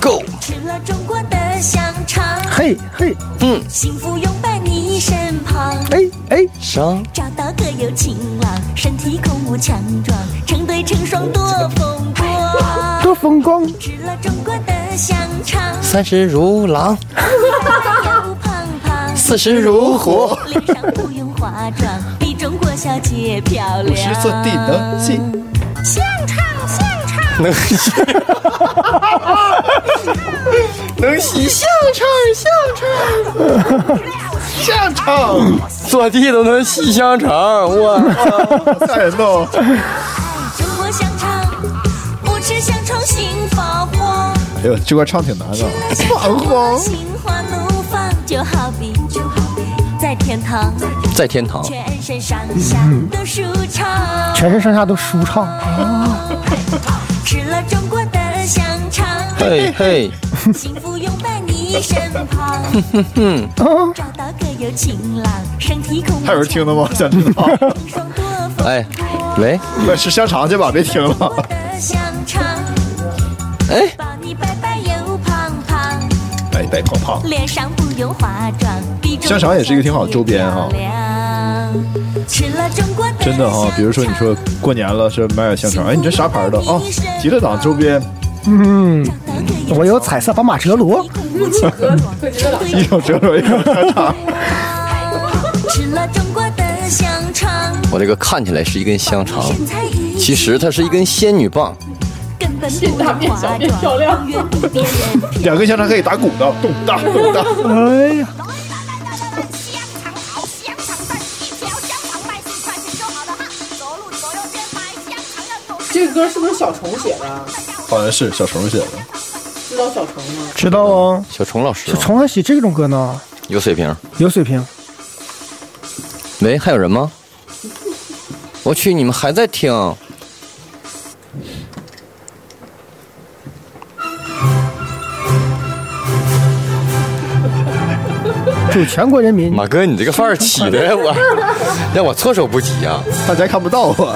S3: ？Go！
S9: 吃了中国的香肠，
S4: 嘿，嘿嘿，
S9: 幸福永伴你身旁，
S4: 哎哎，
S3: 上
S9: 找到个有情郎，身体空无强壮，成对成双多风光。
S4: 多风光，
S9: 吃了中国的香肠，
S3: 三十如狼，
S9: 腰胖胖，
S3: 四十如虎，
S9: 脸上不用化妆，比中国小姐漂亮。
S1: 五十做地能进， *laughs*
S9: 现唱现唱，
S3: 能吸，能吸相肠，相肠，相肠， *laughs* 坐地都能吸香肠，我
S1: 吓人哦！
S9: 中国香肠，不吃香肠心发慌。
S1: 哎呦，这块唱挺难的啊。
S9: 彷徨，心花怒放，就好比就好比在天堂，
S3: 在天堂，
S9: 全身上下都舒畅。
S4: 全身上下都舒畅。
S9: 吃了中国的香肠，
S3: 嘿嘿，
S9: 幸福永伴你身旁。
S4: 哦
S9: 找到个有情郎，身体空。
S1: 还有人听的吗？想听的话，
S3: 哎，喂，
S1: 快吃香肠去吧，别听了。
S9: 香肠，
S3: 哎，
S9: 抱你白白又胖胖，
S1: 哎，白胖胖，
S9: 脸上不用化妆。比中
S1: 香肠也是一个挺好的周边啊
S9: 国漂亮。吃了中国的
S1: 真的哈、比如说你
S9: 香肠
S1: 说过年了是买点香肠，哎，你这啥牌的啊？极乐党周边
S4: 嗯，我有彩色宝马折罗，
S1: 一种折罗一种香肠，
S9: 吃了中国的香肠，
S3: 我这个看起来是一根香肠，其实它是一根仙女棒，
S9: 根本不
S3: *laughs*
S9: 用化妆，漂亮，远比别人漂
S1: 两根香肠可以打鼓的，咚哒咚 *laughs* 哒。
S4: 哎呀，
S2: 这个歌是不是小虫写的？
S1: 好像是小虫写的，
S2: 知道小虫吗？
S4: 知道啊，
S3: 小虫老师啊
S4: 就从来写这种歌呢，
S3: 有水平。
S4: 有水平。
S3: 喂，还有人吗？我去，你们还在听？
S4: 祝全国人民
S3: 马哥，你这个范儿起的 *laughs* 我，让我措手不及啊！
S1: 大家看不到我。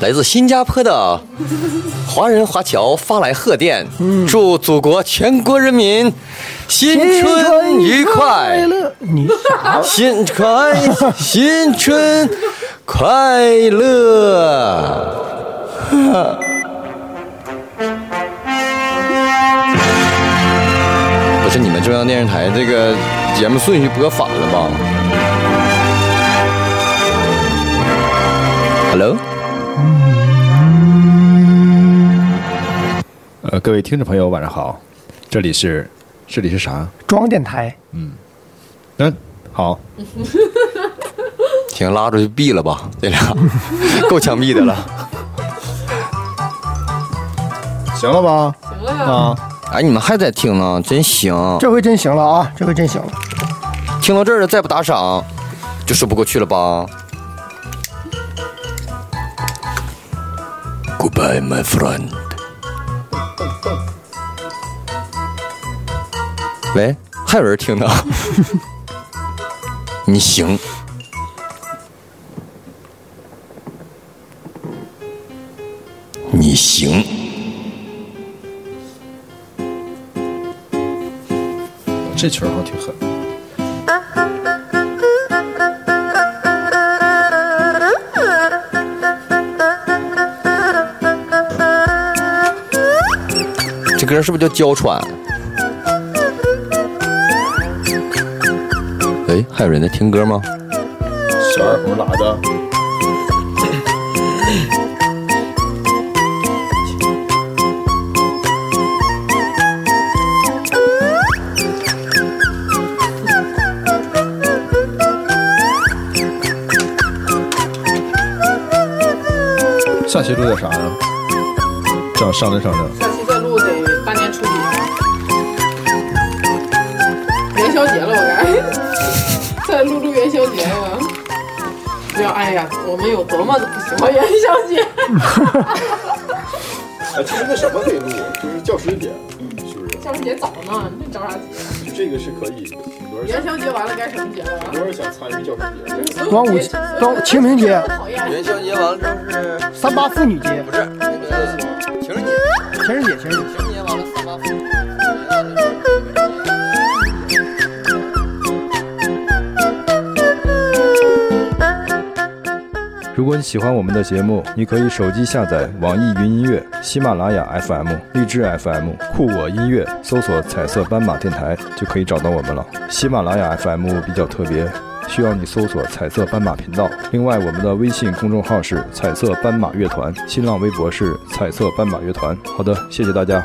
S3: 来自新加坡的华人华侨发来贺电，祝祖国全国人民新春愉快
S4: 快，乐。你
S3: 新快新春快乐。不是你们中央电视台这个节目顺序播反了吧？Hello，
S1: 呃，各位听众朋友，晚上好，这里是这里是啥？
S4: 装电台，
S1: 嗯，好，
S3: 行，拉出去毙了吧，这俩够枪毙的了。
S1: 行了吧？行了啊，
S3: 哎，你们还在听呢，真行！
S4: 这回真行了啊，这回真行了。
S3: 听到这儿了，再不打赏，就说不过去了吧？Goodbye, my friend。喂，还有人听 *laughs* 呢？你行。你行，
S1: 这曲儿好像挺狠。
S3: 这歌是不是叫娇喘？哎，还有人在听歌吗？
S1: 小二胡拉的。下期录点啥呀？这样商量商量。
S2: 下期再录得大年初一，元宵节了，我该再录录元宵节了。不要，哎呀，我们有多么的不喜欢元宵 *laughs* 节。
S1: 哎，这应该什么可以录？就是教师节，是不是？
S2: 教师节早呢，你这着啥急？
S1: 这个是可以。很多
S2: 元宵节完了该什么节了？
S1: 多人想参与教师节。
S4: 端午节端清明节
S2: 讨厌。
S3: 元宵节完了就是
S4: 三八妇女节，
S3: 不是那个情人节。
S4: 情人节，情人节。
S1: 如果你喜欢我们的节目，你可以手机下载网易云音乐、喜马拉雅 FM、荔枝 FM、酷我音乐，搜索“彩色斑马电台”就可以找到我们了。喜马拉雅 FM 比较特别，需要你搜索“彩色斑马频道”。另外，我们的微信公众号是“彩色斑马乐团”，新浪微博是“彩色斑马乐团”。好的，谢谢大家。